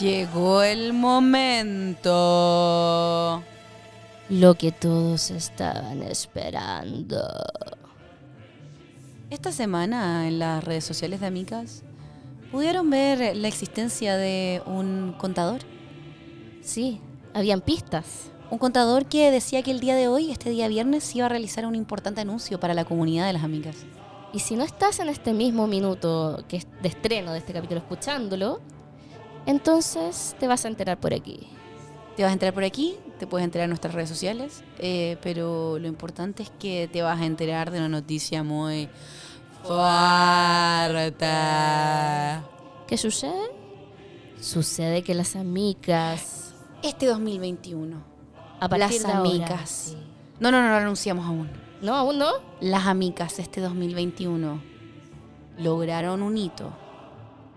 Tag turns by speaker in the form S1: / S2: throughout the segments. S1: Llegó el momento.
S2: Lo que todos estaban esperando.
S1: Esta semana en las redes sociales de Amicas pudieron ver la existencia de un contador.
S2: Sí, habían pistas.
S1: Un contador que decía que el día de hoy, este día viernes, iba a realizar un importante anuncio para la comunidad de las amigas.
S2: Y si no estás en este mismo minuto que es de estreno de este capítulo escuchándolo, entonces te vas a enterar por aquí.
S1: Te vas a enterar por aquí, te puedes enterar en nuestras redes sociales, eh, pero lo importante es que te vas a enterar de una noticia muy fuerte.
S2: ¿Qué sucede? Sucede que las amigas...
S1: Este 2021,
S2: A partir
S1: las
S2: de ahora,
S1: amigas.
S2: sí.
S1: No, no, no, no lo anunciamos aún.
S2: No, aún no.
S1: Las amigas este 2021 lograron un hito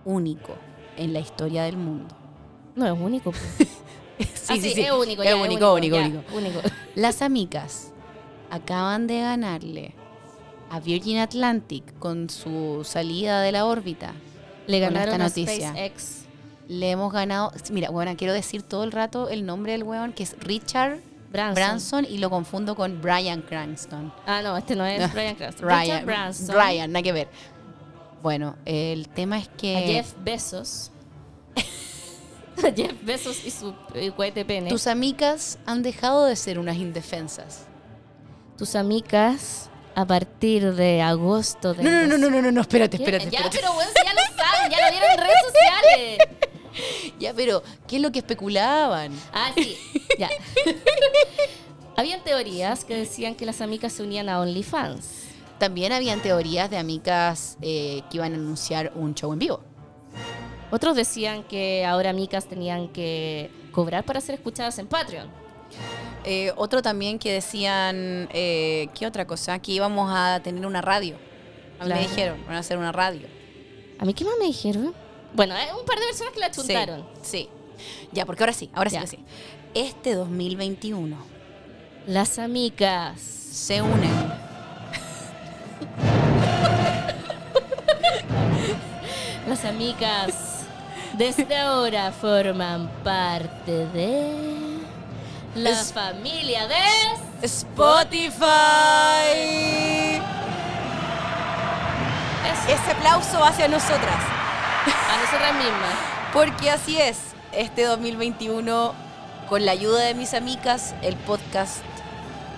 S1: único en la historia del mundo.
S2: No es único. pues.
S1: Sí,
S2: Ah,
S1: sí,
S2: sí,
S1: sí.
S2: es único.
S1: Es
S2: ya,
S1: único, único,
S2: ya,
S1: único.
S2: único.
S1: Las amigas acaban de ganarle a Virgin Atlantic con su salida de la órbita.
S2: Le
S1: Con
S2: ganaron
S1: esta
S2: a
S1: noticia.
S2: SpaceX.
S1: Le hemos ganado. Mira, bueno, quiero decir todo el rato el nombre del weón que es Richard
S2: Branson.
S1: Branson y lo confundo con Brian Cranston.
S2: Ah, no, este no es
S1: No.
S2: Brian Cranston. Richard
S1: Brian.
S2: Branson.
S1: Brian, nada que ver. Bueno, el tema es que.
S2: A Jeff Bezos. a Jeff Bezos y su eh, cohete pene.
S1: Tus amigas han dejado de ser unas indefensas.
S2: tus amigas a partir de agosto de
S1: No, no, no, no, no, no, no, espérate, espérate,
S2: ya,
S1: espérate.
S2: pero bueno, si ya lo saben, ya lo vieron en redes sociales.
S1: Ya, pero, ¿qué es lo que especulaban?
S2: Ah, sí, ya. Habían teorías que decían que las amigas se unían a OnlyFans.
S1: También habían teorías de amigas eh, que iban a anunciar un show en vivo.
S2: Otros decían que ahora amigas tenían que cobrar para ser escuchadas en Patreon.
S1: Eh, otro también que decían, eh, ¿qué otra cosa? Que íbamos a tener una radio. A mí
S2: Claro.
S1: me dijeron, van a hacer una radio.
S2: ¿A mí qué más me dijeron? Bueno, eh, un par de personas que la
S1: Sí,
S2: chuntaron.
S1: Sí, Ya, porque ahora sí, ahora sí,
S2: Ya.
S1: ahora sí. Este 2021
S2: Las amigas.
S1: se unen.
S2: Las amigas desde ahora forman parte de la
S1: Es-
S2: familia de
S1: Spotify.
S2: Eso.
S1: Ese aplauso hacia nosotras.
S2: a nosotras mismas.
S1: Porque así es, este 2021, con la ayuda de mis amigas, el podcast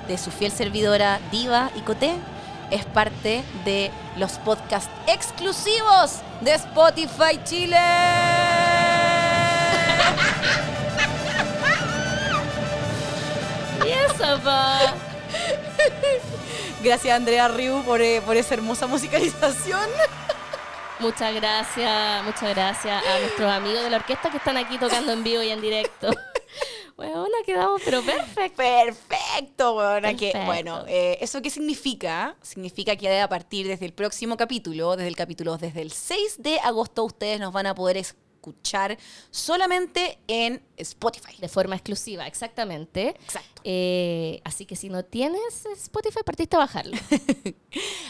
S1: de su fiel servidora Diva y Coté es parte de los podcasts exclusivos de Spotify Chile.
S2: Y eso, va.
S1: Gracias Andrea Riu por, eh, por esa hermosa musicalización.
S2: Muchas gracias, muchas gracias a nuestros amigos de la orquesta que están aquí tocando en vivo y en directo. Bueno, quedamos pero perfecto.
S1: Perfecto, bueno, que,
S2: Perfecto.
S1: bueno eh, ¿eso qué significa? Significa que a partir desde el próximo capítulo, desde el capítulo desde el 6 de agosto, ustedes nos van a poder escuchar solamente en Spotify.
S2: De forma exclusiva, exactamente.
S1: Exacto.
S2: Eh, así que si no tienes Spotify, partiste a bajarlo.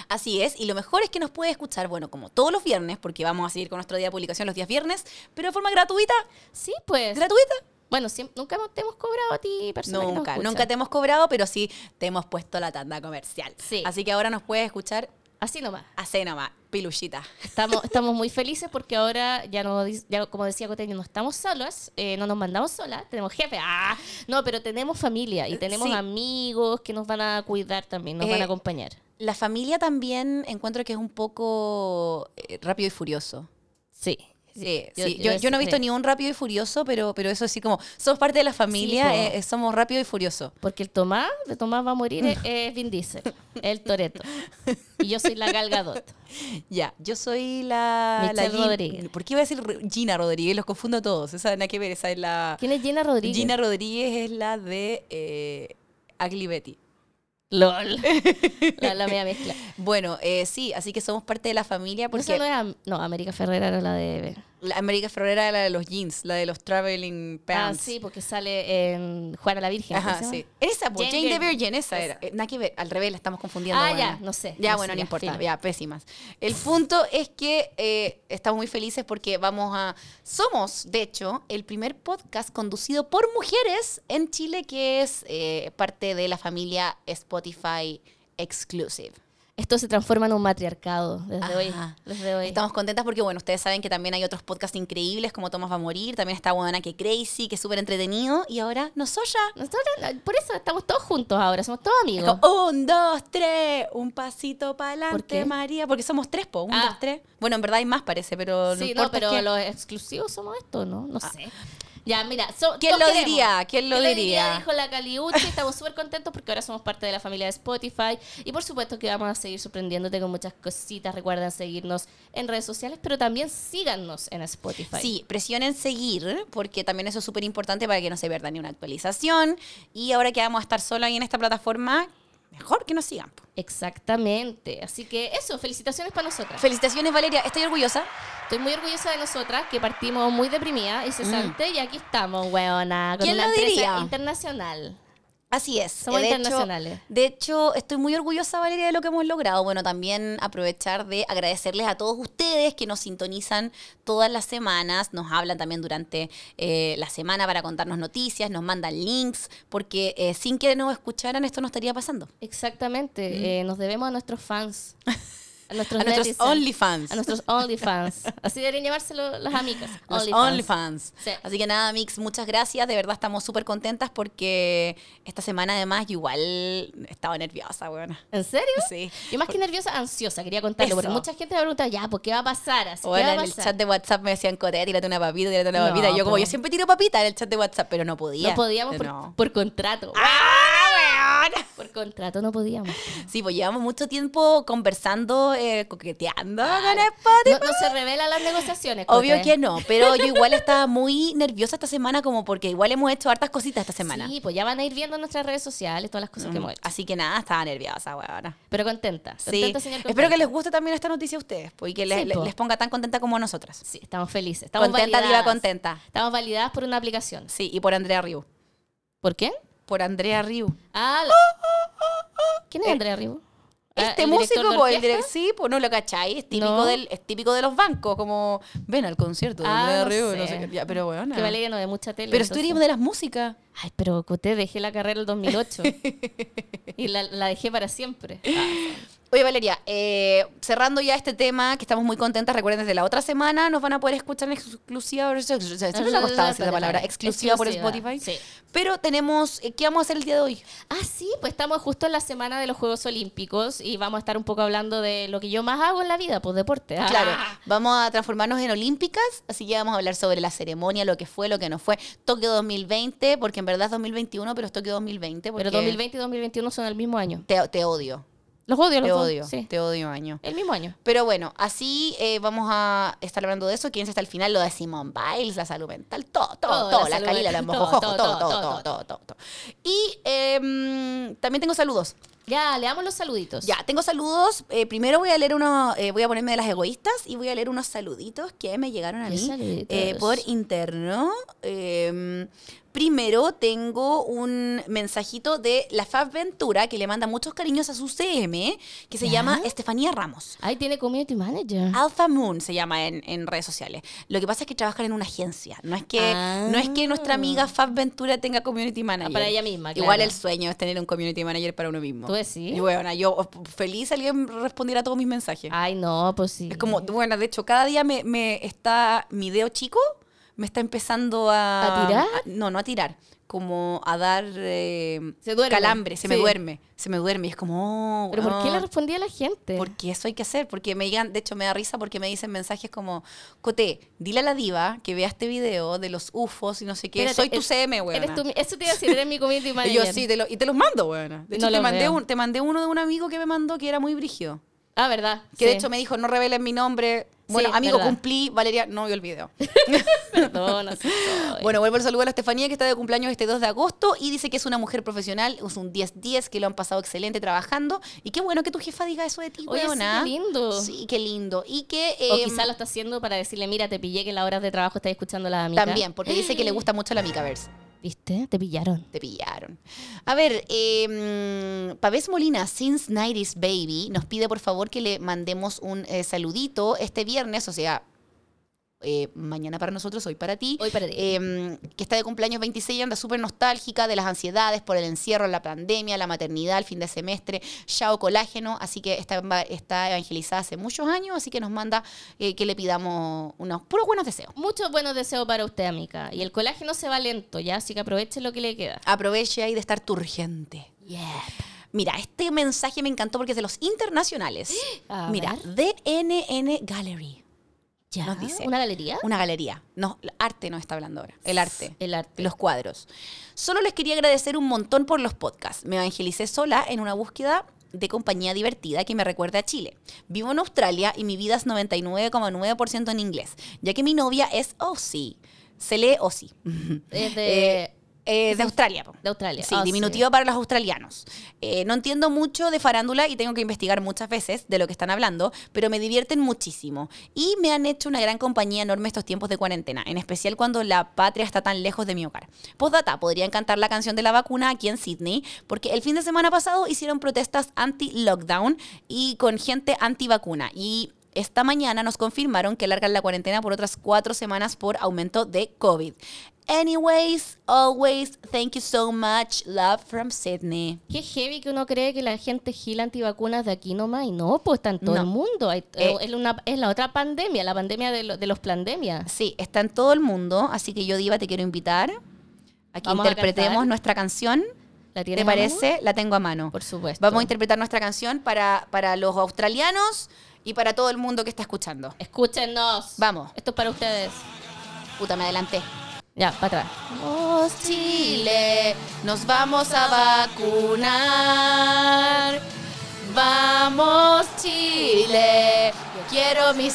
S1: Así es, y lo mejor es que nos puede escuchar, bueno, como todos los viernes, porque vamos a seguir con nuestro día de publicación los días viernes, pero de forma gratuita.
S2: Sí, pues.
S1: ¿Gratuita?
S2: Bueno, siem- nunca te hemos cobrado a ti, persona que nos
S1: Nunca,
S2: escucha.
S1: nunca te hemos cobrado, pero sí te hemos puesto la tanda comercial.
S2: Sí.
S1: Así que ahora nos puedes escuchar
S2: Así nomás.
S1: a Cenama, piluchita.
S2: Estamos, estamos muy felices porque ahora ya no dis- ya como decía Coteño, no estamos solos, eh, no nos mandamos solas, tenemos jefe, ah, no, pero tenemos familia y tenemos
S1: Eh, Sí.
S2: amigos que nos van a cuidar también, nos van
S1: Eh,
S2: a acompañar.
S1: La familia también encuentro que es un poco eh, rápido y furioso.
S2: Sí.
S1: Sí,
S2: yo-
S1: sí.
S2: yo
S1: Yo,
S2: eso
S1: yo no he visto
S2: creo.
S1: ni un rápido y furioso, pero, pero eso sí, como somos parte de la familia,
S2: po.
S1: eh, eh, somos rápido y furioso.
S2: Porque el Tomás, de Tomás va a morir es, es Vin Diesel, el Toreto. Y yo soy la Gal Gadot.
S1: Ya, yo soy la. la
S2: Michelle Rodríguez.
S1: ¿Por qué iba a decir Ru- Gina Rodríguez? Los confundo a todos. Esa nada que ver, esa es la.
S2: ¿Quién es Gina Rodríguez?
S1: Gina Rodríguez es la de eh, Ugly Betty.
S2: LOL. La, la media mezcla.
S1: Bueno, eh, sí, así que somos parte de la familia
S2: Por
S1: porque.
S2: eso no es Am- no, América Ferrera era la de
S1: La América Ferrera era la de los jeans, la de los traveling
S2: Ah,
S1: pants.
S2: sí, porque sale en Juana la Virgen. ¿cómo
S1: Ajá,
S2: se llama?
S1: sí. Esa, po,
S2: Jane
S1: Jane, the
S2: Virgin.
S1: Virgin, esa
S2: Esa.
S1: era. Eh, Nada que ver, al revés, la estamos confundiendo.
S2: Ah,
S1: bueno.
S2: ya, no sé,
S1: Ya,
S2: no
S1: bueno,
S2: sé,
S1: no
S2: ya,
S1: importa,
S2: filo.
S1: ya, pésimas. El punto es que eh, estamos muy felices porque vamos a... Somos, de hecho, el primer podcast conducido por mujeres en Chile que es eh, parte de la familia Spotify Exclusive.
S2: Esto se transforma en un matriarcado desde hoy.
S1: Ajá.
S2: Desde hoy.
S1: Estamos contentas porque, bueno, ustedes saben que también hay otros podcasts increíbles como Tomás va a morir, también está Buena que Crazy, que es súper entretenido, y ahora nosotras.
S2: Nosotros, no, por eso estamos todos juntos ahora, somos todos
S1: Es
S2: amigos.
S1: como, un, dos, tres, un pasito para
S2: ¿Por
S1: adelante,
S2: qué?
S1: María, porque somos tres, po, un,
S2: Ah.
S1: dos, tres. Bueno, en verdad hay más, parece, pero
S2: sí,
S1: no
S2: no,
S1: importa. es
S2: pero
S1: que- Ah.
S2: los exclusivos somos esto, ¿no? No sé. Ya, mira, so-
S1: ¿Quién
S2: todos
S1: lo
S2: queremos.
S1: diría? ¿Quién lo diría?
S2: Dijo la Caliuchi, estamos súper contentos porque ahora somos parte de la familia de Spotify y por supuesto que vamos a seguir sorprendiéndote con muchas cositas. Recuerden seguirnos en redes sociales, pero también síganos en Spotify.
S1: Sí, presionen seguir, porque también eso es súper importante para que no se pierda ni una actualización. Y ahora que vamos a estar solos ahí en esta plataforma, mejor que nos sigan. po.
S2: Exactamente. Así que eso, felicitaciones para nosotras.
S1: Felicitaciones, Valeria, estoy orgullosa.
S2: Estoy muy orgullosa de nosotras que partimos muy deprimida y cesante y aquí estamos, weona, con
S1: Mm. ¿Quién
S2: una
S1: lo
S2: empresa
S1: diría?
S2: internacional.
S1: Así es.
S2: Somos
S1: de hecho-
S2: internacionales.
S1: de hecho, estoy muy orgullosa, Valeria, de lo que hemos logrado. Bueno, también aprovechar de agradecerles a todos ustedes que nos sintonizan todas las semanas, nos hablan también durante eh, la semana para contarnos noticias, nos mandan links, porque eh, sin que nos escucharan esto no estaría pasando.
S2: Exactamente, eh, nos debemos a nuestros fans. A nuestros,
S1: Mm. A nuestros
S2: netizens,
S1: OnlyFans.
S2: A nuestros OnlyFans. Así deberían llamárselo las amigas.
S1: Los
S2: OnlyFans.
S1: OnlyFans.
S2: Sí.
S1: Así que nada, Mix, muchas gracias. De verdad estamos súper contentas porque esta semana además yo igual estaba nerviosa, bueno.
S2: ¿En serio?
S1: Sí.
S2: Yo más que nerviosa, ansiosa, quería contarlo, porque
S1: Eso.
S2: mucha gente me ha preguntado, ya, pues, ¿qué va a pasar? Así, ¿qué
S1: Bueno,
S2: va a
S1: en el
S2: pasar?
S1: chat de WhatsApp me decían, Corea, tírate una papita, tírate una
S2: No,
S1: papita. Y yo como,
S2: po.
S1: yo siempre tiro papita en el chat de WhatsApp, pero no podía.
S2: No podíamos por,
S1: No.
S2: por contrato.
S1: ¡Ah, weón!
S2: Por contrato no podíamos.
S1: Sí, pues llevamos mucho tiempo conversando, eh, coqueteando con
S2: No,
S1: Spotify.
S2: no se revelan las negociaciones.
S1: Ah, Obvio
S2: Cote.
S1: que no, pero yo igual estaba muy nerviosa esta semana como porque igual hemos hecho hartas cositas esta semana.
S2: Sí, pues ya van a ir viendo en nuestras redes sociales todas las cosas que
S1: Mm,
S2: hemos hecho.
S1: Así que nada, estaba nerviosa, weón.
S2: Pero contenta.
S1: Sí.
S2: contenta, señor,
S1: Espero que
S2: contenta.
S1: les guste también esta noticia a ustedes, pues, y que les,
S2: Sí,
S1: le-
S2: po.
S1: les ponga tan contenta como a nosotras.
S2: Sí, estamos felices. Estamos
S1: contenta, diva,
S2: validadas.
S1: contenta.
S2: Estamos validadas por una aplicación.
S1: Sí, y por Andrea Riu.
S2: ¿Por qué?
S1: Por Andrea Riu.
S2: Ah, la- ¿Quién es
S1: Eh,
S2: Andrea Ah, Ribo?
S1: Este músico, po,
S2: por
S1: el direc- sí, pues no lo cacháis, es típico,
S2: No.
S1: del, es típico de los bancos, como ven al concierto de
S2: Ah,
S1: Andrea
S2: no
S1: Riu", no
S2: sé.
S1: sé qué. Ya, pero bueno.
S2: Ah, Que Valeria no ve mucha tele.
S1: Pero si tú
S2: entonces-
S1: eres de las músicas.
S2: Ay, pero Coté, dejé la carrera el 2008. y la, la dejé para siempre.
S1: Ah, Oye, Valeria, eh, cerrando ya este tema, que estamos muy contentas, recuerden, desde la otra semana nos van a poder escuchar en exclusiva. por-
S2: Ah,
S1: Siempre me ha costado decir la palabra, exclusiva por Spotify.
S2: Sí.
S1: Pero tenemos, eh, ¿qué vamos a hacer el día de hoy?
S2: Ah, sí, pues estamos justo en la semana de los Juegos Olímpicos y vamos a estar un poco hablando de lo que yo más hago en la vida, pues deporte. Ah.
S1: Claro, vamos a transformarnos en olímpicas, así que vamos a hablar sobre la ceremonia, lo que fue, lo que no fue, Tokio 2020, porque en verdad es 2021, pero es Tokio 2020. Porque
S2: Pero 2020 y 2021 son el mismo año.
S1: Te, te odio,
S2: Los odio, los
S1: te
S2: dos,
S1: odio,
S2: Sí.
S1: te odio año.
S2: El mismo año.
S1: Pero bueno, así eh, vamos a estar hablando de eso. Quédense hasta el final, lo de Simone Biles, la salud mental, todo, todo,
S2: Todo,
S1: todo,
S2: la
S1: la
S2: salud
S1: calila, la
S2: mental,
S1: mojojojo, todo,
S2: todo,
S1: todo,
S2: todo,
S1: todo, todo, todo, todo. Y em, también tengo saludos.
S2: Ya, le damos los saluditos.
S1: Ya, tengo saludos. Eh, primero voy a leer uno, eh, voy a ponerme de las egoístas y voy a leer unos saluditos que me llegaron a
S2: ¿Qué
S1: mí
S2: saluditos?
S1: eh, por interno. Eh, primero tengo un mensajito de la Fab Ventura que le manda muchos cariños a su CM que se
S2: ¿Ya?
S1: llama Estefanía Ramos.
S2: Ahí tiene community manager.
S1: Alpha Moon se llama en, en redes sociales. Lo que pasa es que trabajan en una agencia. No es que,
S2: Ah.
S1: no es que nuestra amiga Fab Ventura tenga community manager.
S2: para ella misma,
S1: Igual
S2: claro.
S1: el sueño es tener un community manager para uno mismo.
S2: ¿Tú decís?
S1: Y bueno, yo oh, feliz alguien respondiera a todos mis mensajes.
S2: Ay, no, pues sí.
S1: Es como, bueno, de hecho, cada día me, me está mi dedo chico, me está empezando a.
S2: ¿A tirar?
S1: no, no a tirar. Como a dar eh,
S2: Se duerme.
S1: calambre, se me
S2: Sí.
S1: duerme. Se me duerme. Y es como. oh,
S2: ¿Pero por qué
S1: weón.
S2: le respondía a la gente?
S1: Porque eso hay que hacer, porque me digan, de hecho me da risa porque me dicen mensajes como, Cote, dile a la diva que vea este video de los UFOs y no sé qué,
S2: Espérate,
S1: soy tu
S2: es-
S1: CM,
S2: Eres
S1: weona.
S2: tú mi- eso te iba a decir, eres mi community
S1: Y
S2: manager.
S1: yo sí, te lo- y te los mando, weona. De hecho,
S2: No
S1: te,
S2: los
S1: mandé
S2: veo.
S1: un- te mandé uno de un amigo que me mandó que era muy brígido.
S2: Ah, ¿verdad?
S1: Que de
S2: Sí.
S1: hecho me dijo, no revelen mi nombre. Bueno,
S2: Sí,
S1: amigo,
S2: verdad.
S1: cumplí, Valeria, no vio el video.
S2: Perdona, sí, soy. Spotify.
S1: Bueno, vuelvo el saludo a la Estefanía que está de cumpleaños este 2 de agosto y dice que es una mujer profesional, es un 10-10, que lo han pasado excelente trabajando. Y qué bueno que tu jefa diga eso de ti,
S2: Oye, sí,
S1: weona.
S2: qué lindo.
S1: Sí, qué lindo. Y que
S2: o
S1: eh,
S2: quizá lo está haciendo para decirle, mira, te pillé que en las horas de trabajo estás escuchando la amiga.
S1: también, porque dice que le gusta mucho la Micaverse.
S2: ¿Viste? Te pillaron.
S1: Te pillaron. A ver, eh, mm, Pavés Molina, Since 90s Baby, nos pide por favor que le mandemos un eh, saludito este viernes, o sea, eh, mañana para nosotros, hoy para ti.
S2: Hoy para ti.
S1: eh, que está de cumpleaños 26 y anda súper nostálgica de las ansiedades por el encierro, la pandemia, la maternidad, el fin de semestre, Yao Colágeno, así que está, eva- está evangelizada hace muchos años, así que nos manda eh, que le pidamos unos puros buenos deseos.
S2: Muchos buenos deseos para usted, amiga. Y el colágeno se va lento, ¿ya? Así que aproveche lo que le queda.
S1: Aproveche ahí de estar turgente. Mira, este mensaje me encantó porque es de los internacionales.
S2: A
S1: Mira,
S2: ver.
S1: DNN Gallery,
S2: Ya.
S1: Nos dice.
S2: ¿Una galería?
S1: una galería. No, el arte no está hablando ahora, el arte.
S2: El arte.
S1: Los cuadros. Solo les quería agradecer un montón por los podcasts. Me evangelicé sola en una búsqueda de compañía divertida que me recuerde a Chile. Vivo en Australia y mi vida es 99,9% en inglés, ya que mi novia es Aussie. Se lee Aussie.
S2: Es de-
S1: Eh, eh, de Australia. po.
S2: De Australia.
S1: Sí,
S2: Ah,
S1: diminutivo para los australianos. Eh, no entiendo mucho de farándula y tengo que investigar muchas veces de lo que están hablando, pero me divierten muchísimo. Y me han hecho una gran compañía enorme estos tiempos de cuarentena, en especial cuando la patria está tan lejos de mi hogar. Postdata, podrían cantar la canción de la vacuna aquí en Sydney, porque el fin de semana pasado hicieron protestas anti-lockdown y con gente anti-vacuna. Y esta mañana nos confirmaron que largan la cuarentena por otras cuatro semanas por aumento de COVID. Anyways, always, thank you so much. Love from Sydney.
S2: Qué heavy que uno cree que la gente gila antivacunas de aquí nomás. Y no, pues está en todo
S1: No.
S2: el mundo. Hay-
S1: Eh.
S2: es, una- es la otra pandemia, la pandemia de, lo- de los pandemias.
S1: Sí, está en todo el mundo, así que yo, Diva, te quiero invitar a que
S2: Vamos a
S1: interpretemos
S2: cantar.
S1: nuestra canción.
S2: ¿La tienes a
S1: ¿Te
S2: mano?
S1: parece? La tengo a mano.
S2: Por supuesto.
S1: Vamos a interpretar nuestra canción para, para los australianos y para todo el mundo que está escuchando.
S2: Escúchenos.
S1: Vamos.
S2: Esto es para ustedes.
S1: Puta, me adelanté.
S2: Ya, para atrás.
S1: Vamos, Chile, nos vamos a vacunar. Vamos Chile, yo quiero mi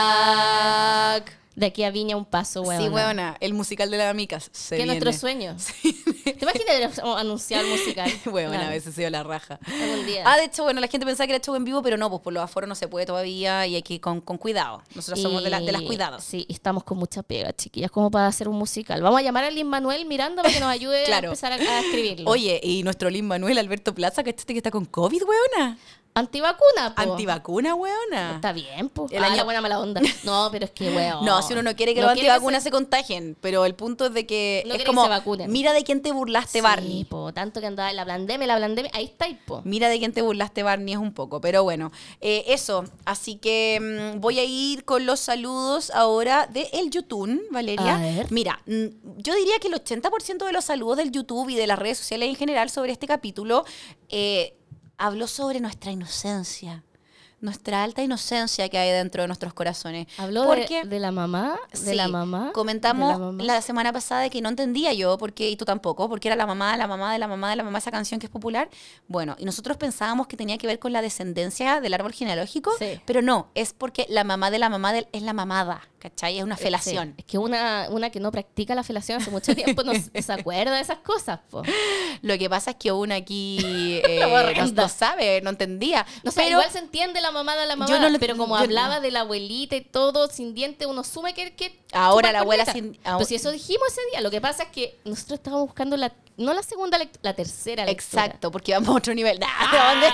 S1: Sinovac.
S2: De aquí a Viña un paso, weón.
S1: Sí, weona, el musical de las amicas. Se
S2: Que es
S1: viene.
S2: nuestro sueño. ¿Te imaginas de- o anunciar el musical?
S1: Weona,
S2: Nada.
S1: a veces se dio la raja.
S2: Algún día.
S1: Ah, de hecho, bueno, la gente pensaba que era show en vivo, pero no, pues por los aforos no se puede todavía y hay que ir con, con cuidado. Nosotros somos de, la- de las
S2: Y-
S1: cuidados.
S2: Sí, y estamos con mucha pega, chiquillas, como para hacer un musical. Vamos a llamar a Lin Manuel Miranda para que nos ayude
S1: Claro.
S2: a empezar a, a escribirlo.
S1: Oye, y nuestro Lin Manuel Alberto Plaza, que este que está con COVID, weona.
S2: Antivacuna, po.
S1: Antivacuna, weona.
S2: Oh. Está bien, pues.
S1: El
S2: Ah,
S1: año-
S2: la buena mala onda. No, pero es que, weón.
S1: No, si uno no quiere que los
S2: quiere se-
S1: antivacunas se... contagien, pero el punto es de que
S2: No quiere
S1: es
S2: que
S1: como,
S2: se vacunen.
S1: mira de quién te burlaste,
S2: Sí,
S1: Barney.
S2: po, tanto que andaba en la blandeme, la blandeme. Ahí está, po.
S1: Mira de quién te burlaste, Barney, es un poco, pero bueno, eh, eso. Así que mm, voy a ir con los saludos ahora de el YouTube, Valeria.
S2: A ver.
S1: Mira, mm, yo diría que el 80% de los saludos del YouTube y de las redes sociales en general sobre este capítulo eh, habló sobre nuestra inocencia, nuestra alta inocencia que hay dentro de nuestros corazones.
S2: Habló
S1: Porque-
S2: de, de la mamá, de
S1: Sí,
S2: la mamá.
S1: Comentamos
S2: de
S1: la,
S2: mamá.
S1: semana pasada de que no entendía yo, porque, y tú tampoco, porque era la mamá, de la mamá, de la mamá, de la mamá, esa canción que es popular. Bueno, y nosotros pensábamos que tenía que ver con la descendencia del árbol genealógico,
S2: Sí.
S1: pero no, es porque la mamá de la mamá del- es la mamada, ¿cachai? Es una felación.
S2: Eh, Sí, es que una, una que no practica la felación hace mucho tiempo no se se acuerda de esas cosas, po.
S1: Lo que pasa es que una aquí eh, no,
S2: borrando.
S1: no sabe, no entendía.
S2: No sé,
S1: pero
S2: igual se entiende la mamada de la mamá,
S1: Yo no lo-
S2: pero como
S1: yo-
S2: hablaba de la abuelita y todo sin diente, uno sume que... que
S1: Ahora
S2: chupa
S1: la abuela
S2: corneta.
S1: sin- ahora-
S2: Pues si eso dijimos ese día, lo que pasa es que nosotros estábamos buscando la, no la segunda lectura, la tercera lectura. Ah.
S1: Exacto, porque vamos a otro nivel. Nah, ¿dónde?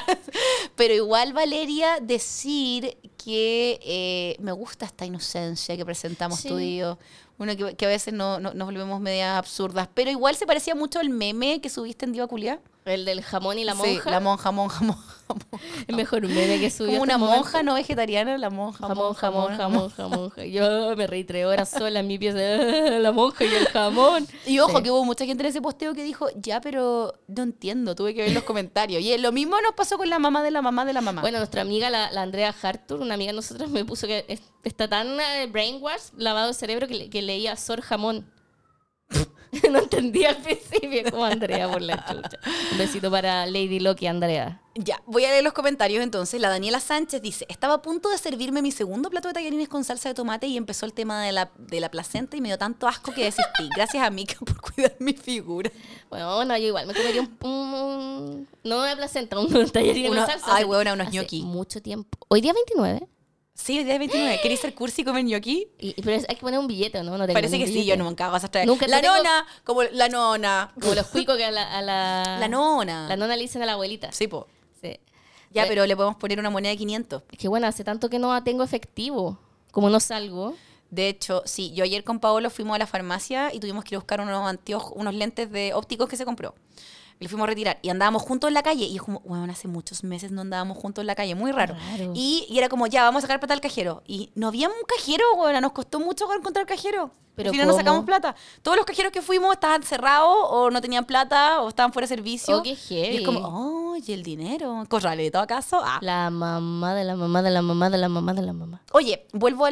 S1: Pero igual, Valeria, decir que eh, me gusta esta inocencia que presentamos tú
S2: Sí.
S1: y yo. Uno que, que a veces no, no- nos volvemos medias absurdas. Pero igual se parecía mucho al meme que subiste en Diva Culia.
S2: El del jamón y la
S1: Sí,
S2: monja.
S1: la monja, monja, monja. monja.
S2: El mejor meme que subió. hasta
S1: Como una
S2: el momento.
S1: monja no vegetariana, la monja.
S2: Jamón, jamón, jamón, jamón. Yo me reí tres horas sola en mi pieza. "Ah, La monja y el jamón.
S1: Y ojo,
S2: Sí.
S1: que hubo mucha gente en ese posteo que dijo, ya, pero no entiendo, tuve que ver los comentarios. Y eh, lo mismo nos pasó con la mamá de la mamá de la mamá.
S2: Bueno, nuestra amiga, la, la Andrea Hartur, una amiga de nosotros, me puso que es- está tan eh, brainwash, lavado el cerebro, que, le- que leía Sor Jamón. no entendía al principio como Andrea por la chucha. Un besito para Lady Loki, Andrea.
S1: Ya, voy a leer los comentarios entonces. La Daniela Sánchez dice, estaba a punto de servirme mi segundo plato de tallarines con salsa de tomate y empezó el tema de la, de la placenta y me dio tanto asco que desistí. Gracias a Mika por cuidar mi figura.
S2: Bueno, no, yo igual me comería un. un- no una placenta, un tallarín
S1: Uno-
S2: de salsa.
S1: ay,
S2: Hace-
S1: huevona, unos
S2: hace
S1: ñoqui.
S2: Mucho tiempo. Hoy día 29.
S1: Sí, hoy día es 29. ¿Queréis ser cursi y comer ñoqui?
S2: Y, y- pero es- hay que poner un billete, ¿no? no tengo
S1: Parece que
S2: ningún
S1: sí, yo
S2: billete.
S1: nunca vas a traer.
S2: Nunca-
S1: la
S2: no tengo-
S1: nona, como la nona.
S2: Como los cuicos que a la. a la,
S1: La nona.
S2: la nona le dicen a la abuelita.
S1: Sí, po.
S2: Sí.
S1: Ya,
S2: Ve-
S1: pero le podemos poner una moneda de 500.
S2: Es que bueno, hace tanto que no tengo efectivo. Como no salgo.
S1: De hecho, sí, yo ayer con Paolo fuimos a la farmacia y tuvimos que ir a buscar unos anteojos, unos lentes de ópticos que se compró. Le fuimos a retirar y andábamos juntos en la calle. Y es como, bueno, hace muchos meses no andábamos juntos en la calle, muy raro.
S2: Raro.
S1: Y, y era como, ya, vamos a sacar plata al cajero. Y no había un cajero, bueno, nos costó mucho encontrar cajero.
S2: ¿Pero
S1: al final no
S2: cómo?
S1: sacamos plata. Todos los cajeros que fuimos estaban cerrados o no tenían plata o estaban fuera de servicio.
S2: Oh, qué
S1: Y
S2: heavy.
S1: es como, oye, el dinero, corralito acaso. Ah.
S2: La mamá de la mamá de la mamá de la mamá de la mamá.
S1: Oye, vuelvo a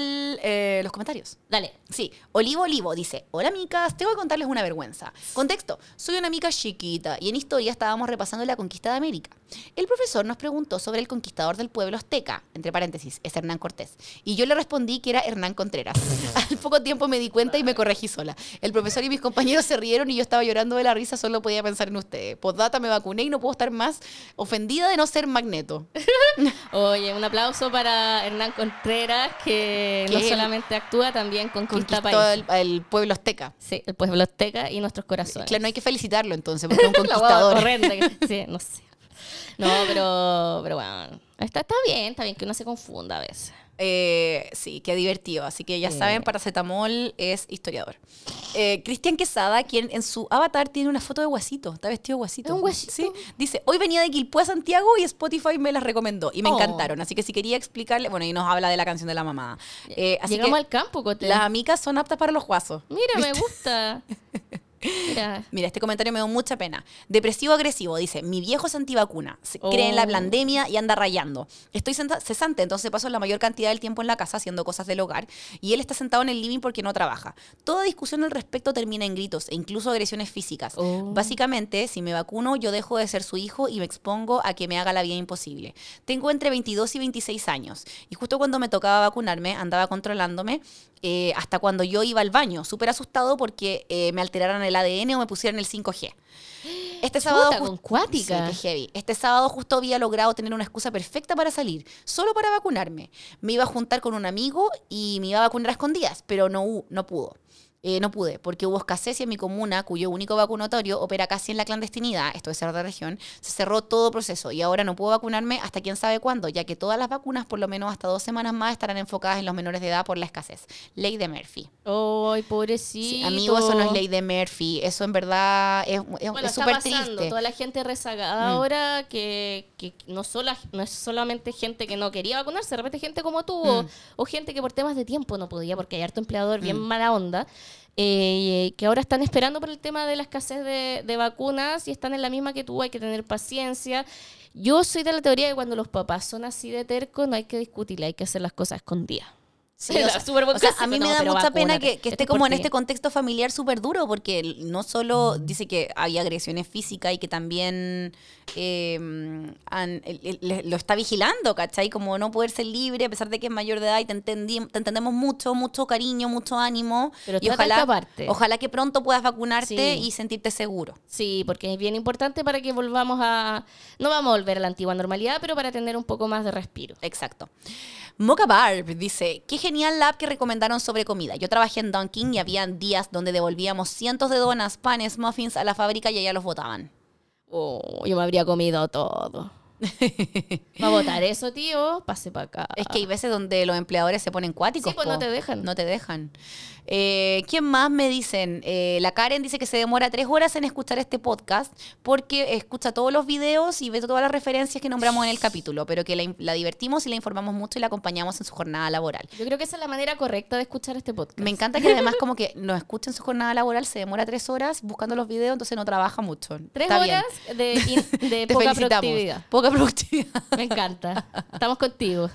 S1: los comentarios.
S2: Dale.
S1: Sí, Olivo Olivo dice, hola micas, tengo que contarles una vergüenza. Contexto, soy una mica chiquita y en historia estábamos repasando la conquista de América. El profesor nos preguntó sobre el conquistador del pueblo azteca, entre paréntesis, es Hernán Cortés, y yo le respondí que era Hernán Contreras. Al poco tiempo me di cuenta y me corregí sola. El profesor y mis compañeros se rieron y yo estaba llorando de la risa, solo podía pensar en ustedes. Postdata, me vacuné y no puedo estar más ofendida de no ser magneto.
S2: Oye, un aplauso para Hernán Contreras, que no
S1: Que él
S2: solamente actúa, también conquista
S1: Conquistó
S2: país.
S1: el, el pueblo azteca.
S2: Sí, el pueblo azteca y nuestros corazones.
S1: Claro, no hay que felicitarlo entonces, porque es un
S2: La hueá
S1: conquistador.
S2: horrenda que- Sí, no sé. No, pero, pero bueno. Está, está bien, está bien que uno se confunda a veces.
S1: Eh, sí, qué divertido. Así que ya saben, paracetamol es historiador. Eh, Cristian Quesada, quien en su avatar tiene una foto de Guasito, está vestido de Guasito.
S2: ¿Es un guasito?
S1: Sí, dice, hoy venía de Quilpue a Santiago y Spotify me las recomendó y me
S2: Oh.
S1: encantaron. Así que si quería explicarle, bueno, y nos habla de la canción de la mamá. Eh, así
S2: Llegamos
S1: que
S2: al campo, Cote.
S1: las amigas son aptas para los guasos.
S2: Mira, me gusta. Mira.
S1: Mira, este comentario me dio mucha pena. Depresivo agresivo, dice, mi viejo es antivacuna, se cree en la
S2: Oh.
S1: pandemia y anda rayando. Estoy senta- cesante, entonces paso la mayor cantidad del tiempo en la casa haciendo cosas del hogar y él está sentado en el living porque no trabaja. Toda discusión al respecto termina en gritos e incluso agresiones físicas.
S2: Oh.
S1: Básicamente, si me vacuno, yo dejo de ser su hijo y me expongo a que me haga la vida imposible. Tengo entre 22 y 26 años y justo cuando me tocaba vacunarme, andaba controlándome eh, hasta cuando yo iba al baño, súper asustado porque eh, me alteraran el ADN o me pusieran el 5G. Este sábado
S2: Chuta, con cuática.
S1: Sí, qué heavy. Este sábado justo había logrado tener una excusa perfecta para salir, solo para vacunarme. Me iba a juntar con un amigo y me iba a vacunar a escondidas, pero no, hu- no pudo. Eh, no pude, porque hubo escasez y en mi comuna, cuyo único vacunatorio opera casi en la clandestinidad, esto es cerrar de región, se cerró todo proceso y ahora no puedo vacunarme hasta quién sabe cuándo, ya que todas las vacunas, por lo menos hasta dos semanas más, estarán enfocadas en los menores de edad por la escasez. Ley de Murphy.
S2: Ay,
S1: Sí,
S2: pobrecito.
S1: amigo, eso no es ley de Murphy. Eso en verdad es es-
S2: Bueno,
S1: es
S2: está
S1: súper
S2: pasando.
S1: triste. Mm.
S2: Toda la gente rezagada ahora que, que no, solo, no es solamente gente que no quería vacunarse, de repente gente como tú o-
S1: Mm.
S2: o, gente que por temas de tiempo no podía porque hay harto empleador bien mala onda. eh, que ahora están esperando por el tema de la escasez de, de vacunas y están en la misma que tú, hay que tener paciencia. Yo soy de la teoría de que cuando los papás son así de terco no hay que discutir, hay que hacer las cosas escondidas.
S1: Sí, o sea,
S2: Súper buen
S1: o sea,
S2: consejo,
S1: a mí
S2: no,
S1: me da
S2: pero
S1: mucha pena
S2: vacúnate.
S1: que,
S2: Esto
S1: que esté
S2: es
S1: como
S2: por
S1: en
S2: ti.
S1: este contexto familiar súper duro, porque él no solo dice que hay agresiones físicas y que también eh, han- el- el- le- lo está vigilando, ¿cachai? Como no poder ser libre a pesar de que es mayor de edad y te, entendí- te entendemos mucho, mucho cariño, mucho ánimo.
S2: Pero
S1: y
S2: trata de
S1: ojalá,
S2: escaparte.
S1: ojalá que pronto puedas vacunarte
S2: Sí.
S1: y sentirte seguro.
S2: Sí, porque es bien importante para que volvamos a... No vamos a volver a la antigua normalidad, pero para tener un poco más de respiro.
S1: Exacto. Mocha Barb dice, qué genial la app que recomendaron sobre comida. Yo trabajé en Dunkin' y habían días donde devolvíamos cientos de donas, panes, muffins a la fábrica y allá los botaban.
S2: Oh, yo me habría comido todo. Va a votar eso, tío. Pase para acá.
S1: Es que hay veces donde los empleadores se ponen cuáticos.
S2: Sí, pues, no te dejan.
S1: No te dejan. Eh, ¿Quién más me dicen? Eh, la Karen dice que se demora tres horas en escuchar este podcast porque escucha todos los videos y ve todas las referencias que nombramos en el capítulo, pero que la, in- la divertimos y la informamos mucho y la acompañamos en su jornada laboral.
S2: Yo creo que esa es la manera correcta de escuchar este podcast.
S1: Me encanta que además como que nos escucha en su jornada laboral, se demora tres horas buscando los videos, entonces no trabaja mucho.
S2: Tres
S1: Está bien.
S2: horas de, in- de
S1: Te
S2: poca
S1: felicitamos.
S2: productividad.
S1: Poca productividad.
S2: Me encanta. Estamos contigo.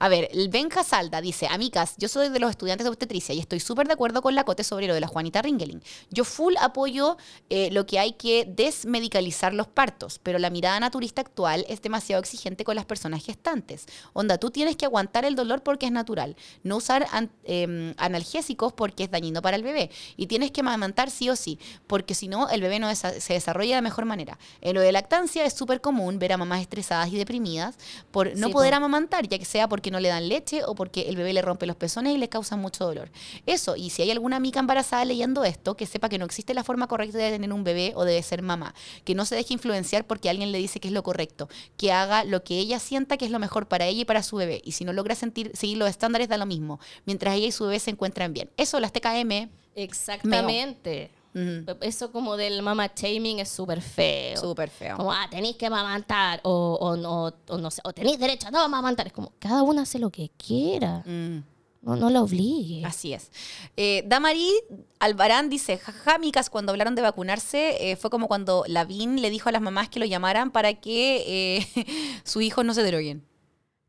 S1: A ver, el Ben Casalda dice, amigas, yo soy de los estudiantes de obstetricia y estoy súper de acuerdo con la Cote sobre lo de la Juanita Ringeling. Yo full apoyo eh, lo que hay que desmedicalizar los partos, pero la mirada naturista actual es demasiado exigente con las personas gestantes. Onda, tú tienes que aguantar el dolor porque es natural, no usar an- em, analgésicos porque es dañino para el bebé y tienes que amamantar sí o sí, porque si no, el bebé no desa- se desarrolla de mejor manera. En lo de lactancia es súper común ver a mamás estresadas y deprimidas por no
S2: Sí,
S1: poder
S2: po.
S1: amamantar, ya que sea porque no le dan leche o porque el bebé le rompe los pezones y le causa mucho dolor. Eso, y si hay alguna amiga embarazada leyendo esto, que sepa que no existe la forma correcta de tener un bebé o de ser mamá, que no se deje influenciar porque alguien le dice que es lo correcto, que haga lo que ella sienta que es lo mejor para ella y para su bebé, y si no logra sentir, seguir los estándares da lo mismo, mientras ella y su bebé se encuentran bien. Eso, las TKM,
S2: Exactamente.
S1: ujú,
S2: Eso como del mama shaming es súper feo.
S1: súper feo.
S2: Como, ah, tenéis que amamantar. O, o, no- o no sé, o tenéis derecho a no amamantar. Es como, cada uno hace lo que quiera.
S1: Mm.
S2: No, no la obligue.
S1: Así es. Eh, Damari Albarán dice, jaja, micas, cuando hablaron de vacunarse, eh, fue como cuando Lavín le dijo a las mamás que lo llamaran para que eh, sus hijos no se droguen.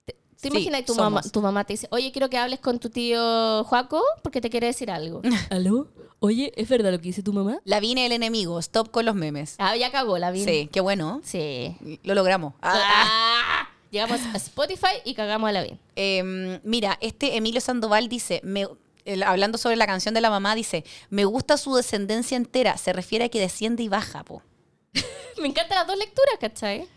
S2: ¿Te
S1: Sí,
S2: imaginas que tu
S1: somos.
S2: mamá, tu mamá te dice, oye, quiero que hables con tu tío Juaco porque te quiere decir algo?
S3: ¿Aló? Oye, ¿es verdad lo que dice tu mamá?
S1: Lavín es el enemigo, stop con los memes.
S2: Ah, ya cagó la vida.
S1: Sí, qué bueno.
S2: Sí.
S1: Lo logramos. Ah.
S2: Ah, Llegamos a Spotify y cagamos a la bien.
S1: Eh, mira, este Emilio Sandoval dice, me- el- hablando sobre la canción de la mamá, dice, me gusta su descendencia entera, se refiere a que desciende y baja, po.
S2: Me encantan las dos lecturas, ¿cachai?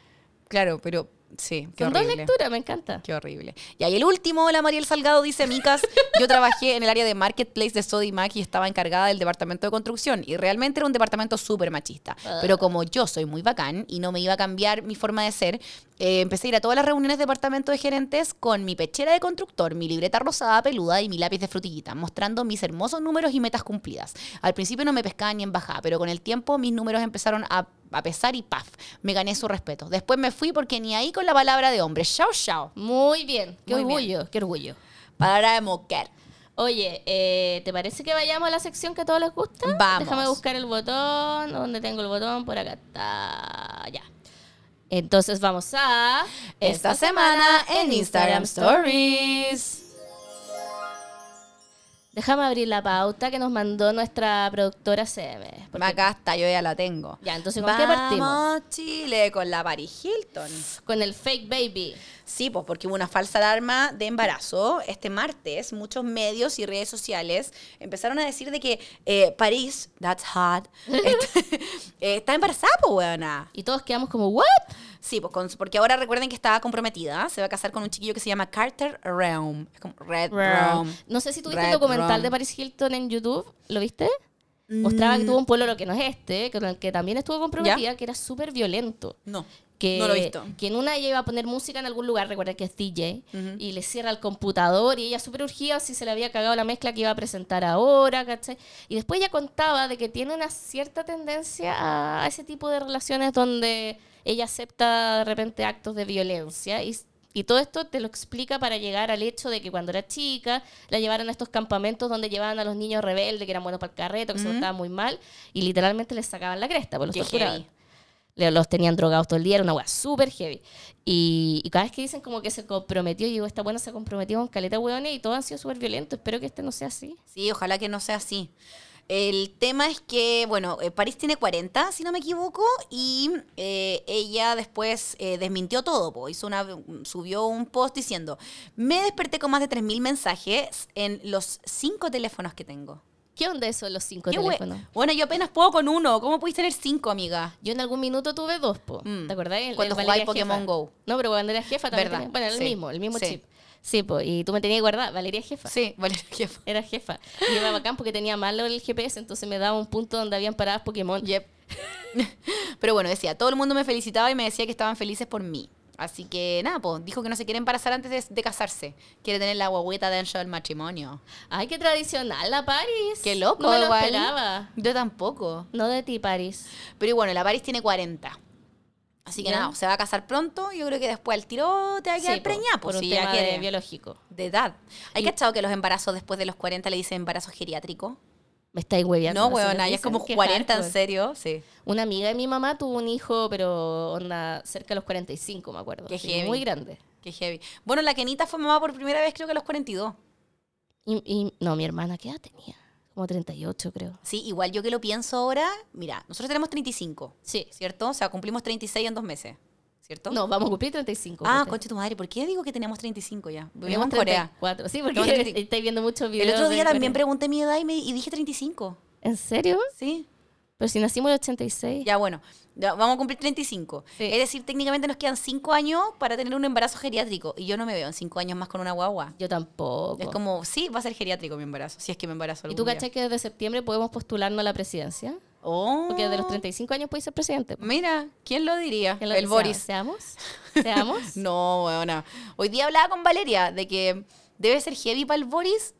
S1: Claro, pero sí, qué
S2: Son dos
S1: horrible.
S2: lecturas, me encanta.
S1: Qué horrible. Y ahí el último, la Mariel Salgado dice, Micas, yo trabajé en el área de marketplace de Sodimac y estaba encargada del departamento de construcción y realmente era un departamento súper machista. Pero como yo soy muy bacán y no me iba a cambiar mi forma de ser, eh, empecé a ir a todas las reuniones de departamento de gerentes con mi pechera de constructor, mi libreta rosada peluda y mi lápiz de frutillita, mostrando mis hermosos números y metas cumplidas. Al principio no me pescaba ni en bajada, pero con el tiempo mis números empezaron a a pesar y paf, me gané su respeto. Después me fui porque ni ahí con la palabra de hombre. Chao, chao.
S2: Muy bien. Qué
S1: Muy bien.
S2: orgullo, qué orgullo.
S1: Palabra de mujer.
S2: Oye, eh, ¿te parece que vayamos a la sección que a todos les gusta?
S1: Vamos.
S2: Déjame buscar el botón. ¿Dónde tengo el botón? Por acá está. Ya. Entonces vamos a.
S1: Esta semana en Instagram Stories.
S2: Déjame abrir la pauta que nos mandó nuestra productora CM. porque-
S1: Acá está, yo ya la tengo.
S2: Ya, entonces, ¿con qué partimos?
S1: Vamos, Chile, con la Paris Hilton.
S2: Con el fake baby.
S1: Sí, pues porque hubo una falsa alarma de embarazo. Este martes, muchos medios y redes sociales empezaron a decir de que eh, París, that's hot, está, eh, está embarazada, pues, weona.
S2: Y todos quedamos como, ¿what?
S1: Sí, pues con- porque ahora recuerden que estaba comprometida. Se va a casar con un chiquillo que se llama Carter Realm. Es como Red Realm.
S2: No sé si tuviste
S1: Um, Red
S2: el documental
S1: Rum. Mm.
S2: de Paris Hilton en YouTube. ¿Lo viste? Mostraba que tuvo un pueblo, lo que no es este, con el que también estuvo comprometida, que era súper violento.
S1: No,
S2: que,
S1: no lo he visto.
S2: que en una ella iba a poner música en algún lugar, recuerda que es DJ,
S1: Ujú.
S2: y le cierra el computador y ella súper urgía si se le había cagado la mezcla que iba a presentar ahora, ¿cachai? Y después ella contaba de que tiene una cierta tendencia a, a ese tipo de relaciones donde ella acepta de repente actos de violencia y... y todo esto te lo explica para llegar al hecho de que cuando era chica la llevaron a estos campamentos donde llevaban a los niños rebeldes, que eran buenos para el carreto, que se portaban muy mal, y literalmente les sacaban la cresta, pues, por los
S1: Qué
S2: torturaban.
S1: heavy.
S2: Le- los tenían drogados todo el día, era una weá súper heavy. Y, y cada vez que dicen como que se comprometió, y digo, esta buena se comprometió con caleta weones y todos han sido súper violentos. Espero que este no sea así.
S1: Sí, ojalá que no sea así. El tema es que, bueno, eh, París tiene 40, si no me equivoco, y eh, ella después eh, desmintió todo. po. Hizo una, subió un post diciendo, me desperté con más de 3.000 mensajes en los cinco teléfonos que tengo.
S2: ¿Qué onda eso de los cinco
S1: Qué hue-
S2: teléfonos?
S1: bueno, yo apenas puedo con uno. ¿Cómo pudiste tener cinco, amiga?
S2: Yo en algún minuto tuve dos, po.
S1: Mm.
S2: ¿Te acordás? El-
S1: Cuando
S2: el
S1: jugaba
S2: Valeria
S1: Pokémon
S2: Jefa.
S1: Go.
S2: No, pero cuando era jefa también.
S1: Verdad,
S2: tenía- bueno, era
S1: sí,
S2: el mismo, el mismo
S1: sí.
S2: chip. Sí, po. Y tú me tenías que guardar, Valeria Jefa.
S1: Sí, Valeria Jefa.
S2: Era jefa. Y era bacán porque tenía malo el GPS, entonces me daba un punto donde habían paradas Pokémon.
S1: Yep. Pero bueno, decía, todo el mundo me felicitaba y me decía que estaban felices por mí. Así que nada, pues dijo que no se quiere embarazar antes de, de casarse. Quiere tener la guagüita dentro del matrimonio.
S2: Ay, qué tradicional la Paris.
S1: Qué loco,
S2: No me lo
S1: igual.
S2: esperaba.
S1: Yo tampoco.
S2: No de ti, Paris.
S1: Pero bueno, la Paris tiene 40. Así que
S2: Ya.
S1: nada, se va a casar pronto. Yo creo que después al tiro te va a quedar
S2: Sí, po,
S1: preñada,
S2: por
S1: pues
S2: un
S1: si ya
S2: tema de
S1: quiere. De,
S2: biológico.
S1: edad. ¿Hay
S2: Y-
S1: cachado que los embarazos después de los 40 le dicen embarazo geriátrico?
S2: Me estáis hueveando.
S1: No,
S2: así les
S1: weón, ya es
S2: dicen,
S1: como
S2: qué
S1: 40 en
S2: hardcore.
S1: serio, sí.
S2: Una amiga de mi mamá tuvo un hijo, pero onda cerca de los 45, me acuerdo.
S1: Qué
S2: así,
S1: heavy.
S2: Muy grande.
S1: Qué heavy. Bueno, la Kenita fue mamá por primera vez creo que a los 42.
S2: Y, y- no, mi hermana, ¿qué edad tenía? Como 38, creo.
S1: Sí, igual yo que lo pienso ahora, mira, nosotros tenemos 35,
S2: Sí.
S1: ¿cierto? O sea, cumplimos 36 en dos meses, ¿cierto?
S2: No, vamos a cumplir 35.
S1: Ah,
S2: Cote.
S1: concha tu madre, ¿por qué digo que teníamos 35 ya? Vivimos
S2: Tenemos
S1: en Corea.
S2: 34. Sí,
S1: Tenemos
S2: porque
S1: 30.
S2: estáis viendo muchos
S1: El
S2: videos.
S1: otro
S2: de
S1: día también
S2: Corea.
S1: pregunté mi edad y, me, y dije 35.
S2: ¿En serio?
S1: Sí,
S2: Pero si nacimos en el 86.
S1: ya bueno, ya vamos a cumplir 35.
S2: Sí.
S1: Es decir, técnicamente nos quedan 5 años para tener un embarazo geriátrico. Y yo no me veo en 5 años más con una guagua.
S2: Yo tampoco.
S1: Es como, sí, va a ser geriátrico mi embarazo, si es que me
S2: ¿Y
S1: embarazo algún
S2: tú
S1: día.
S2: cachas que desde septiembre podemos postularnos a la presidencia?
S1: Oh,
S2: Porque desde los 35 años puedes ser presidente. po.
S1: Mira, ¿quién lo diría?
S2: ¿Qué es lo
S1: El
S2: que
S1: Boris.
S2: Seamos. Seamos. seamos.
S1: No, weona. Hoy día hablaba con Valeria de que debe ser heavy para el Boris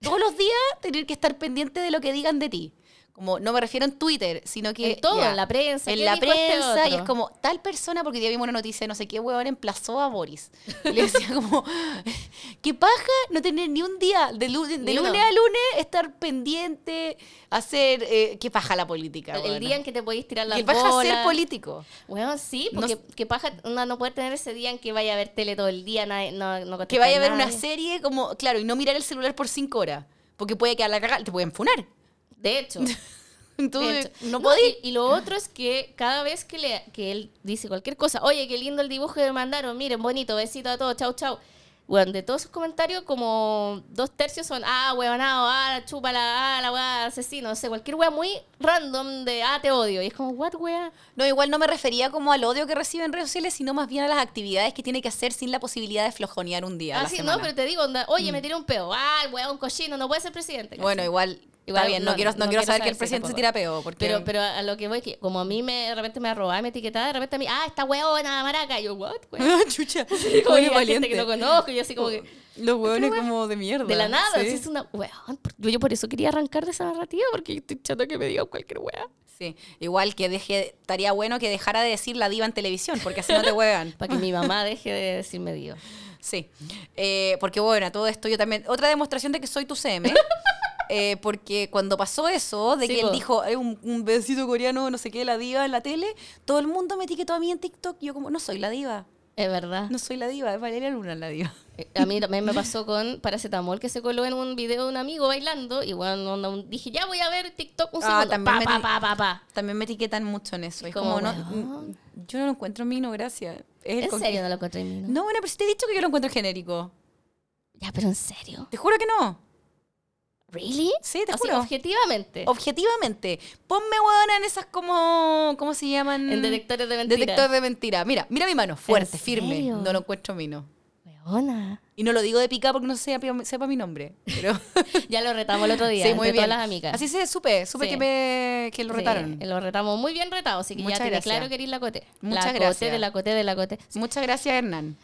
S1: todos los días tener que estar pendiente de lo que digan de ti. Como, no me refiero en Twitter, sino que...
S2: En todo,
S1: ya,
S2: en la prensa.
S1: en
S2: ¿qué
S1: la
S2: dijo este
S1: prensa, y es
S2: otro?
S1: como, tal persona, porque hoy día vimos una noticia, de no sé qué weón emplazó a Boris. Y le decía como, qué paja no tener ni un día, de, lu- de
S2: Ni uno.
S1: lunes a lunes, estar pendiente, hacer... eh, qué paja la política,
S2: El, el
S1: weona.
S2: día en que te podéis tirar la
S1: Y
S2: bola.
S1: el paja ser político.
S2: Bueno, sí,
S1: No
S2: porque
S1: s-
S2: que paja una no poder tener ese día en que vaya a ver tele todo el día, nadie- no, no
S1: que vaya a ver
S2: contestar
S1: una
S2: nadie.
S1: serie como, claro, y no mirar el celular por cinco horas, porque puede que a la cagada te pueden funar.
S2: De hecho. de
S1: Entonces,
S2: hecho.
S1: no
S2: No,
S1: podí.
S2: y, y lo otro es que cada vez que, le, que él dice cualquier cosa, oye, qué lindo el dibujo que me mandaron, miren, bonito, besito a todos, chau, chau. Bueno, de todos sus comentarios, como dos tercios son, ah, huevonao, ah, chúpala, ah, la weá, asesino, no sé, cualquier weá muy random de, ah, te odio. Y es como, what weá.
S1: No, igual no me refería como al odio que recibe en redes sociales, sino más bien a las actividades que tiene que hacer sin la posibilidad de flojonear un día. a la
S2: Así,
S1: semana.
S2: Ah,
S1: Mm.
S2: no, pero te digo, onda, oye, me tiré un peo, ah, el weón cochino, no puede ser presidente.
S1: Bueno,
S2: ¿cachai?
S1: igual,
S2: Igual,
S1: está bien, no,
S2: no,
S1: quiero, no,
S2: no
S1: quiero
S2: quiero
S1: saber que
S2: saber
S1: el
S2: si
S1: presidente se
S2: tampoco.
S1: tira peo, porque...
S2: Pero, pero a lo que voy, que como a mí me, de repente me arrobaba, me etiquetaba, de repente a mí, ah, esta weona, maraca. Y yo, what, weón?
S1: Ah, chucha,
S2: Como
S1: oye,
S2: que hay gente que no conozco, y yo así como que,
S1: Los hueones como de mierda.
S2: de la nada.
S1: sí.
S2: así es una, weón, por- yo, yo por eso quería arrancar de esa narrativa, porque estoy chato que me digan cualquier weá.
S1: Sí, igual que deje, estaría bueno que dejara de decir la diva en televisión, porque así no te huevan.
S2: Para que mi mamá deje de decirme digo.
S1: Sí, Eh, porque bueno, a todo esto yo también, otra demostración de que soy tu CM, eh, porque cuando pasó eso, de
S2: Sí,
S1: que él
S2: po.
S1: dijo "Hay un, un besito coreano, no sé qué, la diva en la tele, todo el mundo me etiquetó a mí en TikTok, y yo como, no soy la diva,
S2: Es verdad.
S1: no soy la diva, es Valeria Luna la diva.
S2: Eh, A mí también me pasó con paracetamol que se coló en un video de un amigo bailando y bueno, onda, un- dije, ya voy a ver TikTok un
S1: Ah,
S2: segundo.
S1: también
S2: pa,
S1: me
S2: pa,
S1: di-
S2: pa, pa, pa.
S1: También me etiquetan mucho en eso,
S2: Es
S1: es como,
S2: como,
S1: no,
S2: weón.
S1: mm, yo no lo encuentro en mí, no, gracias. Es el
S2: En
S1: con-
S2: serio no lo encontré en mí, ¿no?
S1: No, bueno, pero si te he dicho que yo lo encuentro genérico,
S2: Ya, pero en serio.
S1: te juro que no,
S2: ¿Really?
S1: sí, te
S2: Así,
S1: juro.
S2: objetivamente.
S1: Objetivamente, ponme huevona en esas como, ¿cómo se llaman?
S2: En detectores de mentiras.
S1: mm, Detector de mentira. Mira, mira mi mano, fuerte,
S2: ¿En
S1: firme.
S2: serio?
S1: No lo encuentro mino.
S2: Weona.
S1: Y no lo digo de pica porque no sepa, sepa mi nombre. Pero
S2: Ya lo retamos el otro día,
S1: sí,
S2: entre
S1: muy bien.
S2: todas las amigas.
S1: Así se supe, supe
S2: Sí.
S1: que, me, que lo
S2: Sí,
S1: retaron.
S2: lo retamos muy bien retado, así que
S1: Muchas
S2: ya tiene
S1: gracias.
S2: claro que eres la cote.
S1: Muchas
S2: la
S1: gracias.
S2: Cote, de la cote, de la cote.
S1: Muchas gracias, Hernán.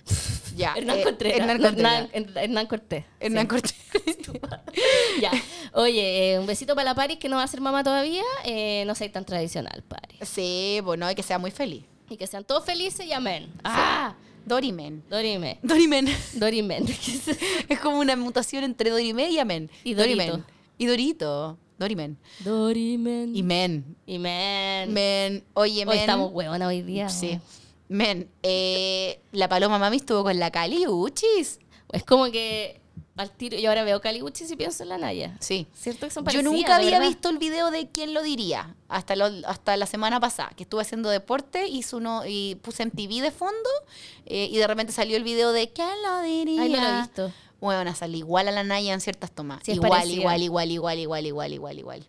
S1: ya.
S2: Ah, Hernán
S1: eh,
S2: Contreras.
S1: Hernán
S2: No,
S1: Contreras.
S2: Hernán- Hernán Cortés.
S1: Hernán Contreras.
S2: Sí, ya. Oye, eh, un besito para la Paris que no va a ser mamá todavía. Eh, no soy tan tradicional, Paris.
S1: Sí, bueno, hay que sea muy feliz.
S2: Y que sean todos felices y amén. ¡Ah!
S1: Dorimen.
S2: Dorime.
S1: Dorimen.
S2: Dorime.
S1: es como una mutación entre Dorimen y Amen.
S2: Y Dorito.
S1: Y Dorito. Dorimen.
S3: Dorimen.
S1: Y Men.
S2: y men.
S1: Men. Oye,
S2: Hoy
S1: Men.
S2: estamos huevona hoy día.
S1: Sí.
S2: weón.
S1: Men, eh, la paloma mami estuvo con la Cali Uchis.
S2: Es como que al tiro. Yo ahora veo Caliuchis y pienso en la Naya.
S1: Sí.
S2: ¿Cierto que son
S1: Yo
S2: parecidas?
S1: nunca
S2: de
S1: había
S2: verdad?
S1: visto el video de quién lo diría hasta, lo- hasta la semana pasada, que estuve haciendo deporte hice uno, y puse MTV de fondo eh, y de repente salió el video de quién lo diría.
S2: Ay, no lo he visto.
S1: Bueno, salí igual a la Naya en ciertas tomas.
S2: Sí, es
S1: igual,
S2: parecida.
S1: igual, igual, igual, igual, igual, igual, igual.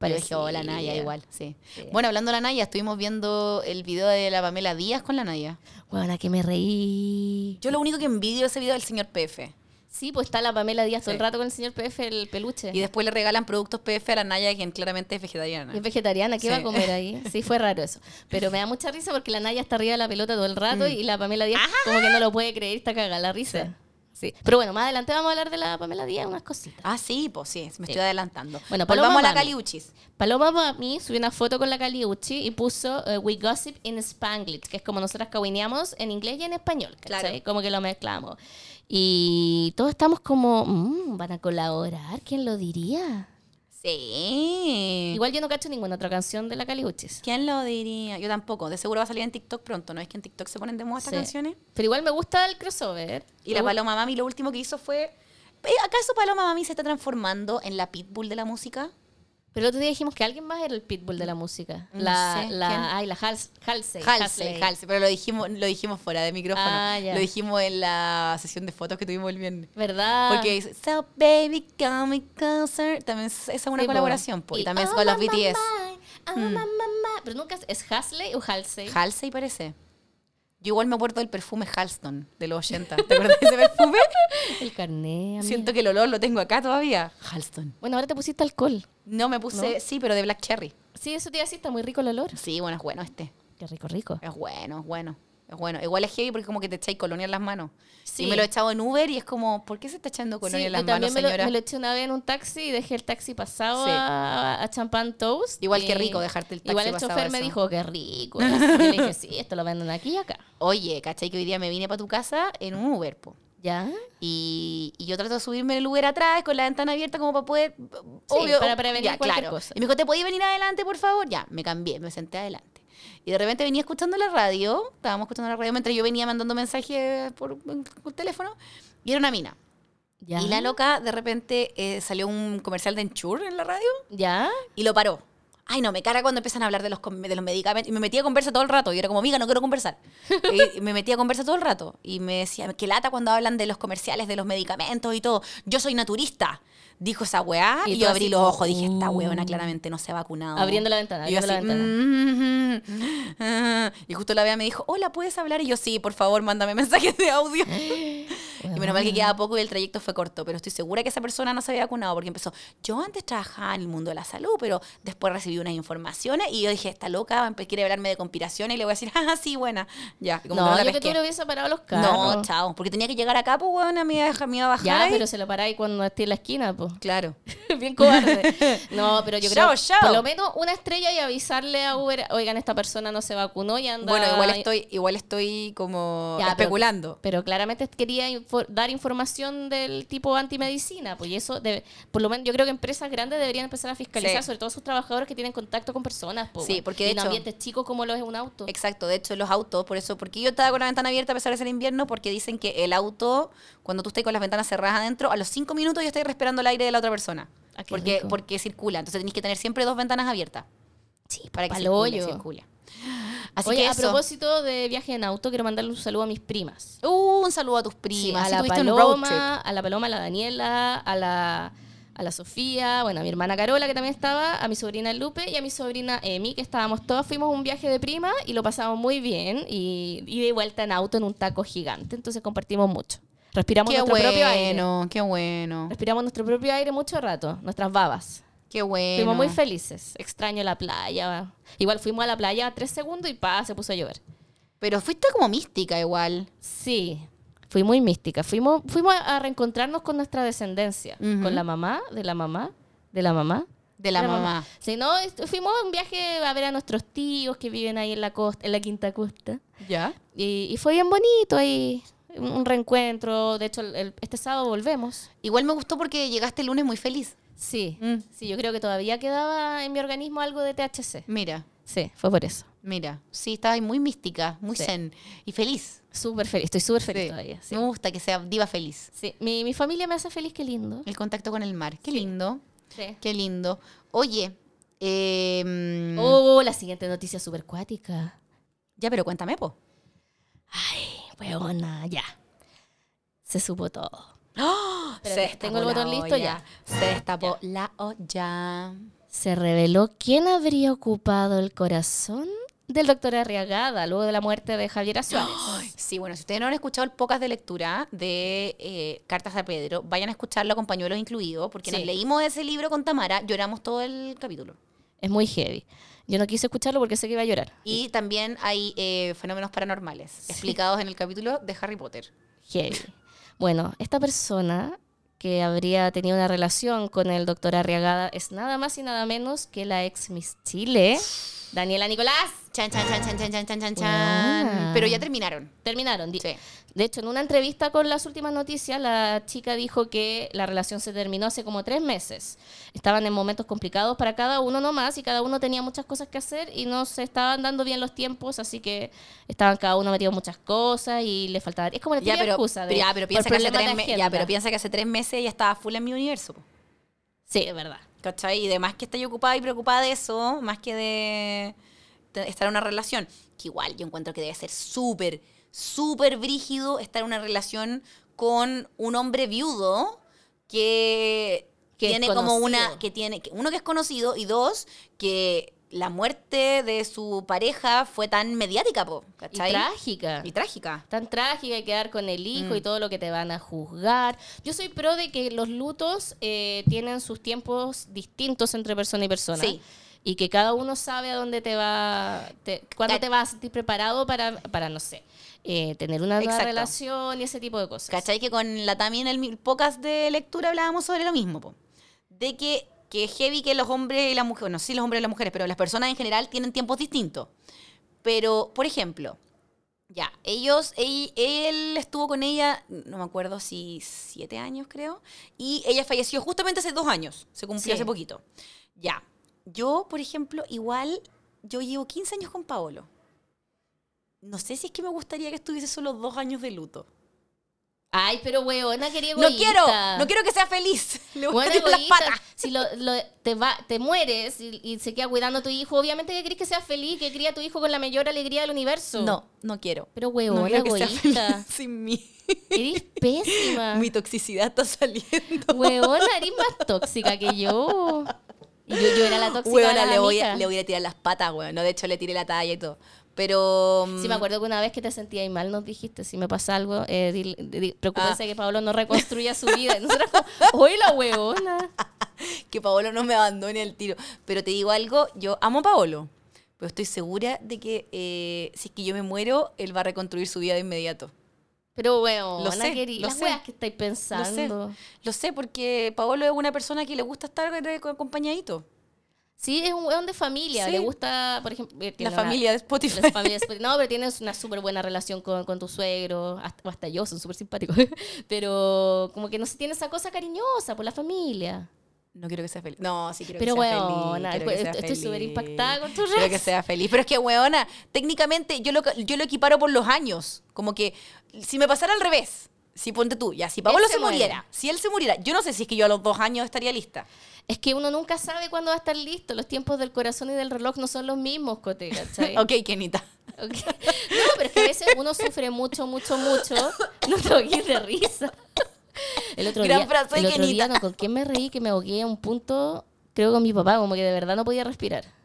S1: Yo dije, oh, la Naya
S2: Parecida.
S1: igual, sí.
S2: Sí.
S1: Bueno, hablando de la Naya, estuvimos viendo el video de la Pamela Díaz con la Naya.
S2: Buena, que me reí.
S1: Yo lo único que envidio de ese video es el señor PF.
S2: Sí, pues está la Pamela Díaz todo el
S1: Sí.
S2: rato con el señor PF, el peluche.
S1: Y
S2: Y,
S1: después le regalan productos PF a la Naya, quien claramente es vegetariana.
S2: es vegetariana, ¿qué
S1: Sí.
S2: va a comer ahí? Sí, fue raro eso. Pero me da mucha risa porque la Naya está arriba de la pelota todo el rato
S1: Mm.
S2: y la Pamela Díaz
S1: ¡Ah!
S2: como que no lo puede creer, está cagada la risa. Sí. Pero bueno, más adelante vamos a hablar de la Pamela Díaz, unas cositas.
S1: Ah, sí, pues sí, me estoy
S2: Sí.
S1: adelantando.
S2: Bueno,
S1: Volvamos
S2: Paloma
S1: a la
S2: Mami.
S1: Caliuchis.
S2: Paloma para mí subió una foto con la Caliucci y puso eh, We Gossip in Spanglish, que es como nosotras cabineamos en inglés y en español, ¿cachai?
S1: Claro.
S2: Como que lo mezclamos. Y todos estamos como, "Mm, van a colaborar, ¿quién lo diría?
S1: Sí.
S2: Igual yo no cacho ninguna otra canción de la Caliuchis.
S1: ¿Quién lo diría? Yo tampoco. De seguro va a salir en TikTok pronto. ¿No es que en TikTok se ponen de moda estas
S2: Sí.
S1: canciones?
S2: Pero igual me gusta el crossover.
S1: Y la
S2: Me gusta-
S1: Paloma Mami lo último que hizo fue... ¿Eh, ¿Acaso Paloma Mami se está transformando en la pitbull de la música?
S2: Pero el otro día dijimos que alguien más era el pitbull de la música.
S1: No
S2: la,
S1: sé,
S2: la,
S1: ¿quién?
S2: ay, la Hals- Halsey.
S1: Halsey, Halsey, pero lo dijimos, lo dijimos fuera de micrófono.
S2: Ah, ya.
S1: Lo dijimos en la sesión de fotos que tuvimos el viernes.
S2: ¿Verdad?
S1: Porque dice, So baby, come me closer. También es- esa es una
S2: Sí, po.
S1: colaboración, po, y también es
S2: oh,
S1: con los
S2: mamá,
S1: BTS.
S2: mamá, oh,
S1: Mm.
S2: mamá, mamá. Pero nunca es, ¿es Hasley o Halsey.
S1: Halsey parece. Yo igual me acuerdo del perfume Halston de los 80. ¿Te acuerdas de ese perfume?
S2: el carné, amiga.
S1: Siento que el olor lo tengo acá todavía. Halston.
S2: Bueno, ahora te pusiste alcohol.
S1: No, me puse,
S2: ¿No?
S1: sí, pero de Black Cherry.
S2: Sí, eso te iba a decir, está muy rico el olor.
S1: Sí, bueno, es bueno este.
S2: Qué rico, rico.
S1: Es bueno, es bueno. Es bueno. Igual es heavy porque como que te echáis colonia en las manos.
S2: Sí.
S1: Y me lo he echado en Uber y es como, ¿por qué se está echando colonia
S2: Sí,
S1: en
S2: yo
S1: las manos,
S2: también me lo,
S1: señora?
S2: me lo eché una vez en un taxi y dejé el taxi pasado
S1: Sí.
S2: a, a Champán Toast.
S1: Igual
S2: que
S1: qué rico dejarte el taxi
S2: Igual el
S1: pasado
S2: chofer me
S1: eso.
S2: dijo, qué rico. Y le dije, sí, esto lo venden aquí y acá.
S1: Oye, ¿cachai? Que hoy día me vine para tu casa en un Uber, po.
S2: ¿Ya?
S1: Y, y yo trato de subirme en el Uber atrás con la ventana abierta como para poder...
S2: para prevenir cualquier cosa.
S1: Y me dijo, ¿te podías venir adelante, por favor? Ya, me cambié, me senté adelante. Y de repente venía escuchando la radio, estábamos escuchando la radio mientras yo venía mandando mensajes por, por teléfono, y era una mina.
S2: ¿Ya?
S1: Y la loca, de repente, eh, salió un comercial de Enchur en la radio
S2: ¿Ya?
S1: y lo paró. Ay, no, me cara cuando empiezan a hablar de los, com- de los medicamentos. Y me metía a conversa todo el rato. Y era como, amiga, no quiero conversar. Eh, Y me metía a conversa todo el rato. Y me decía, qué lata cuando hablan de los comerciales, de los medicamentos y todo. Yo soy naturista. Dijo esa weá.
S2: Y
S1: Y,
S2: tú
S1: yo
S2: así
S1: abrí los
S2: como,
S1: ojos. Dije, esta
S2: uh.
S1: weona claramente no se ha vacunado.
S2: Abriendo la ventana,
S1: Y yo
S2: abriendo
S1: así,
S2: la
S1: "Mm, mm, mm". Y justo la vea me dijo, hola, ¿puedes hablar? Y yo, sí, por favor, mándame mensajes de audio. Y menos mal que quedaba poco y el trayecto fue corto, pero estoy segura que esa persona no se había vacunado porque empezó. Yo antes trabajaba en el mundo de la salud, pero después recibí unas informaciones y yo dije, esta loca va a empe- quiere hablarme de conspiraciones y le voy a decir, ah, sí, buena. Ya, y como
S2: no,
S1: que no la
S2: yo que tú
S1: pesqué.
S2: le hubiese parado los carros.
S1: No, chao, porque tenía que llegar acá, pues, weón, me iba a dejar- me iba a bajar.
S2: Ya,
S1: y-
S2: pero se lo paráis cuando esté en la esquina, pues.
S1: Claro.
S2: Bien cobarde. No, pero yo creo
S1: Chao, chao.
S2: por lo menos una estrella y avisarle a Uber, oigan, esta persona no se vacunó y anda.
S1: Bueno, igual estoy, igual estoy como
S2: Ya, pero-
S1: especulando.
S2: Pero claramente quería infor- dar información del tipo antimedicina, pues y eso, debe- por lo menos yo creo que empresas grandes deberían empezar a fiscalizar,
S1: Sí.
S2: sobre todo sus trabajadores que tienen contacto con personas, pues,
S1: Sí,
S2: bueno,
S1: porque de
S2: y en
S1: hecho-
S2: ambientes chicos como lo es un auto.
S1: Exacto, de hecho los autos, por eso, porque yo estaba con la ventana abierta a pesar de ser invierno, porque dicen que el auto, cuando tú estás con las ventanas cerradas adentro, a los cinco minutos ya estás respirando el aire de la otra persona.
S2: Ah, qué
S1: porque,
S2: rico.
S1: porque circula. Entonces tenés que tener siempre dos ventanas abiertas
S2: Sí,
S1: para que
S2: pa'l
S1: circule,
S2: hoyo.
S1: circule. Así
S2: Oye,
S1: que
S2: a
S1: eso.
S2: propósito de viaje en auto, quiero mandarle un saludo a mis primas.
S1: Uh, un saludo a tus
S2: Sí,
S1: primas.
S2: a
S1: Sí,
S2: la
S1: tuviste un road trip.
S2: Paloma, a la Paloma, a la Daniela, a la, a la Sofía, bueno, a mi hermana Carola que también estaba, a mi sobrina Lupe y a mi sobrina Emi, que estábamos todas, fuimos a un viaje de prima y lo pasamos muy bien y, y de vuelta en auto en un taco gigante, entonces compartimos mucho. Respiramos
S1: Qué
S2: nuestro propio aire.
S1: bueno, qué bueno,
S2: Respiramos nuestro propio aire mucho rato, nuestras babas.
S1: qué bueno.
S2: Fuimos muy felices. Extraño la playa. Igual fuimos a la playa tres segundos y pa, se puso a llover.
S1: Pero fuiste como mística igual.
S2: Sí, fui muy mística. Fuimos, fuimos a reencontrarnos con nuestra descendencia,
S1: Ujú.
S2: con la mamá, de la mamá, de la mamá.
S1: De la mamá.
S2: Sí, no, est- fuimos a un viaje a ver a nuestros tíos que viven ahí en la costa, en la quinta costa.
S1: ¿Ya?
S2: Y, y fue bien bonito ahí, un, un reencuentro. De hecho, el- el- este sábado volvemos.
S1: Igual me gustó porque llegaste el lunes muy feliz.
S2: Sí,
S1: Mm.
S2: sí, yo creo que todavía quedaba en mi organismo algo de THC.
S1: Mira,
S2: Sí, fue por eso.
S1: mira. Sí, estabas ahí muy mística, muy
S2: Sí.
S1: zen y feliz.
S2: Súper feliz, estoy súper feliz
S1: Sí.
S2: todavía. Sí.
S1: Me gusta que sea diva feliz.
S2: Sí, Mi, mi familia me hace feliz, qué lindo.
S1: El contacto con el mar. Qué lindo.
S2: Sí.
S1: Qué lindo. Oye, eh, mm,
S2: Oh, la siguiente noticia súper cuática.
S1: ya, pero cuéntame, po.
S2: Weona, Eh, ya. Se supo todo.
S1: Se
S2: Espérate, tengo el
S1: destapó
S2: botón
S1: la
S2: listo ya.
S1: olla. Se destapó la olla.
S2: Se reveló quién habría ocupado el corazón del doctor Arriagada luego de la muerte de Javier Suárez.
S1: Sí, bueno, si ustedes no han escuchado el podcast de lectura de eh, Cartas a Pedro, vayan a escucharlo con pañuelos incluidos, porque
S2: Sí.
S1: nos leímos ese libro con Tamara, lloramos todo el capítulo.
S2: Es muy heavy. Yo no quise escucharlo porque sé que iba a llorar.
S1: Y también hay eh, fenómenos paranormales explicados en el capítulo de Harry Potter.
S2: Heavy. Bueno, esta persona que habría tenido una relación con el doctor Arriagada es nada más y nada menos que la ex Miss Chile Daniela Nicolás.
S1: Chan, chan, chan, chan, chan, chan, chan, chan, chan.
S2: Ah.
S1: Pero ya terminaron.
S2: Terminaron. Di-
S1: Sí.
S2: De hecho, en una entrevista con las últimas noticias, la chica dijo que la relación se terminó hace como tres meses. Estaban en momentos complicados para cada uno nomás y cada uno tenía muchas cosas que hacer y no se estaban dando bien los tiempos, así que estaban cada uno metido en muchas cosas y le faltaba. Es como la
S1: Ya
S2: típica
S1: pero,
S2: excusa de.
S1: ya, pero
S2: por
S1: piensa que hace
S2: problemas de
S1: tres meses. Ya,
S2: agenda.
S1: pero piensa que hace tres meses ella estaba full en mi universo. po.
S2: Sí, es verdad.
S1: ¿Cachai? Y además que estoy ocupada y preocupada de eso, más que de te- estar en una relación. Que igual yo encuentro que debe ser súper, súper brígido estar en una relación con un hombre viudo que,
S2: Que es
S1: tiene como una.
S2: conocido.
S1: que tiene que- Uno que es conocido y dos, que la muerte de su pareja fue tan mediática, po,
S2: Y
S1: ¿cachai?
S2: trágica.
S1: Y trágica.
S2: tan trágica y quedar con el hijo
S1: Mm.
S2: y todo lo que te van a juzgar. Yo soy pro de que los lutos eh, tienen sus tiempos distintos entre persona y persona.
S1: Sí.
S2: Y que cada uno sabe a dónde te va, te, cuándo
S1: Ca-
S2: te vas a sentir preparado para, para no sé, eh, tener una nueva
S1: Exacto.
S2: relación y ese tipo de cosas.
S1: ¿Cachai? Que con la Tami en el mi- podcast de lectura hablábamos sobre lo mismo, po. De que, que es heavy que los hombres y las mujeres, no sí los hombres y las mujeres, pero las personas en general tienen tiempos distintos. Pero, por ejemplo, ya, ellos, él, él estuvo con ella, no me acuerdo si siete años creo, y ella falleció justamente hace dos años, se
S2: Sí.
S1: cumplió hace poquito. Ya, yo, por ejemplo, igual, yo llevo 15 años con Paolo. No sé si es que me gustaría que estuviese solo dos años de luto.
S2: Ay, pero weona, quería
S1: No quiero, no quiero que sea feliz. Le voy a
S2: Bueno,
S1: tirar las
S2: egoísta,
S1: patas.
S2: si lo, lo- te, va, te mueres y, y se queda cuidando a tu hijo, obviamente que querés que sea feliz, que cría a tu hijo con la mayor alegría del universo.
S1: No, no quiero.
S2: Pero
S1: No
S2: huevona,
S1: quiero que sea
S2: egoísta.
S1: feliz sin mí.
S2: Eres pésima.
S1: Mi toxicidad está saliendo.
S2: Huevona, eres más tóxica que yo. Y Yo, yo era la tóxica de
S1: Huevona,
S2: las
S1: le voy, a,
S2: amigas.
S1: le voy a tirar las patas, weón. No, de hecho le tiré la talla y todo. Pero. mm,
S2: Sí, me acuerdo que una vez que te sentías mal nos dijiste, si me pasa algo, eh, dile- di- preocúpense
S1: Ah.
S2: que Pablo no reconstruya su vida. Y nosotros como, hoy la huevona.
S1: Que Paolo no me abandone al tiro. Pero te digo algo, yo amo a Paolo. Pero estoy segura de que eh, si es que yo me muero, él va a reconstruir su vida de inmediato.
S2: Pero huevona,
S1: Lo sé,
S2: querida,
S1: lo
S2: las
S1: sé.
S2: weas que estáis
S1: Lo sé.
S2: pensando.
S1: Lo sé, porque Paolo es una persona que le gusta estar eh, acompañadito.
S2: Sí, es un hueón de familia.
S1: Sí.
S2: Le gusta, por ejemplo... eh,
S1: La
S2: tiene una-
S1: familia de Spotify.
S2: las familias- No, pero tienes una súper buena relación con, con tu suegro. Hasta, o hasta yo, son súper simpáticos. Pero como que no se tiene esa cosa cariñosa por la familia.
S1: No quiero que sea feliz. No, sí quiero
S2: Pero,
S1: que sea
S2: weona,
S1: feliz. quiero que
S2: estoy-
S1: sea
S2: estoy
S1: feliz.
S2: súper impactada con tu
S1: Quiero que
S2: reacción.
S1: sea feliz. Pero es que, weona, técnicamente yo lo, yo lo equiparo por los años. Como que si me pasara al revés. Si ponte tú, ya, si Pablo
S2: Él se
S1: se
S2: muere.
S1: muriera, si él se muriera, yo no sé si es que yo a los dos años estaría lista.
S2: Es que uno nunca sabe cuándo va a estar listo. Los tiempos del corazón y del reloj no son los mismos, Cote, ¿cachai?
S1: Ok, Kenita.
S2: Ok. No, pero es que a veces uno sufre mucho, mucho, mucho. No te ir de risa. El otro
S1: Gran
S2: día,
S1: frase de
S2: el otro día
S1: Kenita.
S2: no, ¿con quién me reí? Que me ahogué a un punto, creo con mi papá, como que de verdad no podía respirar.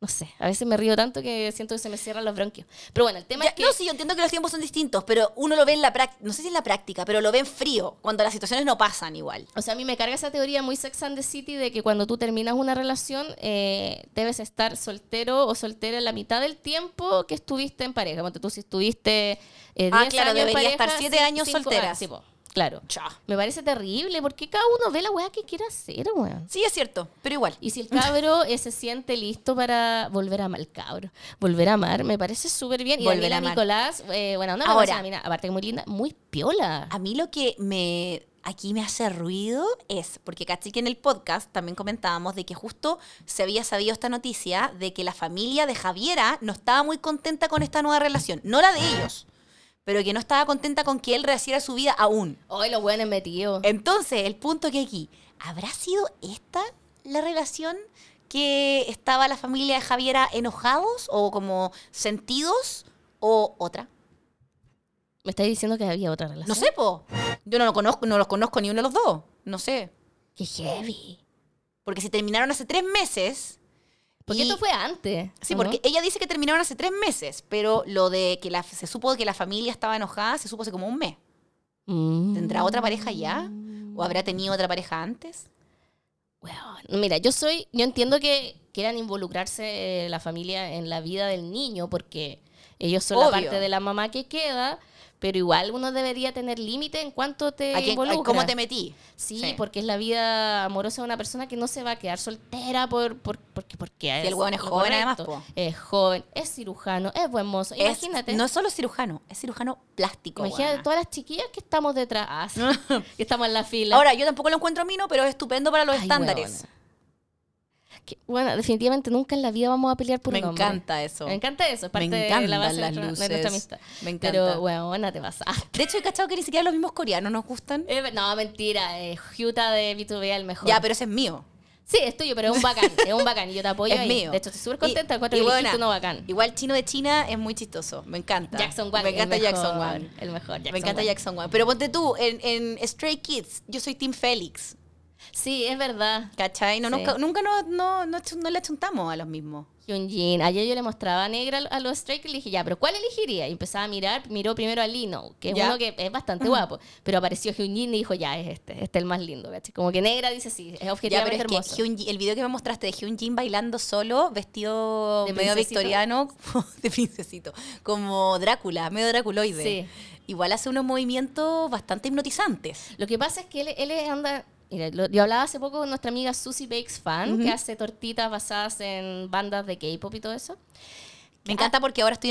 S2: No sé, a veces me río tanto que siento que se me cierran los bronquios. Pero bueno, el tema
S1: Ya,
S2: es que...
S1: No, sí, yo entiendo que los tiempos son distintos, pero uno lo ve en la práctica, no sé si en la práctica, pero lo ve en frío, cuando las situaciones no pasan igual.
S2: O sea, a mí me carga esa teoría muy Sex and the City de que cuando tú terminas una relación eh, debes estar soltero o soltera la mitad del tiempo que estuviste en pareja. Ponte tú si estuviste eh, 10
S1: Ah, claro,
S2: años en
S1: debería estar
S2: pareja,
S1: siete
S2: cin-
S1: años
S2: cinco-
S1: soltera.
S2: ah, sí, po, claro.
S1: Chao.
S2: Me parece terrible porque cada uno ve la weá que quiere hacer, weón.
S1: Sí, es cierto, pero igual.
S2: Y si el cabro eh, se siente listo para volver a amar, el cabro, volver a amar, me parece súper bien. Y
S1: Volver a
S2: Daniela
S1: amar.
S2: Nicolás, eh, bueno, una
S1: Ahora. Ah.
S2: Ahora. mina, aparte que muy linda, muy piola.
S1: A mí lo que me aquí me hace ruido es, porque caché que en el podcast también comentábamos de que justo se había sabido esta noticia de que la familia de Javiera no estaba muy contenta con esta nueva relación, no la de ellos, pero que no estaba contenta con que él rehiciera su vida aún.
S2: Hoy los buenos metidos.
S1: Eh. Entonces, el punto que aquí, ¿habrá sido esta la relación que estaba la familia de Javiera enojados o como sentidos o otra?
S2: Me estáis diciendo que había otra relación.
S1: No sé, po. Yo no, lo conozco, no los conozco ni uno de los dos. No sé.
S2: Qué heavy.
S1: Porque si terminaron hace tres meses.
S2: Porque
S1: y-
S2: esto fue antes.
S1: Sí,
S2: ¿o no?
S1: porque ella dice que terminaron hace tres meses, pero lo de que la, se supo que la familia estaba enojada se supo hace como un mes.
S2: Mm.
S1: ¿Tendrá otra pareja ya? ¿O habrá tenido otra pareja antes?
S2: Weón. Mira, yo soy. Yo entiendo que quieran involucrarse eh, la familia en la vida del niño porque ellos son
S1: Obvio.
S2: la parte de la mamá que queda. pero igual uno debería tener límite en cuanto te
S1: ¿A quién- a
S2: involucra.
S1: ¿Cómo te metí?
S2: Sí,
S1: Sí.
S2: porque es la vida amorosa de una persona que no se va a quedar soltera por, por, porque, porque
S1: el hueón es
S2: lo
S1: joven, además, po.
S2: Es joven, es cirujano, es buen mozo.
S1: Es-
S2: Imagínate.
S1: no es solo cirujano, es cirujano plástico.
S2: Imagínate
S1: weona.
S2: todas las chiquillas que estamos detrás, ah, sí, que estamos en la fila.
S1: Ahora, yo tampoco lo encuentro mino, pero es estupendo para los
S2: Ay,
S1: estándares.
S2: weona. Que, bueno, definitivamente nunca en la vida vamos a pelear por
S1: Me
S2: un hombre.
S1: encanta eso.
S2: Me encanta eso, es parte
S1: Me
S2: de la
S1: encantan
S2: base de nuestra,
S1: las
S2: de
S1: luces.
S2: nuestra amistad.
S1: Me encanta.
S2: Pero, weona, te pasaste.
S1: de hecho, he cachado que ni siquiera los mismos coreanos nos gustan.
S2: Eh, no, mentira, eh, Hyuta de B2B es el mejor.
S1: Ya, pero ese es mío.
S2: Sí, es tuyo, pero es un bacán, es un bacán y yo te apoyo
S1: es
S2: ahí.
S1: mío.
S2: De hecho, estoy súper
S1: Y-
S2: contenta, encuentro
S1: y
S2: que
S1: weona,
S2: elegiste uno bacán.
S1: Igual chino de China es muy chistoso. Me encanta.
S2: Jackson Wang,
S1: Me
S2: el
S1: encanta Jackson
S2: mejor,
S1: Wang.
S2: El mejor, Jackson
S1: Me encanta
S2: Wang.
S1: Jackson Wang. Pero ponte tú, en, en Stray Kids, yo soy Team Félix.
S2: Sí, es verdad.
S1: ¿Cachai? No,
S2: Sí.
S1: Nunca, nunca no, no, no, chu- no le achuntamos a los mismos.
S2: Hyunjin, ayer yo le mostraba negra a los Stray Kids y le dije, ya, pero ¿cuál elegiría? Y empezaba a mirar, miró primero a Lino, que es
S1: Ya.
S2: uno que es bastante guapo, pero apareció Hyunjin y dijo, ya, es este, este es el más lindo, ¿cachai? Como que negra dice, sí, es
S1: Ya, pero
S2: objetivamente
S1: es que
S2: hermoso.
S1: Hyunjin- el video que me mostraste de Hyunjin bailando solo, vestido
S2: ¿De
S1: medio
S2: princesito?
S1: victoriano, de princesito, como Drácula, medio draculoide.
S2: Sí.
S1: Igual hace unos movimientos bastante hipnotizantes.
S2: Lo que pasa es que él, él anda... Mira, lo- yo hablaba hace poco con nuestra amiga Susie Bakes Fan, que hace tortitas basadas en bandas de K-pop y todo eso.
S1: Me encanta porque ahora estoy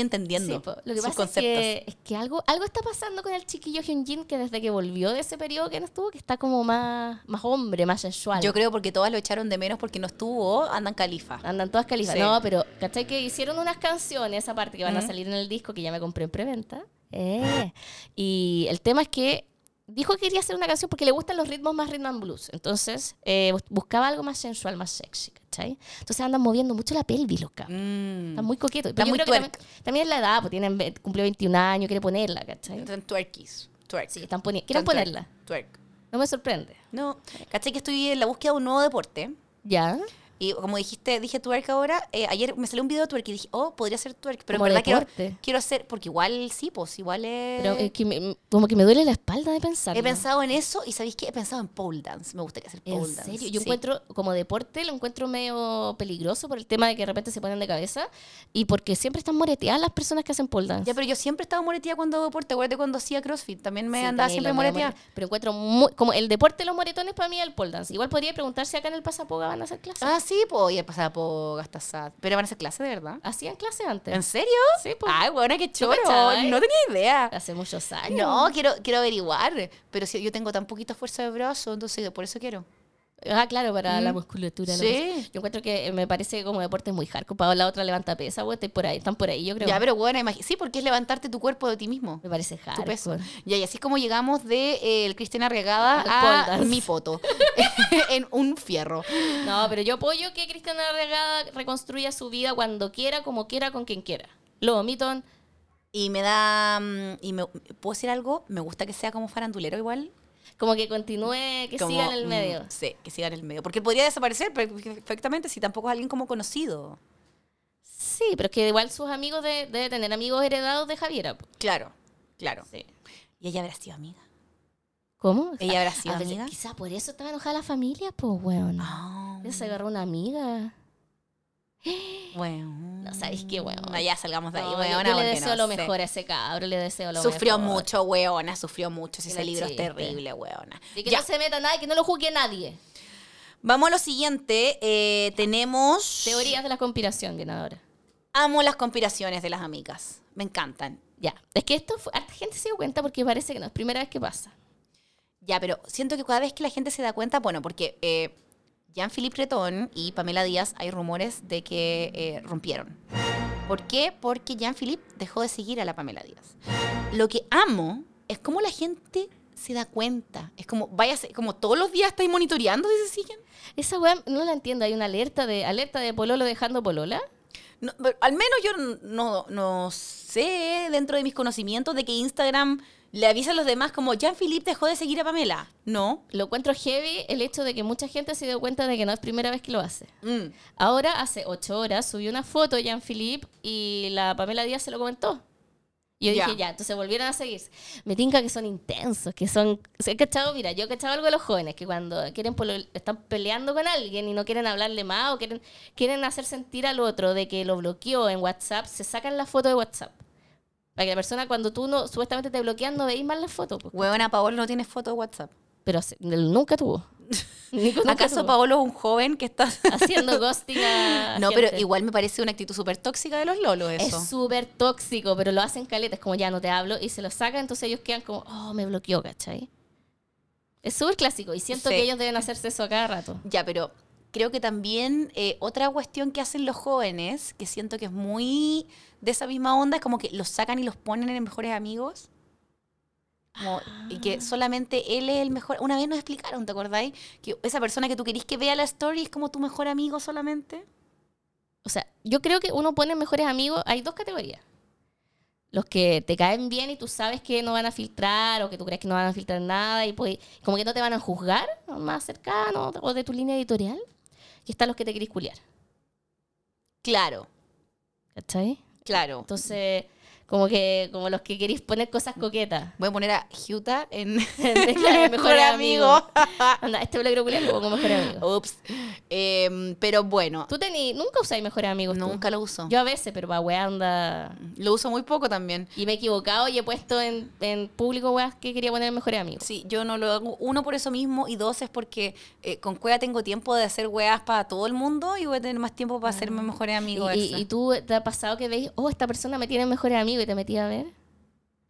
S2: Ah.
S1: entendiendo
S2: Sí, po. lo que
S1: sus
S2: pasa
S1: conceptos.
S2: es que, es que algo, algo está pasando con el chiquillo Hyunjin que desde que volvió de ese periodo que no estuvo, que está como más, más hombre, más sensual.
S1: Yo creo porque todas lo echaron de menos porque no estuvo, andan califa.
S2: Andan todas califa.
S1: Sí.
S2: No, pero ¿cachai? Que hicieron unas canciones aparte que van a
S1: Mm. Ah.
S2: salir en el disco que ya me compré en preventa. Eh. Y el tema es que dijo que quería hacer una canción porque le gustan los ritmos más rhythm and blues. Entonces eh, bus- buscaba algo más sensual, más sexy, ¿cachai? Entonces andan moviendo mucho la pelvis, loca.
S1: Mm.
S2: Están muy coquetos.
S1: Están
S2: Pero yo
S1: muy
S2: creo que también,
S1: tuerc.
S2: también es la edad, pues tienen, ve- cumplió 21 años, quiere ponerla, ¿cachai?
S1: Están twerkies. Twerk.
S2: Sí, están poni-
S1: Están
S2: quieren ponerla.
S1: Twerk. twerk.
S2: No me sorprende.
S1: No, caché que estoy en la búsqueda de un nuevo deporte.
S2: ¿Ya?
S1: Y como dijiste, dije twerk ahora. eh, ayer me salió un video de twerk y dije, oh, podría ser twerk. Pero
S2: Como
S1: en verdad quiero,
S2: deporte.
S1: quiero hacer, porque igual sí, pues igual es.
S2: Pero eh, que me- como que me duele la espalda de pensar.
S1: He pensado en eso y ¿sabéis qué? He pensado en pole dance. Me gustaría hacer pole
S2: ¿En
S1: dance.
S2: serio? Yo
S1: sí.
S2: encuentro, como deporte, lo encuentro medio peligroso por el tema de que de repente se ponen de cabeza y porque siempre están moreteadas las personas que hacen pole dance.
S1: Ya, pero yo siempre estaba moretía cuando hago deporte. Acuérdate cuando hacía crossfit. También me
S2: Sí,
S1: andaba
S2: también
S1: siempre
S2: lo medio
S1: moretía.
S2: more- Pero encuentro muy- como el deporte de los moretones para mí es el pole dance. Igual podría preguntar si acá en el Pasapoga van a hacer clases.
S1: Ah, sí, pues oye, pasaba por Gastasat. Pero van a hacer clase, de verdad.
S2: ¿Hacían clases antes?
S1: ¿En serio? Ah.
S2: Sí, pues.
S1: Ay, buena, qué choro.
S2: cachai?
S1: No tenía idea.
S2: Hace muchos años.
S1: No, quiero, quiero averiguar. Pero si yo tengo tan poquita fuerza de brazo, entonces por eso quiero.
S2: Ah, claro, para la
S1: Mm.
S2: musculatura. la
S1: Sí.
S2: cosa. yo encuentro que eh, me parece como deporte muy hardcore. Para la otra levanta pesa, güey, estoy por ahí, están por ahí, yo creo.
S1: Ya, pero bueno, imagi- sí, porque es levantarte tu cuerpo de ti mismo.
S2: me parece
S1: Tu
S2: hardcore.
S1: peso. Ya, y así es como llegamos de eh, el Cristian Arregada
S2: Al pole
S1: a
S2: dance.
S1: mi poto. en un fierro.
S2: No, pero yo apoyo que Cristian Arregada reconstruya su vida cuando quiera, como quiera, con quien quiera. Lo Miton,
S1: Y me da. mm, Y me, ¿Puedo decir algo? Me gusta que sea como farandulero igual.
S2: como que continúe, que
S1: como,
S2: siga en el
S1: mm,
S2: medio.
S1: sí, que siga en el medio. Porque él podría desaparecer perfectamente si tampoco es alguien como conocido.
S2: Sí, pero es que igual sus amigos de- debe tener amigos heredados de Javiera. po.
S1: Claro, claro.
S2: Sí.
S1: Y ella habrá sido amiga.
S2: ¿Cómo?
S1: Ella habrá sido
S2: Ah, pero
S1: amiga.
S2: Quizá por eso estaba enojada la familia, pues, weón.
S1: Ah,
S2: Ella se agarró una amiga.
S1: bueno.
S2: No, ¿sabéis qué, weón?
S1: No, ya salgamos de ahí,
S2: No, yo-
S1: weona.
S2: yo, le
S1: porque
S2: deseo
S1: no
S2: lo
S1: sé.
S2: mejor a ese cabro, le deseo lo
S1: Sufrió
S2: mejor.
S1: mucho, weona, sufrió mucho. Si
S2: Y
S1: ese
S2: la
S1: libro es
S2: chiste.
S1: terrible, weona.
S2: Y que
S1: Ya.
S2: no se meta nadie, que no lo juzgue nadie.
S1: Vamos a lo siguiente. eh, tenemos.
S2: Teorías de la conspiración viene ahora.
S1: Amo las conspiraciones de las amigas. Me encantan.
S2: Ya. Es que esto, fue- harta gente se dio cuenta porque parece que no es primera vez que pasa.
S1: Ya, pero siento que cada vez que la gente se da cuenta, bueno, porque eh, Jean-Philippe Breton y Pamela Díaz hay rumores de que eh, rompieron. ¿Por qué? Porque Jean-Philippe dejó de seguir a la Pamela Díaz. Lo que amo es cómo la gente se da cuenta. Es como, váyase, como todos los días estáis monitoreando si se siguen.
S2: Esa weá no la entiendo. Hay una alerta de alerta de pololo dejando polola.
S1: No, pero al menos yo n- no, no sé dentro de mis conocimientos de que Instagram le avisa a los demás como Jean-Philippe dejó de seguir a Pamela. No.
S2: Lo encuentro heavy el hecho de que mucha gente se dio cuenta de que no es primera vez que lo hace.
S1: Mm.
S2: Ahora, hace ocho horas, subió una foto Jean-Philippe y la Pamela Díaz se lo comentó. Y yo
S1: Ya.
S2: dije, ya, entonces volvieron a seguirse. Me tinca que son intensos, que son... se he cachado, mira, yo he cachado algo de los jóvenes, que cuando quieren polol- están peleando con alguien y no quieren hablarle más o quieren, quieren hacer sentir al otro de que lo bloqueó en WhatsApp, se sacan la foto de WhatsApp Para que la persona, cuando tú no, supuestamente te bloquean, no veis más las fotos. pues.
S1: Huevona, Paolo no tiene foto de WhatsApp.
S2: Pero se- él nunca tuvo. Nico nunca
S1: ¿Acaso
S2: tuvo.
S1: Paolo es un joven que está.?
S2: Haciendo ghosting a.
S1: No, pero
S2: gente.
S1: igual me parece una actitud súper tóxica de los lolos eso.
S2: Es súper tóxico, pero lo hacen caletas, como ya no te hablo, y se lo sacan, entonces ellos quedan como, oh, me bloqueó, ¿cachai? Es súper clásico, y siento
S1: Sí.
S2: que ellos deben hacerse eso a cada rato.
S1: Ya, pero creo que también eh, otra cuestión que hacen los jóvenes, que siento que es muy de esa misma onda, es como que los sacan y los ponen en mejores amigos. Como- Y que solamente él es el mejor. Una vez nos explicaron, ¿te acordáis? Que esa persona que tú querís que vea la story es como tu mejor amigo solamente.
S2: O sea, yo creo que uno pone mejores amigos, hay dos categorías. Los que te caen bien y tú sabes que no van a filtrar o que tú crees que no van a filtrar nada y pues como que no te van a juzgar, más cercano o de tu línea editorial. Y están los que te querís culiar,
S1: Claro,
S2: ¿cachai?
S1: claro.
S2: Entonces, como que como los que querís poner cosas coquetas.
S1: Voy a poner a Hyuta en
S2: Claro, mejor amigo.
S1: amigo.
S2: Anda, este bloqueo culiar lo pongo mejor amigo.
S1: Ups. Em, pero bueno,
S2: Tú tení, nunca usáis mejores amigos. tú?
S1: nunca lo uso.
S2: Yo a veces, pero va weá anda.
S1: Lo uso muy poco también.
S2: Y me he equivocado y he puesto en, en público weas que quería poner mejores amigos.
S1: Sí, yo no lo hago. Uno por eso mismo y dos es porque eh, con Cueva tengo tiempo de hacer weas para todo el mundo y voy a tener más tiempo para hacerme mejores
S2: Y,
S1: amigos.
S2: y-
S1: extra.
S2: y tú te ha pasado que veis, oh, esta persona me tiene mejores amigos y te metí a ver.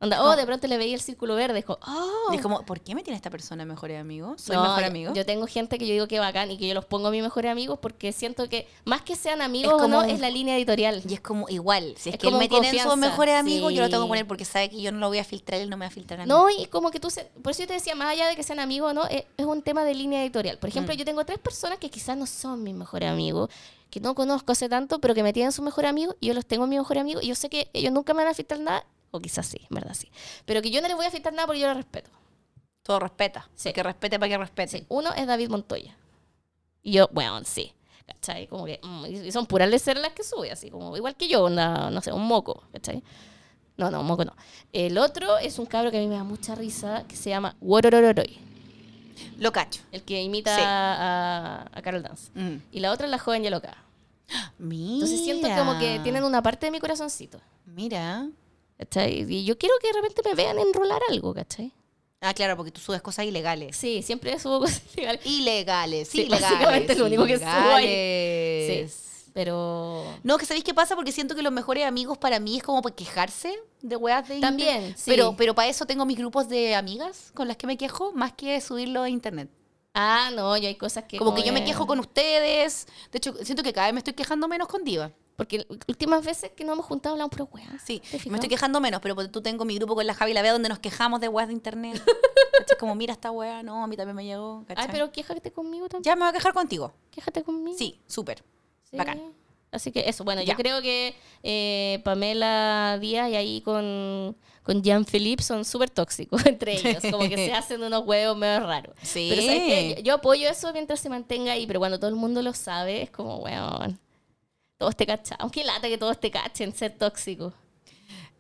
S2: Onda, oh, de pronto le veía el círculo verde. Es como, oh.
S1: Y es como, ¿por qué me tiene esta persona mejores amigos? ¿Soy
S2: No,
S1: mejor
S2: yo-
S1: amigo?
S2: Yo tengo gente que yo digo que bacán y que yo los pongo a mis mejores amigos porque siento que más que sean amigos
S1: Es
S2: o
S1: como
S2: no,
S1: un-
S2: es la línea editorial.
S1: y es como igual, si es,
S2: Es
S1: que él
S2: como
S1: me tiene en sus
S2: confianza,
S1: mejores amigos, yo lo tengo que
S2: sí.
S1: poner porque sabe que yo no lo voy a filtrar, él no me va a filtrar a mí.
S2: No, y como que tú, se- por eso yo te decía, más allá de que sean amigos o no, es, es un tema de línea editorial. Por ejemplo, yo tengo tres personas que quizás no son mis mejores amigos, que no conozco hace tanto, pero que me tienen sus mejores amigos y yo los tengo mis mejores amigos y yo sé que ellos nunca me van a afectar nada, o quizás sí, en verdad sí, pero que yo no les voy a afectar nada porque yo los respeto.
S1: Todo respeta.
S2: Sí.
S1: Que respete para que respete.
S2: Sí, uno es David Montoya. Y yo, bueno, sí. ¿Cachai? Como que. mm, y son puras leceras las que sube, así como. Igual que yo, onda, no sé, un moco, ¿cachai? No, no, un moco no. El otro es un cabro que a mí me da mucha risa, que se llama Wororororoy,
S1: Lo cacho.
S2: el que imita
S1: Sí.
S2: a, a Carol Dance.
S1: Mm.
S2: Y la otra es la joven Yaloca.
S1: Mira.
S2: Entonces siento como que tienen una parte de mi corazoncito.
S1: Mira.
S2: ¿Cachai? Y yo quiero que de repente me vean enrolar algo, ¿cachai?
S1: Ah, claro, porque tú subes cosas ilegales.
S2: Sí, siempre subo cosas ilegales.
S1: Ilegales,
S2: Sí,
S1: ilegales.
S2: básicamente es lo único que subo ahí. Sí,
S1: ilegales.
S2: pero.
S1: No, que sabéis qué pasa porque siento que los mejores amigos para mí es como para quejarse de weas de
S2: También,
S1: internet.
S2: sí.
S1: Pero, pero para eso tengo mis grupos de amigas con las que me quejo más que subirlo a internet.
S2: Ah, no, yo hay cosas que.
S1: como que yo me quejo con ustedes. De hecho, siento que cada vez me estoy quejando menos con Diva.
S2: Porque l- últimas veces que nos hemos juntado hablamos puras weas.
S1: Sí,
S2: ¿te fijas?
S1: me estoy quejando menos, pero ponte tú tengo mi grupo con la Javi y la Bea donde nos quejamos de weas de internet. Es como, mira esta wea, no, a mí también me llegó.
S2: Ay,
S1: ¿cachai?
S2: pero quéjate conmigo también.
S1: Ya me voy a quejar contigo.
S2: Quéjate conmigo.
S1: Sí, súper.
S2: Sí.
S1: bacán.
S2: Así que eso, bueno,
S1: Ya.
S2: yo creo que eh, Pamela Díaz y ahí con, con Jean-Philippe son súper tóxicos entre ellos. Como que se hacen unos huevos medio raros.
S1: Sí.
S2: Pero ¿sabes qué? Yo, yo apoyo eso mientras se mantenga ahí, pero cuando todo el mundo lo sabe, es como, weón, todos te cachan. Aunque lata que todos te cachen, ser tóxico.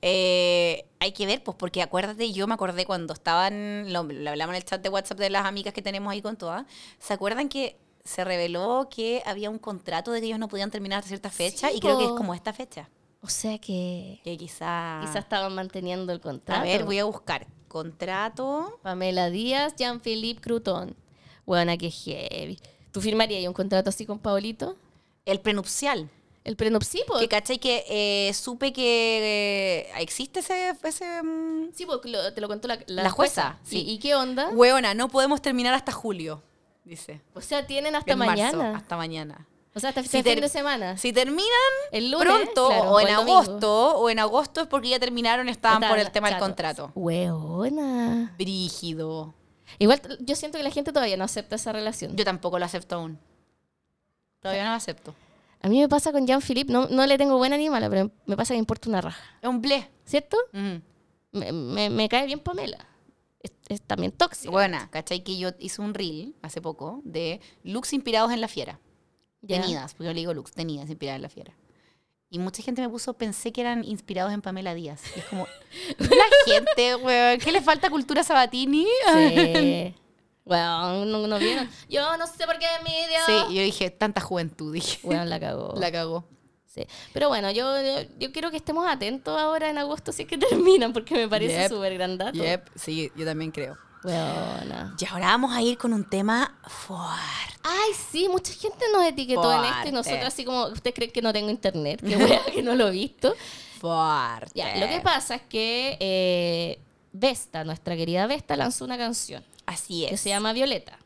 S1: Eh, hay que ver, pues, porque acuérdate, yo me acordé cuando estaban, lo, lo hablamos en el chat de WhatsApp de las amigas que tenemos ahí con todas, ¿se acuerdan que se reveló que había un contrato de que ellos no podían terminar hasta cierta fecha?
S2: Sí,
S1: y creo que es
S2: po.
S1: como esta fecha.
S2: O sea que
S1: Que quizá...
S2: quizás estaban manteniendo el contrato.
S1: Ah. a ver, voy a buscar. Contrato...
S2: Pamela Díaz, Jean-Philippe Crouton. Buena, que heavy. ¿Tú firmarías un contrato así con Paolito?
S1: El prenupcial.
S2: El prenupsi, po.
S1: Que cachai que eh, supe que eh, existe ese... ese mm,
S2: Sí, po, lo- te lo contó la,
S1: La jueza, sí.
S2: ¿Y, y qué onda?
S1: Hueona, no podemos terminar hasta julio, dice.
S2: O sea, tienen hasta
S1: En marzo,
S2: mañana. Ah.
S1: hasta mañana.
S2: O sea, hasta
S1: Si
S2: fin
S1: ter-
S2: de semana.
S1: Si terminan
S2: El lunes.
S1: pronto
S2: claro,
S1: o en
S2: el domingo.
S1: agosto o en agosto es porque ya terminaron estaban
S2: Están
S1: por el tema
S2: chatos.
S1: del contrato
S2: Hueona.
S1: brígido
S2: Igual t- yo siento que la gente todavía no acepta esa relación.
S1: yo tampoco lo acepto aún todavía no lo acepto
S2: A mí me pasa con Jean-Philippe, no, no le tengo buena ni mala, pero me pasa que me importa una raja.
S1: es un ble
S2: ¿Cierto?
S1: Mm.
S2: Me, me- me cae bien Pamela. Es, es también tóxica.
S1: buena ¿cachai? que yo hice un reel hace poco de looks inspirados en la fiera
S2: Ya.
S1: tenidas porque yo le digo looks tenidas inspiradas en la fiera y mucha gente me puso pensé que eran inspirados en Pamela Díaz y es como la gente weón ¿qué le falta cultura Sabatini?
S2: Sí. Bueno, no, no vieron. Yo no sé por qué mi
S1: sí yo dije tanta juventud dije
S2: Bueno, la cagó.
S1: la cagó
S2: Sí. Pero bueno, yo, yo, yo quiero que estemos atentos ahora en agosto si es que terminan, porque me parece
S1: Yep.
S2: súper grandato.
S1: Yep, sí, yo también creo.
S2: Weona.
S1: Y ahora vamos a ir con un tema fuerte.
S2: Ay, sí, mucha gente nos etiquetó en esto
S1: Fuerte.
S2: y nosotros así como, ¿ustedes creen que no tengo internet? Que wea, que no lo he visto.
S1: Fuerte.
S2: Ya, lo que pasa es que eh, Vesta, nuestra querida Vesta, lanzó una canción
S1: Así es.
S2: que se llama Violeta.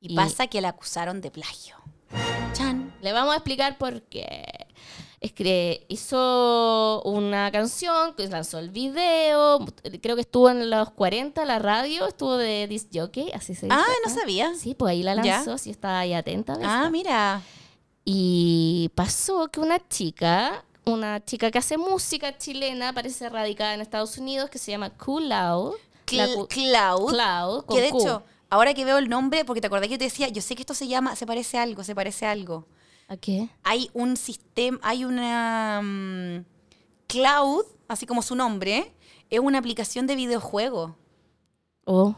S1: y,
S2: y-
S1: pasa que la acusaron de plagio. Chan.
S2: Le vamos a explicar por qué. Es que hizo una canción, que lanzó el video, creo que estuvo en los 40, la radio, estuvo de disc jockey, así se dice.
S1: Ah, no
S2: acá.
S1: sabía.
S2: Sí, pues ahí la
S1: Ya.
S2: lanzó, si estaba ahí atenta.
S1: Ah,
S2: Vesta.
S1: mira.
S2: Y pasó que una chica, una chica que hace música chilena, parece radicada en Estados Unidos, que se llama Kulao. la
S1: Cl-
S2: cu-
S1: Cloud.
S2: Cloud, con
S1: Que de
S2: Q.
S1: hecho, ahora que veo el nombre, porque te acordás que yo te decía, yo sé que esto se llama, se parece a algo, se parece a algo.
S2: ¿A qué?
S1: Hay un sistema, hay una mm, cloud, así como su nombre, es una aplicación de videojuego.
S2: Oh.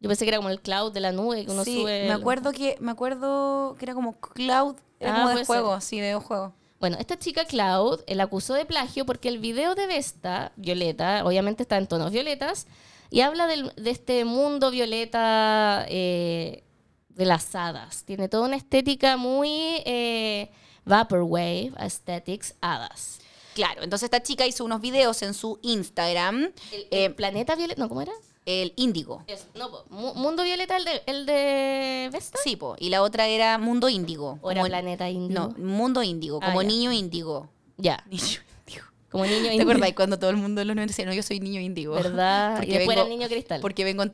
S2: Yo pensé que era como el cloud de la nube que uno
S1: sí,
S2: sube.
S1: me
S2: el-
S1: acuerdo que me acuerdo que era como cloud, era
S2: Ah,
S1: como de
S2: puede
S1: juego, sí, de videojuego.
S2: Bueno, esta chica Cloud eh, la acusó de plagio porque el video de Vesta, Violeta, obviamente está en tonos violetas, y habla del- de este mundo violeta eh, de las hadas. Tiene toda una estética muy eh, vaporwave, aesthetics, hadas.
S1: Claro, entonces esta chica hizo unos videos en su Instagram,
S2: El,
S1: eh,
S2: el planeta violeta, ¿no? ¿Cómo era?
S1: el índigo.
S2: Es- no, po, mu- mundo violeta, el de, el de Vesta.
S1: Sí, po, y la otra era Mundo Índigo.
S2: ¿O era
S1: como-
S2: planeta
S1: No,
S2: índigo?
S1: Mundo Índigo,
S2: Ah,
S1: como
S2: ya.
S1: niño índigo.
S2: Ya,
S1: Niño índigo.
S2: como niño
S1: ¿Te acordás cuando todo el mundo en la universidad no, yo soy niño índigo?
S2: ¿Verdad?
S1: Porque
S2: y después era
S1: vengo-
S2: niño cristal.
S1: Porque vengo a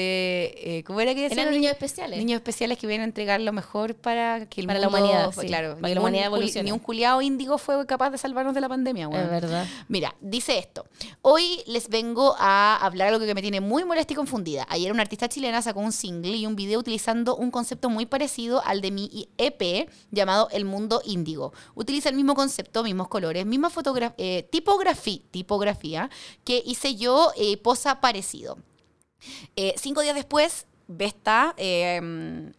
S1: entregarte, eh, ¿cómo era que decían?
S2: Eran niños especiales.
S1: Niños especiales que vienen a entregar lo mejor para que el
S2: Para la
S1: mundo-
S2: humanidad,
S1: fue-
S2: sí. Para
S1: claro,
S2: que la
S1: ningún
S2: humanidad
S1: culi-
S2: evolucione.
S1: Ni un culiado índigo fue capaz de salvarnos de la pandemia, weón.
S2: es verdad.
S1: Mira, dice esto. Hoy les vengo a hablar algo que me tiene muy molesta y confundida. Ayer una artista chilena sacó un single y un video utilizando un concepto muy parecido al de mi EP llamado El Mundo Índigo. Utiliza el mismo concepto, mismos colores, misma fotogra- eh, tipografi- tipografía que hice yo eh, posa parecido. Eh, cinco días después, Vesta eh,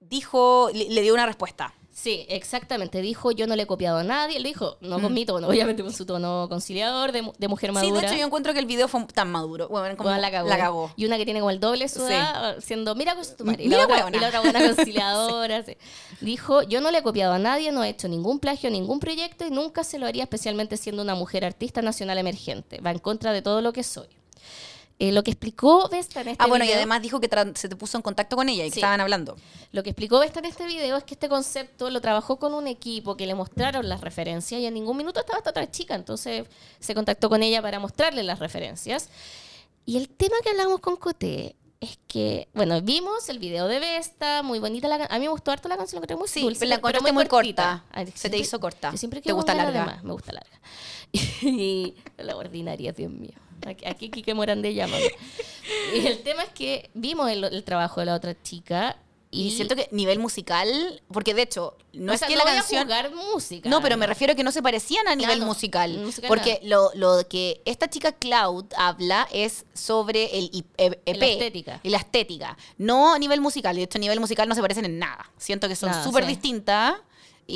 S1: dijo, le- le dio una respuesta.
S2: Sí, exactamente. Dijo, yo no le he copiado a nadie. Él dijo, no con mi tono, obviamente con su tono conciliador, de, mu- de mujer madura.
S1: Mm. Sí, de hecho yo encuentro que el video fue tan maduro. Bueno, como
S2: Bueno, la, cagó.
S1: La cagó.
S2: Y una que tiene como el doble su
S1: Sí.
S2: edad, siendo, mira con tu madre. Y,
S1: Mira,
S2: la otra,
S1: huevona.
S2: y la otra buena conciliadora. sí. Dijo, yo no le he copiado a nadie, no he hecho ningún plagio, ningún proyecto y nunca se lo haría, especialmente siendo una mujer artista nacional emergente. Va en contra de todo lo que soy. Eh, lo que explicó Vesta en este
S1: Ah, bueno, y
S2: video-
S1: además dijo que tran- se te puso en contacto con ella y que
S2: Sí.
S1: estaban hablando.
S2: Lo que explicó Vesta en este video es que este concepto lo trabajó con un equipo que le mostraron las referencias y en ningún minuto estaba esta otra chica, entonces se contactó con ella para mostrarle las referencias. Y el tema que hablamos con Coté es que, bueno, vimos el video de Vesta, muy bonita la can- A mí me gustó harto Oh, la canción, lo encontré muy Ah,
S1: Sí,
S2: dulce,
S1: la
S2: pero
S1: encontraste muy corta.
S2: Ay,
S1: Se te
S2: siempre-
S1: hizo corta.
S2: yo siempre
S1: Te
S2: quiero
S1: gusta
S2: volver a
S1: larga.
S2: demás, me gusta larga. y la ordinaria, Dios mío. Aquí, aquí Kike Morandé llámame. Y el tema es que vimos el, el trabajo de la otra chica
S1: Y,
S2: y,
S1: siento que nivel musical, porque de hecho, no
S2: o
S1: es
S2: sea,
S1: que
S2: no
S1: la
S2: voy a
S1: canción.
S2: juzgar música.
S1: No, pero me refiero a que no se parecían a nivel
S2: Claro,
S1: musical.
S2: musical
S1: porque lo, lo que esta chica Cloud habla es sobre el I- E- EP.
S2: La estética.
S1: Y la estética. No a nivel musical. De hecho, a nivel musical no se parecen en nada. Siento que son
S2: Nada,
S1: súper
S2: sí.
S1: distintas.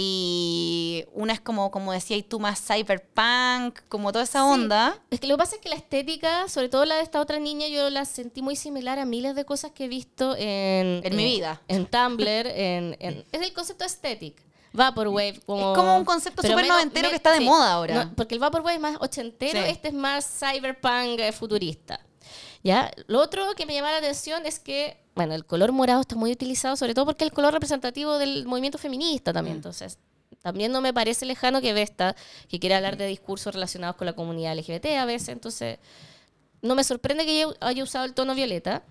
S1: Y una es como, como decías tú, más cyberpunk, como toda esa
S2: Sí.
S1: onda.
S2: Es que lo que pasa es que la estética, sobre todo la de esta otra niña, yo la sentí muy similar a miles de cosas que he visto en... eh,
S1: En mi vida.
S2: En Tumblr, en, en- Es el concepto estético. Vaporwave, como...
S1: Es como un concepto
S2: pero
S1: súper
S2: menos-
S1: noventero
S2: me-
S1: que está de
S2: sí.
S1: moda ahora.
S2: No, porque el Vaporwave es más ochentero,
S1: Sí.
S2: este es más cyberpunk eh, futurista. ¿Ya? Lo otro que me llamó la atención es que, bueno, el color morado está muy utilizado, sobre todo porque es el color representativo del movimiento feminista
S1: Mm.
S2: también. Entonces, también no me parece lejano que Vesta, que quiere
S1: Mm.
S2: hablar de discursos relacionados con la comunidad LGBT a veces, entonces no me sorprende que ella haya usado el tono violeta.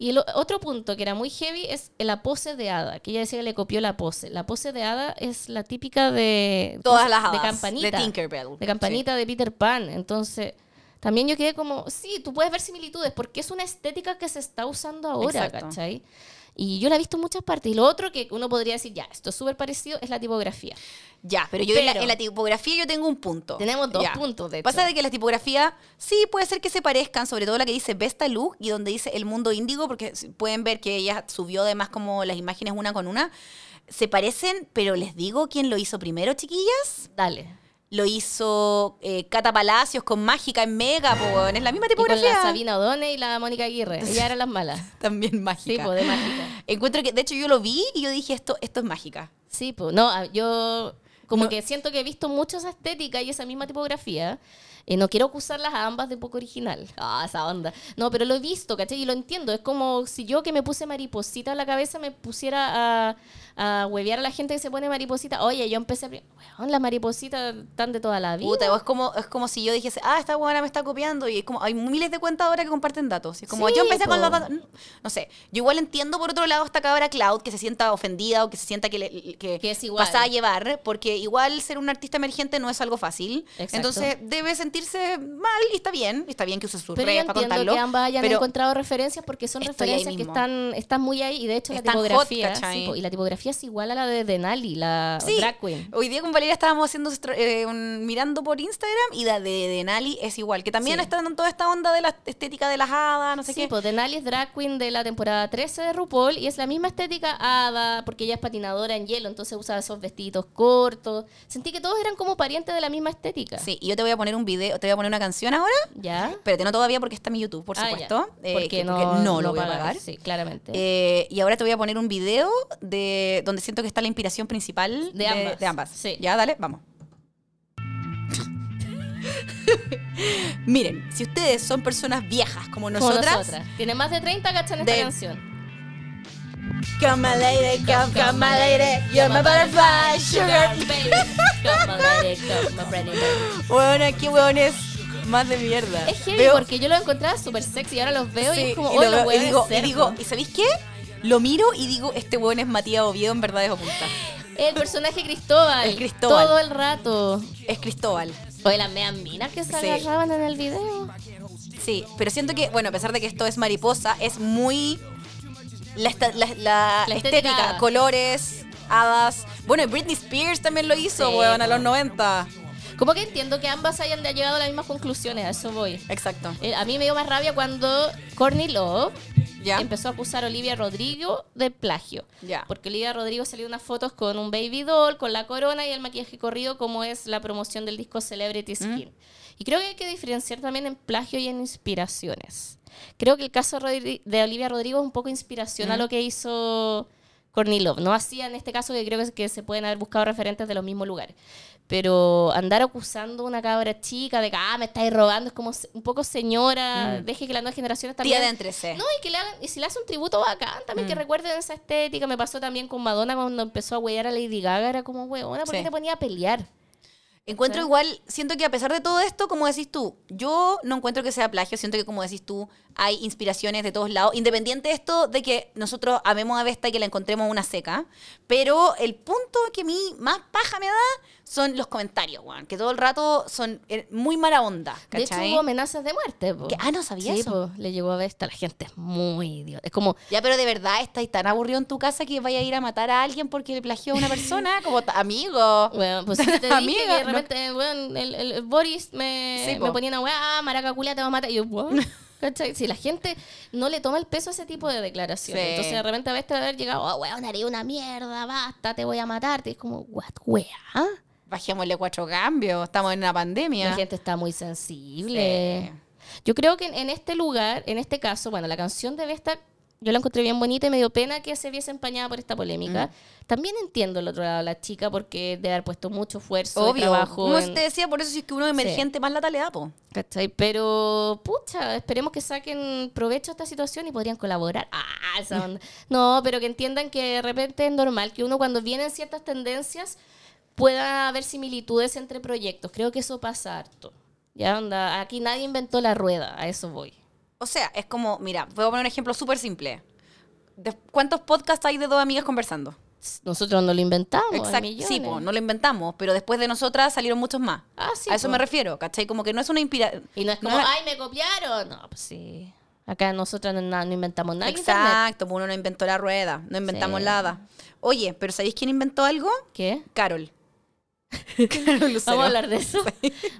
S2: Y el o- otro punto que era muy heavy es la pose de hada, que ella decía que le copió la pose. La pose de hada es la típica de...
S1: Todas las hadas.
S2: De campanita.
S1: De Tinkerbell.
S2: De campanita de Peter Pan. Entonces, también yo quedé como, sí, tú puedes ver similitudes, porque es una estética que se está usando ahora,
S1: Exacto.
S2: ¿cachai? Y yo la he visto en muchas partes. Y lo otro que uno podría decir, ya, esto es súper parecido, es la tipografía.
S1: Ya, pero yo En, la,
S2: Pero-
S1: en la tipografía yo tengo un punto.
S2: Tenemos dos puntos, de hecho.
S1: Pasa de que la tipografía sí puede ser que se parezcan, sobre todo la que dice Vesta Luz y donde dice El Mundo Índigo, porque s- pueden ver que ella subió además como las imágenes una con una. se parecen, pero les digo quién lo hizo primero, chiquillas.
S2: Dale.
S1: Lo hizo eh, Cata Palacios con Mágica en Mega, po, weón. es la misma
S2: Y con la
S1: tipografía.
S2: Sabina O'Donnell y la Mónica Aguirre. Ellas eran las malas.
S1: También
S2: Sí,
S1: mágica.
S2: po, de mágica.
S1: Encuentro que, de hecho, yo lo vi y yo dije, esto, esto es mágica.
S2: Sí, pues. No, a- yo como
S1: No.
S2: que siento que he visto mucho esa estética y esa misma tipografía. Eh, no quiero acusarlas a ambas de poco original. Ah, esa onda. No, pero lo he visto, ¿cachai? Y lo entiendo. Es como si yo que me puse mariposita en la cabeza me pusiera a, a huevear a la gente que se pone mariposita. Oye, yo empecé... pri- Weón, las maripositas están de toda la vida.
S1: Puta, o es como, es como si yo dijese, ah, esta buena me está copiando. Y es como, hay miles de cuentas ahora que comparten datos. Y es como,
S2: Sí,
S1: yo empecé con
S2: po.
S1: los datos. mm, No sé. Yo igual entiendo, por otro lado, esta cabra Cloud que se sienta ofendida o que se sienta que, le- que,
S2: Que es igual.
S1: pasa a llevar, porque igual ser un artista emergente no es algo fácil.
S2: Exacto.
S1: Entonces, debe sentirse mal y está bien. Está bien que use sus
S2: Pero yo
S1: redes para
S2: entiendo
S1: contarlo.
S2: que ambas hayan
S1: pero
S2: encontrado referencias porque son
S1: estoy ahí
S2: referencias que
S1: mismo.
S2: están, están muy ahí y de hecho
S1: Están
S2: la
S1: hot,
S2: tipografía
S1: ¿cachai?
S2: sí, po, y la tipografía es igual a la de Denali, la
S1: Sí.
S2: drag queen.
S1: Hoy día con Valeria estábamos haciendo nuestro- eh, un- mirando por Instagram y la de Denali es igual, que también
S2: Sí.
S1: está en toda esta onda de la estética de las hadas, no sé
S2: Sí,
S1: qué.
S2: pues Denali es drag queen de la temporada 13 de RuPaul y es la misma estética hada porque ella es patinadora en hielo, entonces usa esos vestidos cortos. Sentí que todos eran como parientes de la misma estética.
S1: Sí, y yo te voy a poner un video, te voy a poner una canción ahora.
S2: ¿Ya?
S1: Espérate, no todavía porque está en mi YouTube, por
S2: Ah, ya.
S1: supuesto. eh,
S2: porque,
S1: que-
S2: no,
S1: porque no lo voy a pagar.
S2: Sí, claramente.
S1: Eh, y ahora te voy a poner un video de donde siento que está la inspiración principal
S2: De ambas, sí.
S1: Ya, dale, vamos. Miren, si ustedes son personas viejas como
S2: Como
S1: nosotras,
S2: Tiene más de 30 cachan esta
S1: De-
S2: canción.
S1: Come my lady, come, come my lady, you're my butterfly, sugar.
S2: baby. Come, my lady, come, my pretty baby.
S1: Bueno, aquí hueones más de mierda.
S2: Es heavy
S1: Veo-
S2: porque yo lo encontraba súper sexy y ahora los veo
S1: sí,
S2: y es como,
S1: y
S2: oh,
S1: lo
S2: los
S1: veo-
S2: hueones
S1: y digo, y
S2: cerdos".
S1: digo, ¿y sabéis qué? Lo miro y digo, este hueón es Matías Oviedo en verdades ocultas.
S2: El personaje Cristóbal,
S1: El Cristóbal.
S2: todo el rato.
S1: Es Cristóbal.
S2: Oye, las meas minas que se
S1: Sí.
S2: agarraban en el video.
S1: Sí, pero siento que, bueno, a pesar de que esto es mariposa, es muy. La, esta- la- la
S2: La
S1: estética,
S2: estética.
S1: colores, hadas. Bueno, y Britney Spears también lo hizo,
S2: Sí,
S1: hueón, a los
S2: po.
S1: 90.
S2: Como que entiendo que ambas hayan llegado a las mismas conclusiones, a eso voy.
S1: Exacto.
S2: Eh, A mí me dio más rabia cuando Courtney Love
S1: ¿Ya?
S2: empezó a acusar a Olivia Rodrigo de plagio.
S1: Ya.
S2: Porque Olivia Rodrigo salió unas fotos con un baby doll, con la corona y el maquillaje corrido, como es la promoción del disco
S1: Mm.
S2: Celebrity Skin. Y creo que hay que diferenciar también en plagio y en inspiraciones. Creo que el caso Rodri- de Olivia Rodrigo es un poco inspiración a
S1: Mm.
S2: lo que hizo Cornilov. No hacía en este caso que creo que, que se pueden haber buscado referentes de los mismos lugares. Pero andar acusando a una cabra chica de que ah, me estáis robando es como se- un poco señora, deje que las nuevas generaciones
S1: Mm. Tía
S2: también...
S1: de entre C.
S2: No, y que le hagan, y si le hace un tributo bacán, también
S1: Mm.
S2: que recuerden esa estética. Me pasó también con Madonna cuando empezó a huear a Lady Gaga, era como hueona, ¿por qué
S1: Sí.
S2: te ponía a pelear?
S1: Encuentro
S2: ¿Sabes?
S1: igual, siento que a pesar de todo esto, como decís tú, yo no encuentro que sea plagio, siento que como decís tú, hay inspiraciones de todos lados, independiente de esto de que nosotros amemos a Vesta y que la encontremos una seca, pero el punto que a mí más paja me da son los comentarios, weón, que todo el rato son eh, muy mala onda,
S2: De
S1: ¿cachai?
S2: hecho, hubo amenazas de muerte. po.
S1: Que- ah, no sabía
S2: Sí,
S1: eso.
S2: po, le llegó a ver esta. La gente es muy idiota. Es como,
S1: Ya, pero de verdad, estáis tan aburrido en tu casa que vaya a ir a matar a alguien porque le plagió a una persona, como ta- amigo.
S2: Bueno, pues sí, te dije
S1: Amiga,
S2: que de
S1: no-
S2: repente, weón, el, el Boris me,
S1: Sí, po.
S2: me ponía una weá, ah, maraca culia, te va a matar. Y yo, "What?" ¿Cachai? Si la gente no le toma el peso a ese tipo de declaraciones.
S1: Sí.
S2: Entonces de repente a veces haber llegado, oh, weón, haré una mierda, basta, te voy a matar. Y es como, what, weá.
S1: Bajémosle cuatro cambios, estamos en una pandemia.
S2: La gente está muy
S1: Sí.
S2: sensible. Yo creo que en, en este lugar, en este caso, bueno, la canción de Vesta, yo la encontré bien bonita y me dio pena que se viese empañada por esta polémica.
S1: Mm.
S2: También entiendo el otro lado, la chica, porque debe haber puesto mucho esfuerzo y
S1: Obvio.
S2: trabajo.
S1: Como este
S2: en-
S1: te decía, por eso si es que uno emergente más lata le da, po.
S2: ¿Cachai? Pero, pucha, esperemos que saquen provecho a esta situación y podrían colaborar. Ah, esa onda. No, pero que entiendan que de repente es normal que uno cuando vienen ciertas tendencias pueda haber similitudes entre proyectos. Creo que eso pasa harto. Ya onda, aquí nadie inventó la rueda, a eso voy.
S1: O sea, es como, mira, voy a poner un ejemplo súper simple. De- ¿Cuántos podcasts hay de dos amigas conversando?
S2: Nosotros no lo inventamos. hay
S1: Exacto.
S2: Oh, millones.
S1: Sí, po, no lo inventamos, pero después de nosotras salieron muchos más.
S2: Ah, sí,
S1: a eso
S2: po.
S1: me refiero, ¿cachai? Como que no es una inspiración.
S2: Y no es como,
S1: No la-
S2: ay, me copiaron. No, pues sí. Acá nosotros no, no inventamos nada. en internet.
S1: Exacto, po, uno no inventó la rueda, no inventamos
S2: Sí.
S1: nada. Oye, pero ¿sabéis quién inventó algo?
S2: ¿Qué?
S1: Carol. Carol Lucero.
S2: Vamos a hablar de eso.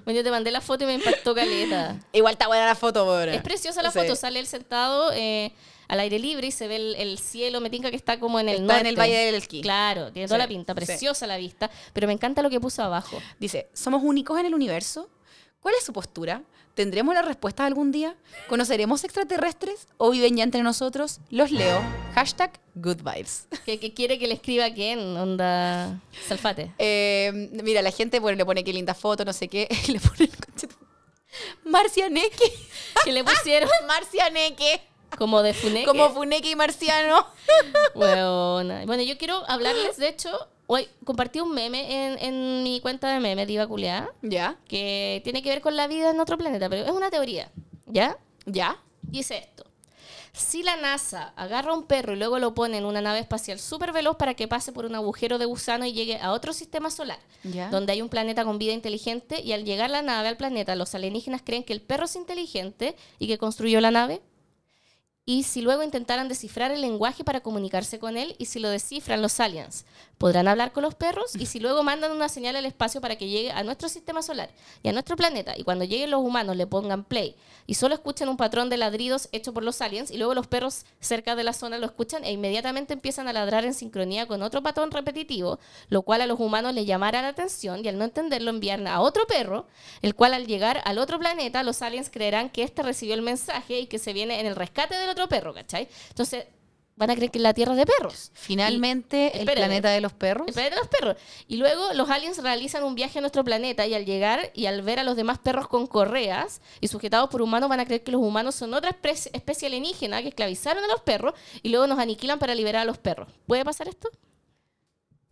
S2: Bueno, yo te mandé la foto y me impactó caleta.
S1: Igual está buena la foto, pobre.
S2: Es preciosa la
S1: Sí.
S2: foto, sale él sentado. eh, al aire libre y se ve el, el cielo, me tinca que está como en el
S1: Está
S2: norte.
S1: en el Valle del Elqui.
S2: Claro, tiene toda
S1: Sí,
S2: la pinta,
S1: sí.
S2: preciosa la vista, pero me encanta lo que puso abajo.
S1: Dice, ¿somos únicos en el universo? ¿Cuál es su postura? ¿Tendremos las respuestas algún día? ¿Conoceremos extraterrestres o viven ya entre nosotros? Los leo. Hashtag good vibes.
S2: ¿Qué, qué quiere que le escriba a quién? Onda Salfate.
S1: Eh, mira, la gente bueno, le pone qué linda foto, no sé qué. y le pone el coche. Marcianeque.
S2: Que le pusieron
S1: Marcianeque.
S2: como de funeque.
S1: Ah, Como Funeque y Marciano.
S2: Hueona. Bueno, yo quiero hablarles, de hecho, hoy compartí un meme en, en mi cuenta de meme Diva Culeada,
S1: ¿Ya?
S2: que tiene que ver con la vida en otro planeta, pero es una teoría, ¿ya?
S1: ¿Ya?
S2: Dice esto. Si la NASA agarra a un perro y luego lo pone en una nave espacial súper veloz para que pase por un agujero de gusano y llegue a otro sistema solar,
S1: ¿Ya?
S2: donde hay un planeta con vida inteligente, y al llegar la nave al planeta, los alienígenas creen que el perro es inteligente y que construyó la nave. Y si luego intentaran descifrar el lenguaje para comunicarse con él, y si lo descifran los aliens, podrán hablar con los perros, y si luego mandan una señal al espacio para que llegue a nuestro sistema solar y a nuestro planeta, y cuando lleguen los humanos le pongan play y solo escuchen un patrón de ladridos hecho por los aliens, y luego los perros cerca de la zona lo escuchan e inmediatamente empiezan a ladrar en sincronía con otro patrón repetitivo, lo cual a los humanos les llamará la atención y al no entenderlo envían a otro perro, el cual al llegar al otro planeta los aliens creerán que este recibió el mensaje y que se viene en el rescate del otro perro, ¿cachai? Entonces van a creer que la Tierra es de perros.
S1: Finalmente, el
S2: espérame.
S1: planeta de los perros.
S2: El planeta de los perros. Y luego los aliens realizan un viaje a nuestro planeta y al llegar y al ver a los demás perros con correas y sujetados por humanos van a creer que los humanos son otra especie especie alienígena que esclavizaron a los perros y luego nos aniquilan para liberar a los perros. ¿Puede pasar esto?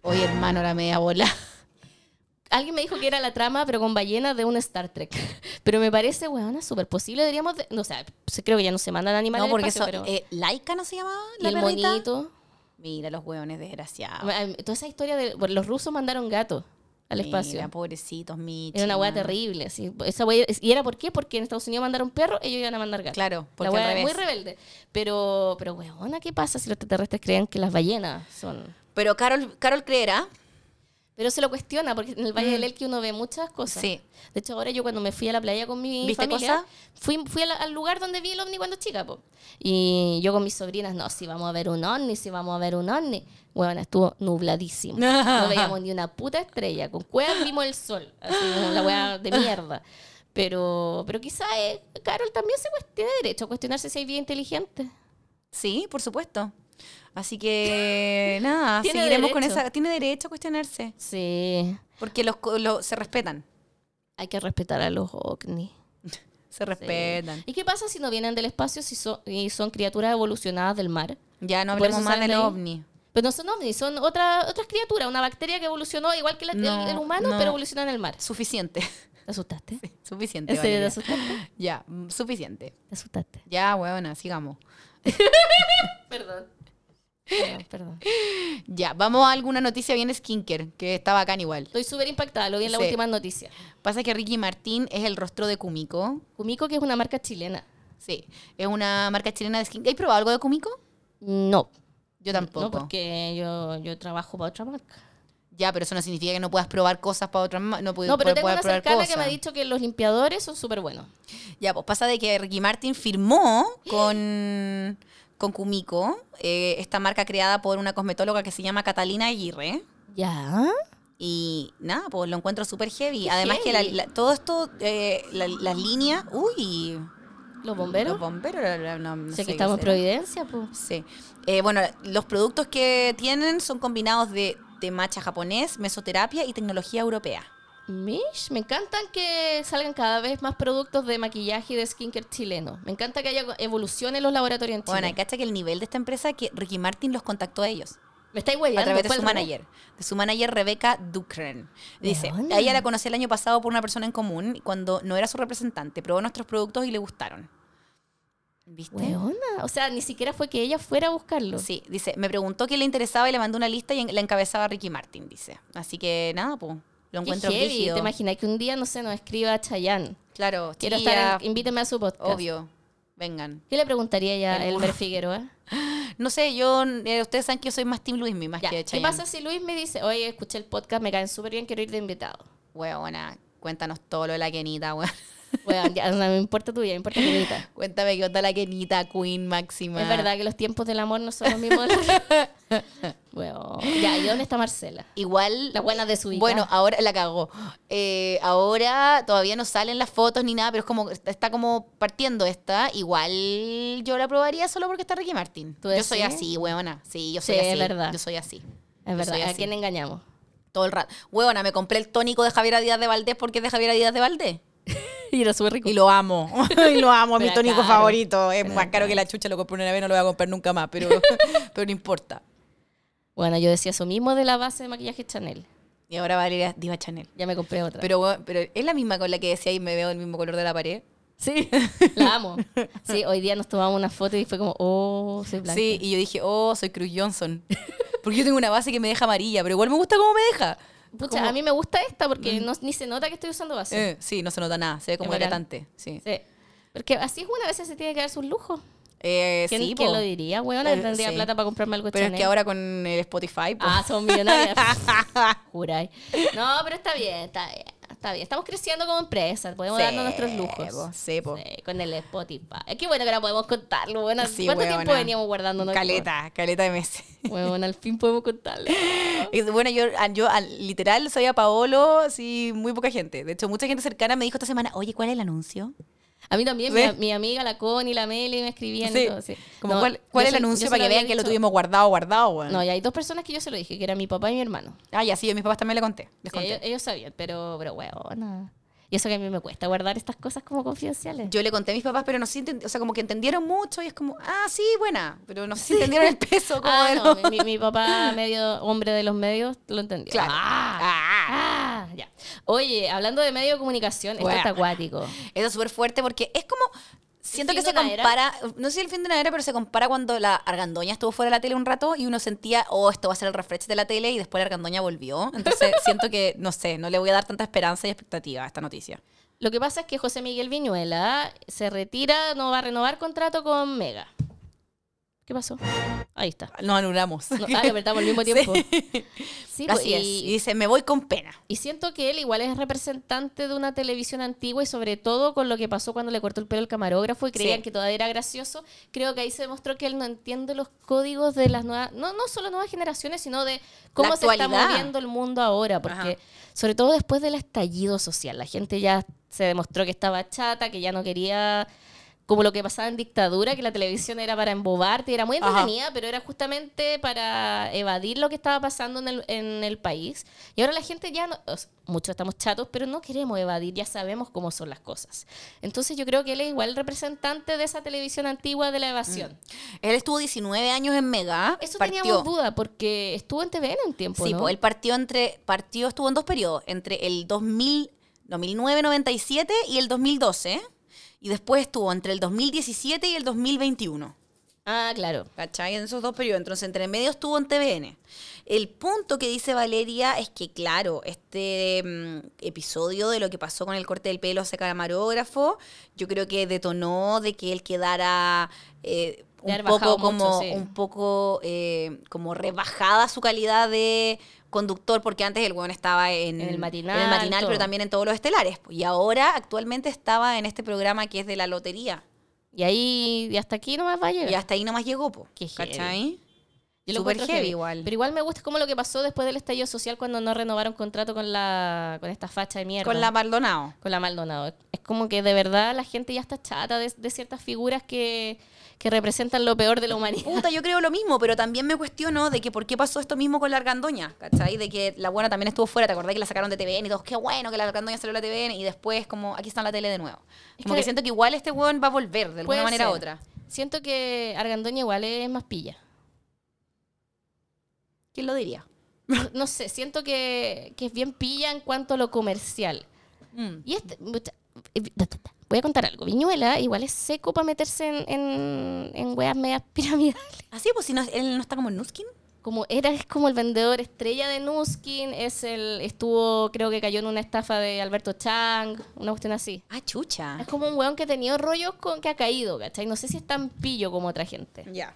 S1: Oye, hermano, la media bola.
S2: Alguien me dijo que era la trama, pero con ballenas de un Star Trek. Pero me parece, weona, súper posible. Deberíamos. de- no, o sea, se- creo que ya no se mandan animales.
S1: No,
S2: al
S1: porque eso.
S2: espacio, pero-
S1: eh, ¿Laika no se llamaba?
S2: y
S1: La
S2: el
S1: perrita?
S2: monito.
S1: Mira, los hueones desgraciados.
S2: Am- Toda esa historia de. bueno, los rusos mandaron gatos al
S1: Mira,
S2: espacio.
S1: pobrecitos, Michi.
S2: Era una hueá
S1: man.
S2: terrible. así. Esa hueá- ¿Y era por qué? Porque en Estados Unidos mandaron perro, ellos iban a mandar gato.
S1: Claro, porque
S2: la hueá es
S1: al revés.
S2: muy rebelde. Pero, pero hueona, ¿qué pasa si los extraterrestres creen que las ballenas son...?
S1: Pero Carol, Carol creerá.
S2: Pero se lo cuestiona, porque en el Valle
S1: Mm.
S2: del Elqui uno ve muchas cosas.
S1: Sí.
S2: De hecho, ahora yo cuando me fui a la playa con mi
S1: ¿Viste
S2: familia,
S1: cosas?
S2: fui, fui al, al lugar donde vi el ovni cuando chica, po. Y yo con mis sobrinas, no, si vamos a ver un ovni, si vamos a ver un ovni. Bueno, estuvo nubladísimo. No veíamos ni una puta estrella. Con cuevas vimos el sol. Así como la hueá de mierda. Pero, pero quizá eh, Carol también se cuestione derecho a cuestionarse si hay vida inteligente.
S1: Sí, por supuesto. Así que nada,
S2: Tiene
S1: seguiremos con
S2: derecho.
S1: esa. Tiene derecho a cuestionarse.
S2: Sí,
S1: Porque los, co- los- se respetan.
S2: hay que respetar a los ovnis.
S1: Se respetan.
S2: ¿Y qué pasa si no vienen del espacio si son, y son criaturas evolucionadas del mar?
S1: Ya no
S2: Por
S1: hablemos
S2: eso
S1: más
S2: salen
S1: del
S2: de ahí.
S1: ovni.
S2: Pero no son ovnis, son otra, otras criaturas, una bacteria que evolucionó igual que la- el-
S1: No,
S2: el, humano,
S1: no.
S2: pero evolucionó en el mar.
S1: Suficiente.
S2: ¿Te asustaste?
S1: Suficiente.
S2: ¿En serio te
S1: Valeria.
S2: asustaste?
S1: Ya, mm, suficiente.
S2: Te asustaste.
S1: Ya, huevona, sigamos.
S2: Perdón. Perdón, perdón.
S1: Ya, vamos a alguna noticia bien skinker, que está bacán igual.
S2: Estoy súper impactada, lo vi en la
S1: Sí.
S2: última noticia.
S1: Pasa que Ricky Martín es el rostro de Kumiko.
S2: Kumiko, que es una marca chilena.
S1: Sí, es una marca chilena de skin. ¿Has probado algo de Kumiko?
S2: No.
S1: Yo tampoco.
S2: No, porque yo, yo trabajo para otra marca.
S1: Ya, pero eso no significa que no puedas probar cosas para otras ma- No, pu-
S2: No, pero
S1: pu-
S2: tengo
S1: puedas
S2: una
S1: probar
S2: cercana que me ha
S1: cosas.
S2: dicho que los limpiadores son súper buenos.
S1: Ya, pues pasa de que Ricky Martin firmó con, con Kumiko, eh, esta marca creada por una cosmetóloga que se llama Catalina Aguirre.
S2: ¿Ya?
S1: Y nada, pues lo encuentro súper heavy.
S2: Qué
S1: Además que
S2: heavy.
S1: la- la- todo esto, eh, la- las líneas... Uy.
S2: ¿Los bomberos?
S1: Los bomberos. la- la- no- no
S2: o
S1: sé
S2: sea,
S1: qué
S2: que estamos en
S1: será.
S2: Providencia, pues.
S1: Sí. Eh, bueno, los productos que tienen son combinados de, de matcha japonés, mesoterapia y tecnología europea.
S2: Mish, me encantan que salgan cada vez más productos de maquillaje y de skincare chileno. Me encanta que haya evolución en los laboratorios en Chile.
S1: Bueno, cacha que el nivel de esta empresa que Ricky Martin los contactó a ellos.
S2: me estáis hueveando,
S1: a través de
S2: ¿cuál
S1: su
S2: René?
S1: manager, de su manager Rebeca Ducren. Dice,
S2: Weona.
S1: a ella la conocí el año pasado por una persona en común cuando no era su representante, probó nuestros productos y le gustaron. ¿Viste?
S2: Weona, o sea, ni siquiera fue que ella fuera a buscarlo.
S1: Sí, dice, me preguntó qué le interesaba y le mandó una lista y en- la encabezaba Ricky Martin, dice. Así que nada, pues, lo
S2: Qué
S1: encuentro
S2: heavy,
S1: brígido.
S2: ¿Te imaginas que un día, no sé, nos escriba Chayanne?
S1: Claro,
S2: Quiero
S1: chiquilla,
S2: estar, en- invíteme a su podcast.
S1: obvio. Vengan.
S2: ¿Qué le preguntaría ya a
S1: El-
S2: Elmer Figueroa?
S1: No sé, yo, eh, ustedes saben que yo soy más Team Luismi, más
S2: Ya,
S1: que
S2: ¿Qué
S1: Chayanne.
S2: pasa si Luis me dice, oye, escuché el podcast, me caen súper bien, quiero ir de invitado?
S1: Weona, cuéntanos todo lo de la Kenita, weón.
S2: Bueno, ya, no me importa tu vida, me importa mi vida.
S1: Cuéntame qué onda la Kenita, Queen, Máxima.
S2: Es verdad que los tiempos del amor no son los mismos. de los que- Bueno, ya, ¿y dónde está Marcela?
S1: Igual.
S2: La buena de su vida.
S1: Bueno, ahora la cagó. Eh, ahora todavía no salen las fotos ni nada, pero es como está, está como partiendo esta. Igual yo la probaría solo porque está Ricky Martin.
S2: ¿Tú
S1: Yo soy
S2: decís?
S1: así, huevona. Sí, yo soy
S2: Sí,
S1: así.
S2: es verdad.
S1: Yo soy así.
S2: es
S1: yo soy
S2: verdad, ¿a
S1: así.
S2: quién engañamos?
S1: Todo el rato. Huevona, me compré el tónico de Javiera Díaz de Valdés porque es de Javiera Díaz de Valdés.
S2: Y era súper rico.
S1: Y lo amo. y lo amo, es mi
S2: Pero
S1: tónico
S2: caro.
S1: favorito. Es
S2: Pero
S1: más caro
S2: caro.
S1: que la chucha, lo compré una vez, no lo voy a comprar nunca más, pero, pero no importa.
S2: Bueno, yo decía eso mismo de la base de maquillaje Chanel.
S1: Y ahora Valeria Diva Chanel.
S2: Ya me compré otra.
S1: Pero, hueón, pero es la misma con la que decía y me veo el mismo color de la pared.
S2: sí, la amo. Sí, hoy día nos tomamos una foto y fue como, oh, soy blanca.
S1: Sí, y yo dije, oh, soy Cruz Johnson. Porque yo tengo una base que me deja amarilla, pero igual me gusta cómo me deja.
S2: Pucha, a mí me gusta esta porque no, ni se nota que estoy usando base.
S1: Eh, sí, no se nota nada, se ve como
S2: bacán.
S1: hidratante. Sí,
S2: Sí. Porque así es una vez se tiene que dar sus lujos.
S1: Eh,
S2: ¿Quién,
S1: sí,
S2: quién
S1: po.
S2: lo diría, weón?
S1: Eh,
S2: tendría
S1: sí.
S2: plata para comprarme algo
S1: Pero es
S2: Chanel.
S1: que ahora con el Spotify, po.
S2: Ah, son millonarias. Juráis. No, pero está bien, está bien. Está bien, estamos creciendo como empresa, podemos
S1: Sí,
S2: darnos nuestros
S1: po,
S2: lujos.
S1: sí, po.
S2: con el Spotify. Es que bueno que ahora podemos contarlo. Bueno,
S1: Sí,
S2: ¿Cuánto
S1: huevona.
S2: tiempo veníamos guardándonos?
S1: caleta, caleta de meses.
S2: Bueno, al fin podemos contarlo.
S1: Y Bueno, yo, a- yo al- literal soy a Paolo, sí, muy poca gente. De hecho, mucha gente cercana me dijo esta semana, oye, ¿cuál es el anuncio?
S2: A mí también,
S1: ¿Ves?
S2: mi, mi amiga, la Connie, la Meli me escribían
S1: Sí.
S2: y todo. sí.
S1: Como,
S2: No,
S1: ¿Cuál,
S2: yo
S1: cuál es el
S2: se- yo
S1: anuncio
S2: se
S1: para que
S2: había
S1: vean que lo
S2: dicho-
S1: tuvimos guardado, guardado, weón?
S2: No, y hay dos personas que yo se lo dije, que era mi papá y mi hermano.
S1: Ah, ya, sí, a mis papás también le conté.
S2: Sí,
S1: Les conté.
S2: ellos, ellos sabían, pero, pero huevona. Y eso que a mí me cuesta guardar estas cosas como confidenciales.
S1: Yo le conté a mis papás, pero no sé, si enten- o sea, como que entendieron mucho y es como, ah, sí, buena, pero no sé si entendieron el peso. Como
S2: Ah,
S1: de
S2: no,
S1: lo-
S2: mi, mi papá, medio hombre de los medios, lo entendió.
S1: Claro.
S2: Ah,
S1: Ah.
S2: ah, ya. Oye, hablando de medio de comunicación,
S1: Wea.
S2: esto está acuático.
S1: Eso es súper fuerte porque es como, siento
S2: fin
S1: que
S2: de
S1: se
S2: una era?
S1: compara, no sé si el fin de una era, pero se compara cuando la Argandoña estuvo fuera de la tele un rato y uno sentía, oh, esto va a ser el refresh de la tele y después la Argandoña volvió. Entonces siento que, no sé, no le voy a dar tanta esperanza y expectativa a esta noticia.
S2: Lo que pasa es que José Miguel Viñuela se retira, no va a renovar contrato con Mega. ¿Qué pasó? Ahí está.
S1: Nos anulamos.
S2: No, ah, lo apretamos al mismo tiempo. Sí, pues,
S1: Así es. Y
S2: y,
S1: dice, me voy con pena.
S2: y siento que él igual es representante de una televisión antigua y sobre todo con lo que pasó cuando le cortó el pelo al camarógrafo y creían
S1: Sí.
S2: que todavía era gracioso. Creo que ahí se demostró que él no entiende los códigos de las nuevas, no, no solo nuevas generaciones, sino de cómo se está
S1: actualidad.
S2: moviendo el mundo ahora. Porque
S1: Ajá.
S2: sobre todo después del estallido social, la gente ya se demostró que estaba chata, que ya no quería como lo que pasaba en dictadura, que la televisión era para embobarte, era muy
S1: Ajá.
S2: entretenida, pero era justamente para evadir lo que estaba pasando en el, en el país. Y ahora la gente ya, no, o sea, muchos estamos chatos, pero no queremos evadir, ya sabemos cómo son las cosas. Entonces yo creo que él es igual el representante de esa televisión antigua de la evasión.
S1: Él estuvo 19 años en Mega.
S2: Eso
S1: Mm. partió-
S2: teníamos duda, porque estuvo en TVN un tiempo,
S1: Sí,
S2: ¿no?
S1: pues él partió entre, partió, estuvo en dos periodos, entre el 2000, 2009, 97 y el 2012, y después estuvo entre el 2017 y el 2021.
S2: Ah, claro.
S1: ¿Cachai? En esos dos periodos. Entonces, entre medio estuvo en TVN. El punto que dice Valeria es que, claro, este mm, episodio de lo que pasó con el corte del pelo hacia camarógrafo, yo creo que detonó de que él quedara eh,
S2: De
S1: un,
S2: haber bajado
S1: poco
S2: mucho,
S1: como,
S2: sí.
S1: un poco eh, como rebajada su calidad de conductor, porque antes el weón estaba en,
S2: En el matinal,
S1: en el matinal,
S2: todo.
S1: pero también en todos los estelares. Y ahora, actualmente, estaba en este programa que es de la lotería.
S2: Y ahí, y hasta aquí nomás va a llegar.
S1: Y hasta ahí nomás llegó, po,
S2: Qué heavy.
S1: ¿cachai?
S2: Yo lo
S1: Súper
S2: encuentro
S1: heavy igual.
S2: Pero igual me gusta como lo que pasó después del estallido social cuando no renovaron contrato con la con esta facha de mierda.
S1: Con la Maldonado.
S2: con la Maldonado. Es como que de verdad la gente ya está chata de, de ciertas figuras que, que representan lo peor de la humanidad.
S1: Puta, yo creo lo mismo, pero también me cuestiono de que por qué pasó esto mismo con la Argandoña, ¿cachai? De que la buena también estuvo fuera, ¿te acordás que la sacaron de TVN y todos, qué bueno que la Argandoña salió de la TVN y después como, aquí está en la tele de nuevo.
S2: Es
S1: Como
S2: que-
S1: que, siento que igual este weón va a volver de
S2: Puede
S1: alguna manera u
S2: ser.
S1: otra.
S2: Siento que Argandoña igual es más pilla.
S1: ¿Quién lo diría?
S2: No, no sé, siento que, que es bien pilla en cuanto a lo comercial.
S1: Mm.
S2: Y este, mucha- voy a contar algo. Viñuela igual es seco para meterse en, en, en weas medias piramidales.
S1: Así, pues si no, él no está como en Nuskin.
S2: como era es como el vendedor estrella de Nuskin, es el estuvo creo que cayó en una estafa de Alberto Chang, una cuestión así.
S1: Ah, chucha.
S2: Es como un weón que ha tenido rollos con que ha caído, ¿cachai? No sé si es tan pillo como otra gente.
S1: Ya.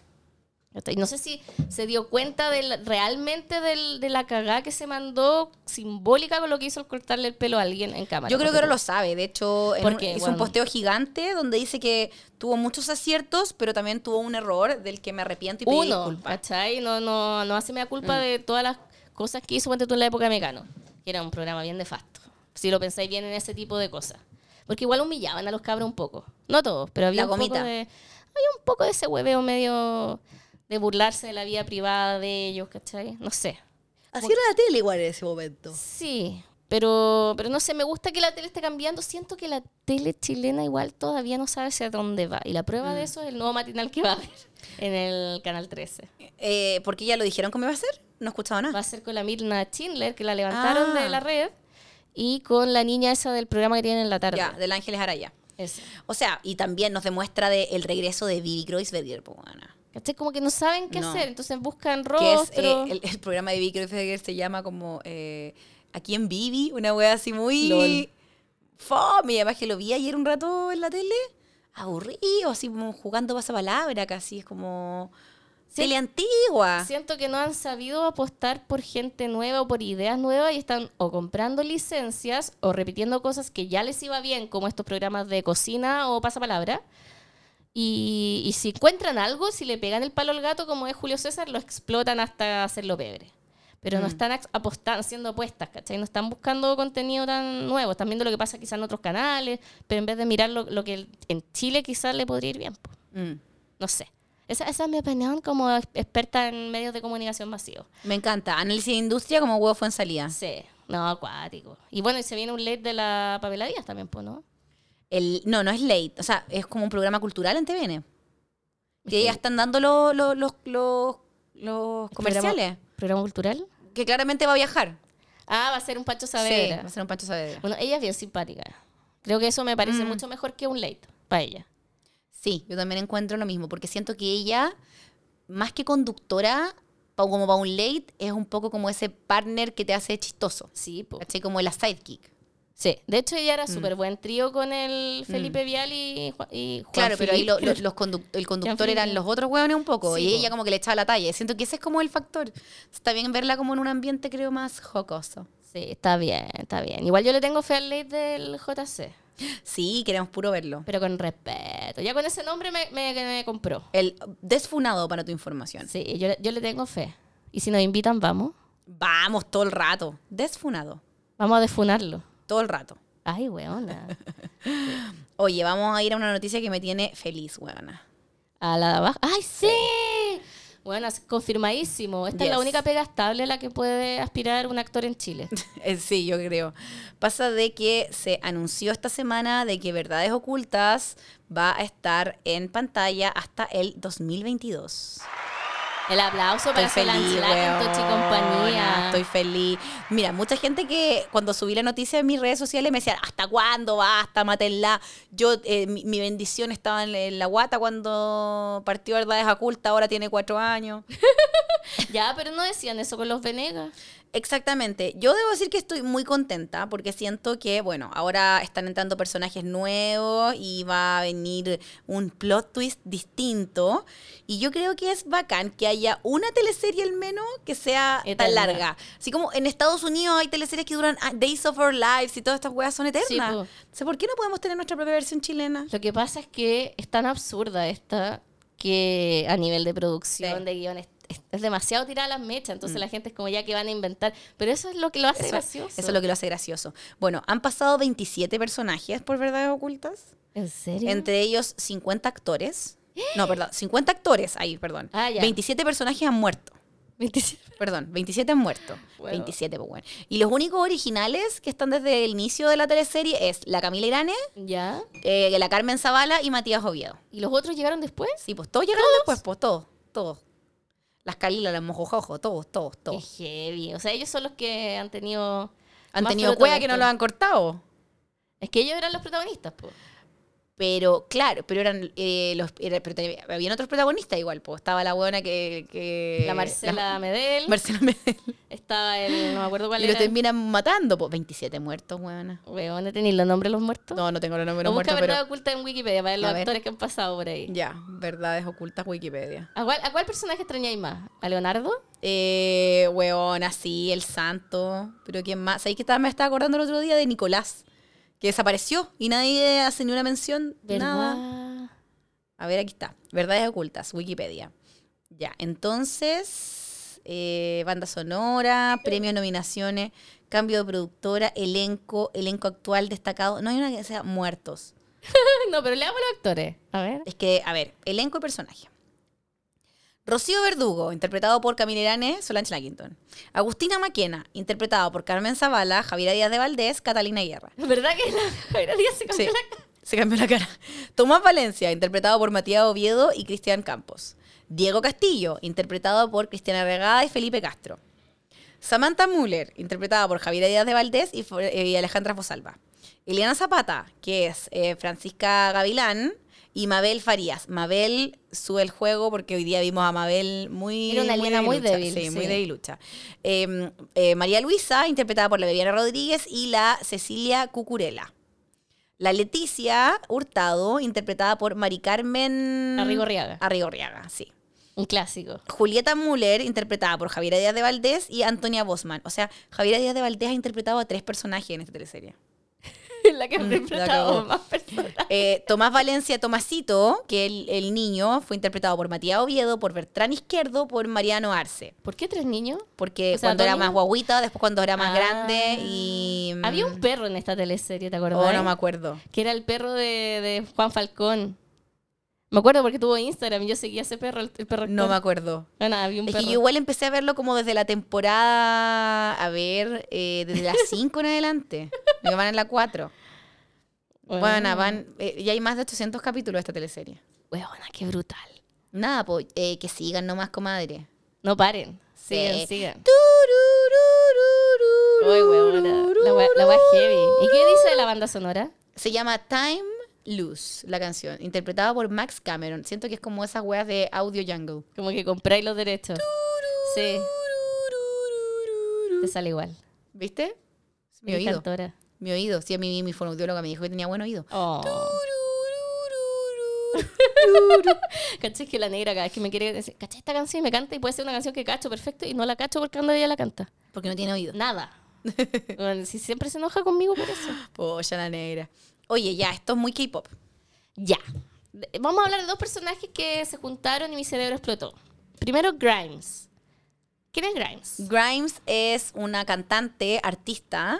S2: ¿Cachai? No sé si se dio cuenta del, realmente del- de la cagada que se mandó simbólica con lo que hizo el cortarle el pelo a alguien en cámara.
S1: Yo creo que
S2: Porque-
S1: ahora lo sabe. De hecho, en
S2: Porque,
S1: un- hizo
S2: bueno.
S1: un posteo gigante donde dice que tuvo muchos aciertos, pero también tuvo un error del que me arrepiento y Mm. pedí
S2: uno,
S1: disculpas.
S2: ¿cachai? No, no, no hace mea culpa de todas las cosas que hizo ponte tú en la época de Mecano, que era un programa bien nefasto. Si lo pensáis bien en ese tipo de cosas. Porque igual humillaban a los cabros un poco. No todos, pero había
S1: La
S2: un poco
S1: gomita.
S2: de. Había un poco de ese hueveo medio de burlarse de la vida privada de ellos, ¿cachai? No sé.
S4: Así era la tele igual en ese momento.
S2: Sí, pero, pero no sé, me gusta que la tele esté cambiando. Siento que la tele chilena igual todavía no sabe hacia dónde va. Y la prueba
S1: Mm.
S2: de eso es el nuevo matinal que va a haber en el Canal 13.
S1: Eh, porque ya lo dijeron cómo iba a ser. No he escuchado
S2: va
S1: nada.
S2: a ser con la Mirna Schindler, que la levantaron
S1: Ah.
S2: de la red, y con la niña esa del programa que tienen en la tarde.
S1: Ya, del Ángeles Araya.
S2: Esa.
S1: O sea, y también nos demuestra de el regreso de Vivi Kreuzberger, po, weona.
S2: ¿Cachai? Como que no saben qué
S1: No.
S2: hacer, entonces buscan
S1: Que es
S2: rostro.
S1: eh, el, el programa de Vivi Kreuzberger se llama como eh, Aquí en Vivi, una wea así muy.
S2: Lol.
S1: Fome. Y además que lo vi ayer un rato en la tele, aburrido, así como jugando pasapalabra casi. Es como.
S2: Sí.
S1: Tele antigua.
S2: Siento que no han sabido apostar por gente nueva o por ideas nuevas y están o comprando licencias o repitiendo cosas que ya les iba bien, como estos programas de cocina o pasapalabra. Y, y si encuentran algo, si le pegan el palo al gato, como es Julio César, lo explotan hasta hacerlo pebre. Pero no están ax- apostan- haciendo apuestas, ¿cachai? No están buscando contenido tan nuevo. Están viendo lo que pasa quizás en otros canales, pero en vez de mirar lo, lo que el- en Chile quizás le podría ir bien. po.
S1: Mm.
S2: No sé. Esa, esa es mi opinión como ex- experta en medios de comunicación masivos.
S1: Me encanta. Análisis de industria como huevo fue en salida.
S2: Sí, no, acuático. Y bueno, y se viene un LED de la Pamela Díaz también, pues, ¿no?
S1: El, no, no es late. O sea, es como un programa cultural en TVN. Que ya están dando los, los, los, los, los comerciales.
S2: Programa, programa cultural.
S1: Que claramente va a viajar.
S2: Ah, va a ser un Pacho
S1: Sí,
S2: Saavedra.
S1: va a ser un Pancho Saavedra.
S2: Bueno, ella es bien simpática. Creo que eso me parece
S1: Mm.
S2: mucho mejor que un late para ella.
S1: Sí, yo también encuentro lo mismo, porque siento que ella, más que conductora, pa- como para un late, es un poco como ese partner que te hace chistoso.
S2: Sí, pues.
S1: ¿Cachai? Como la sidekick.
S2: Sí, de hecho ella
S1: Mm.
S2: era súper buen trío con el Felipe Vial y, Ju- y Juan
S1: Claro, pero ahí
S2: Felipe.
S1: lo- lo- los conduc- el conductor
S2: Jean-Philippe.
S1: eran los otros hueones un poco
S2: Sí,
S1: y
S2: po.
S1: ella como que le echaba la talla. Siento que ese es como el factor. Está bien verla como en un ambiente creo más jocoso.
S2: Sí, está bien, está bien. Igual yo le tengo fe al late del JC,
S1: Sí, queremos puro verlo.
S2: pero con respeto. Ya con ese nombre me, me- me compró.
S1: El desfunado para tu información.
S2: Sí, yo, le- yo le tengo fe. Y si nos invitan, vamos.
S1: Vamos todo el rato. Desfunado.
S2: Vamos a defunarlo.
S1: Todo el rato.
S2: Ay, weona.
S1: Oye, vamos a ir a una noticia que me tiene feliz, hueona.
S2: A la de abajo. ¡Ay, sí! Bueno, es confirmadísimo. Esta es la
S1: Yes.
S2: única pega estable a la que puede aspirar un actor en Chile.
S1: Eh, Sí, yo creo. Pasa de que se anunció esta semana de que Verdades Ocultas va a estar en pantalla hasta el 2022.
S2: El aplauso para
S1: Estoy feliz,
S2: Solange Lantoch y
S1: weona,
S2: compañía.
S1: Estoy feliz. Mira, mucha gente que cuando subí la noticia en mis redes sociales me decían, ¿hasta cuándo? Basta, mátenla. Yo, eh, mi, mi bendición estaba en, en la guata cuando partió Verdades Ocultas, ahora tiene cuatro años.
S2: Ya, pero no decían eso con los Venegas.
S1: Exactamente. Yo debo decir que estoy muy contenta porque siento que, bueno, ahora están entrando personajes nuevos y va a venir un plot twist distinto. Y yo creo que es bacán que haya una teleserie al menos que sea tan
S2: Eterna.
S1: larga. Así como en Estados Unidos hay teleseries que duran ah, Days of Our Lives y todas estas weas son eternas.
S2: Sí, po.
S1: O sea, ¿por qué no podemos tener nuestra propia versión chilena?
S2: Lo que pasa es que es tan absurda esta que a nivel de producción,
S1: Sí. Mm.
S2: de guiones, es, es demasiado tirada a las mechas. Entonces la gente es como ya que van a inventar. Pero eso es lo que lo hace
S1: Eso,
S2: gracioso.
S1: eso es lo que lo hace gracioso. Bueno, han pasado 27 personajes por verdades ocultas.
S2: ¿En serio?
S1: Entre ellos 50 actores. No, perdón, 50 actores ahí, perdón.
S2: Ah, ya.
S1: 27 personajes han muerto.
S2: 27.
S1: Perdón, 27 han muerto.
S2: Bueno.
S1: 27, pues bueno. Y los únicos originales que están desde el inicio de la teleserie es la Camila Irane,
S2: Ya.
S1: eh, la Carmen Zavala y Matías Oviedo.
S2: ¿Y los otros llegaron después?
S1: Sí, pues todos llegaron después, pues todos, todos. Las Calila, las Mojojojo, todos, todos,
S2: Qué
S1: todos.
S2: heavy. O sea, ellos son los que han tenido.
S1: Han
S2: más
S1: tenido
S2: fruto de
S1: cueva que no
S2: esto.
S1: lo han cortado.
S2: Es que ellos eran los protagonistas, po.
S1: Pero claro, pero eran eh, los era- pero tenía- habían otros protagonistas igual, pues estaba la buena que, que-
S2: La Marcela Medel.
S1: Marcela Medel.
S2: estaba el. No me acuerdo cuál
S1: Y lo
S2: era.
S1: terminan matando, pues 27 muertos, buena.
S2: Weón, ¿tenéis los nombres de los muertos?
S1: No, no tengo los
S2: O
S1: números
S2: busca
S1: muertos,
S2: verdad
S1: pero
S2: oculta en Wikipedia para ver
S1: A
S2: los
S1: ver.
S2: actores que han pasado por ahí.
S1: ya, verdades ocultas Wikipedia.
S2: ¿A cuál, a cuál personaje extrañáis más? ¿A Leonardo?
S1: Eh, weón, así, el santo. Pero quién más. Ahí que estaba, me estaba acordando el otro día de Nicolás, que desapareció y nadie hace ni una mención, nada.
S2: ¿Verdad?
S1: A ver, aquí está. Verdades ocultas, Wikipedia. Ya, entonces, eh, banda sonora, premios, nominaciones, cambio de productora, elenco, elenco actual destacado. No hay una que sea muertos.
S2: no, pero leamos los actores. A ver.
S1: Es que, a ver, elenco y personaje. Rocío Verdugo, interpretado por Camila Irane, Solange Lackington. Agustina Maquena, interpretado por Carmen Zavala, Javiera Díaz de Valdés, Catalina Guerra.
S2: ¿Verdad que la Javiera Díaz se cambió
S1: Sí,
S2: la cara?
S1: se cambió la cara. Tomás Valencia, interpretado por Matías Oviedo y Cristian Campos. Diego Castillo, interpretado por Cristiana Regada y Felipe Castro. Samantha Müller, interpretada por Javier Díaz de Valdés y, Fo- eh, y Alejandra Fosalva. Eliana Zapata, que es eh, Francisca Gavilán. Y Mabel Farías. Mabel sube el juego porque hoy día vimos a Mabel muy...
S2: Era una aliena muy
S1: debilucha.
S2: débil,
S1: Sí, muy
S2: sí.
S1: debilucha. Eh, eh, María Luisa, interpretada por la Bebiana Rodríguez. Y la Cecilia Cucurela. La Leticia Hurtado, interpretada por Mari Carmen
S2: Arrigorriaga.
S1: Arrigorriaga, sí.
S2: Un clásico.
S1: Julieta Müller, interpretada por Javiera Díaz de Valdés y Antonia Bosman. O sea, Javiera Díaz de Valdés ha interpretado a tres personajes en esta teleserie.
S2: la que ha
S1: Mm, la
S2: interpretado
S1: cagó.
S2: más personas.
S1: Eh, Tomás Valencia Tomasito, que el, el niño, fue interpretado por Matías Oviedo, por Bertrán Izquierdo, por Mariano Arce.
S2: ¿Por qué tres niños?
S1: Porque
S2: O sea,
S1: cuando
S2: ¿dos
S1: era
S2: niños?
S1: más guaguita, después cuando era más
S2: Ah.
S1: grande y... mm,
S2: Había un ¿eh? perro en esta teleserie, ¿te acuerdas?
S1: Oh, no me acuerdo.
S2: Que era el perro de, de Juan Falcón. Me acuerdo porque tuvo Instagram y yo seguía ese perro, el, el perro.
S1: No me
S2: actual.
S1: acuerdo.
S2: Ah, nada, había un
S1: Es
S2: perro.
S1: que yo igual empecé a verlo como desde la temporada, a ver, eh, desde las 5 en adelante. Porque van en la 4.
S2: Bueno.
S1: Bueno, van, eh, ya hay más de 800 capítulos de esta teleserie.
S2: Huevona, qué brutal.
S1: Nada, pues que sigan nomás, comadre. Eh,
S2: No paren.
S1: Sí.
S2: Sigan, sigan. Uy,
S1: Turururururu.
S2: huevona. La wea la wea heavy. ¿Y qué dice de la banda sonora?
S1: Se llama Time Loose, la canción, interpretada por Max Cameron. Siento que es como esas weas de Audio Jungle.
S2: Como que compráis los derechos. Sí, te sale igual.
S1: ¿Viste? Es Mi
S2: Eres
S1: oído.
S2: cantora.
S1: Mi oído. Sí, a mí mi fonoaudióloga me dijo que tenía buen oído.
S2: Oh. ¿Cachai? que la negra cada vez que me quiere decir, ¿cachai esta canción? Y me canta y puede ser una canción que cacho perfecto y no la cacho porque anda ella la canta.
S1: Porque no tiene oído.
S2: Nada. Bueno, si siempre se enoja conmigo por eso.
S1: Polla la negra. Oye, ya, esto es muy K-pop.
S2: Ya. De- Vamos a hablar de dos personajes que se juntaron y mi cerebro explotó. Primero, Grimes. ¿Quién es Grimes?
S1: Grimes es una cantante, artista,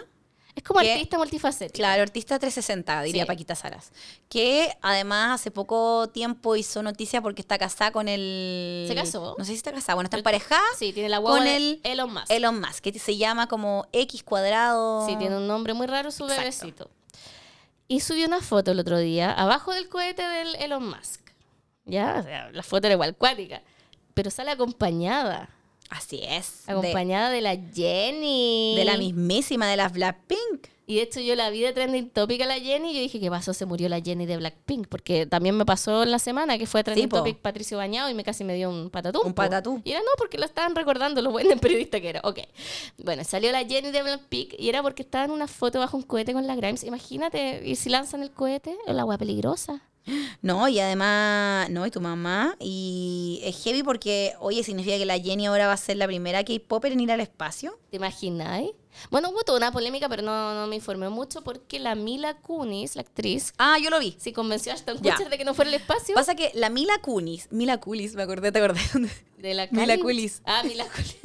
S2: Es como
S1: ¿Qué?
S2: artista multifacético.
S1: claro, artista 360, diría
S2: Sí.
S1: Paquita Salas, que además hace poco tiempo hizo noticia porque está casada con el...
S2: ¿Se casó?
S1: No sé si está casada, bueno, está emparejada
S2: Ah, Sí, tiene la guagua
S1: Con
S2: de
S1: el-
S2: Elon Musk.
S1: Elon Musk, que se llama como X cuadrado.
S2: Sí, tiene un nombre muy raro su
S1: Exacto.
S2: bebecito. Y subió una foto el otro día abajo del cohete del Elon Musk. Ya, o sea, la foto era igual cuática. Pero sale acompañada.
S1: Así es. de-
S2: Acompañada de, la Jenny.
S1: De, la mismísima de las Blackpink.
S2: Y de hecho yo la vi de trending topic a la Jenny y yo dije, ¿qué pasó? Se murió la Jenny de Blackpink. Porque también me pasó en la semana que fue trending
S1: po.
S2: topic Patricio Bañado y me casi me dio un patatú.
S1: Un patatú.
S2: Y era no, porque lo estaban recordando lo buen periodista que era. Ok. Bueno, salió la Jenny de Blackpink y era porque estaba en una foto bajo un cohete con la Grimes. Imagínate, y si lanzan el cohete, es la hueá peligrosa.
S1: No, y además, no, y tu mamá. Y es heavy porque, oye, significa que la Jenny ahora va a ser la primera K-Popper en ir al espacio.
S2: ¿Te imagináis? Bueno, hubo toda una polémica, pero no, no me informé mucho porque la Mila Kunis, la actriz,
S1: Ah, yo lo vi.
S2: se convenció a Ashton
S1: Ya.
S2: Kutcher de que no fuera el espacio.
S1: Pasa que la Mila Kunis, Mila Kunis, me acordé, te acordé.
S2: De la
S1: Mila
S2: Kunis.
S1: Kunis.
S2: Ah, Mila Kunis.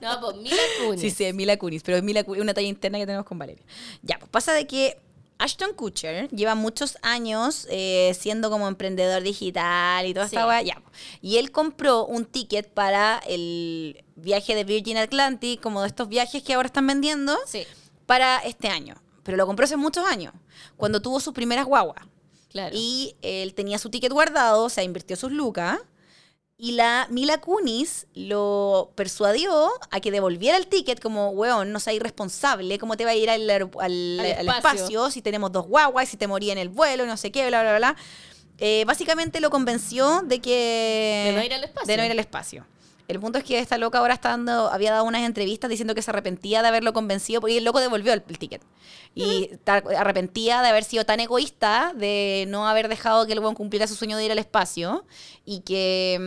S2: No, pues Mila Kunis.
S1: Sí, sí, es Mila Kunis, pero es Mila Kunis, una talla interna que tenemos con Valeria. Ya, pues pasa de que Ashton Kutcher lleva muchos años eh, siendo como emprendedor digital y toda
S2: Sí.
S1: esta weá, ya. pues. Y él compró un ticket para el viaje de Virgin Atlantic, como de estos viajes que ahora están vendiendo.
S2: Sí,
S1: para este año. Pero lo compró hace muchos años, cuando tuvo sus primeras guaguas.
S2: claro.
S1: Y él tenía su ticket guardado, o sea, invirtió sus lucas. Y la Mila Kunis lo persuadió a que devolviera el ticket como, weón, no seas irresponsable, ¿cómo te va a ir al, aer-
S2: Al
S1: al- al
S2: espacio.
S1: espacio si tenemos dos guaguas, si te morí en el vuelo, no sé qué, bla, bla, bla? Eh, básicamente lo convenció de que...
S2: De no ir al espacio.
S1: eh, de no ir al espacio. El punto es que esta loca ahora está dando, había dado unas entrevistas diciendo que se arrepentía de haberlo convencido, porque el loco devolvió el, el ticket. Y está arrepentía de haber sido tan egoísta, de no haber dejado que el weón cumpliera su sueño de ir al espacio, y que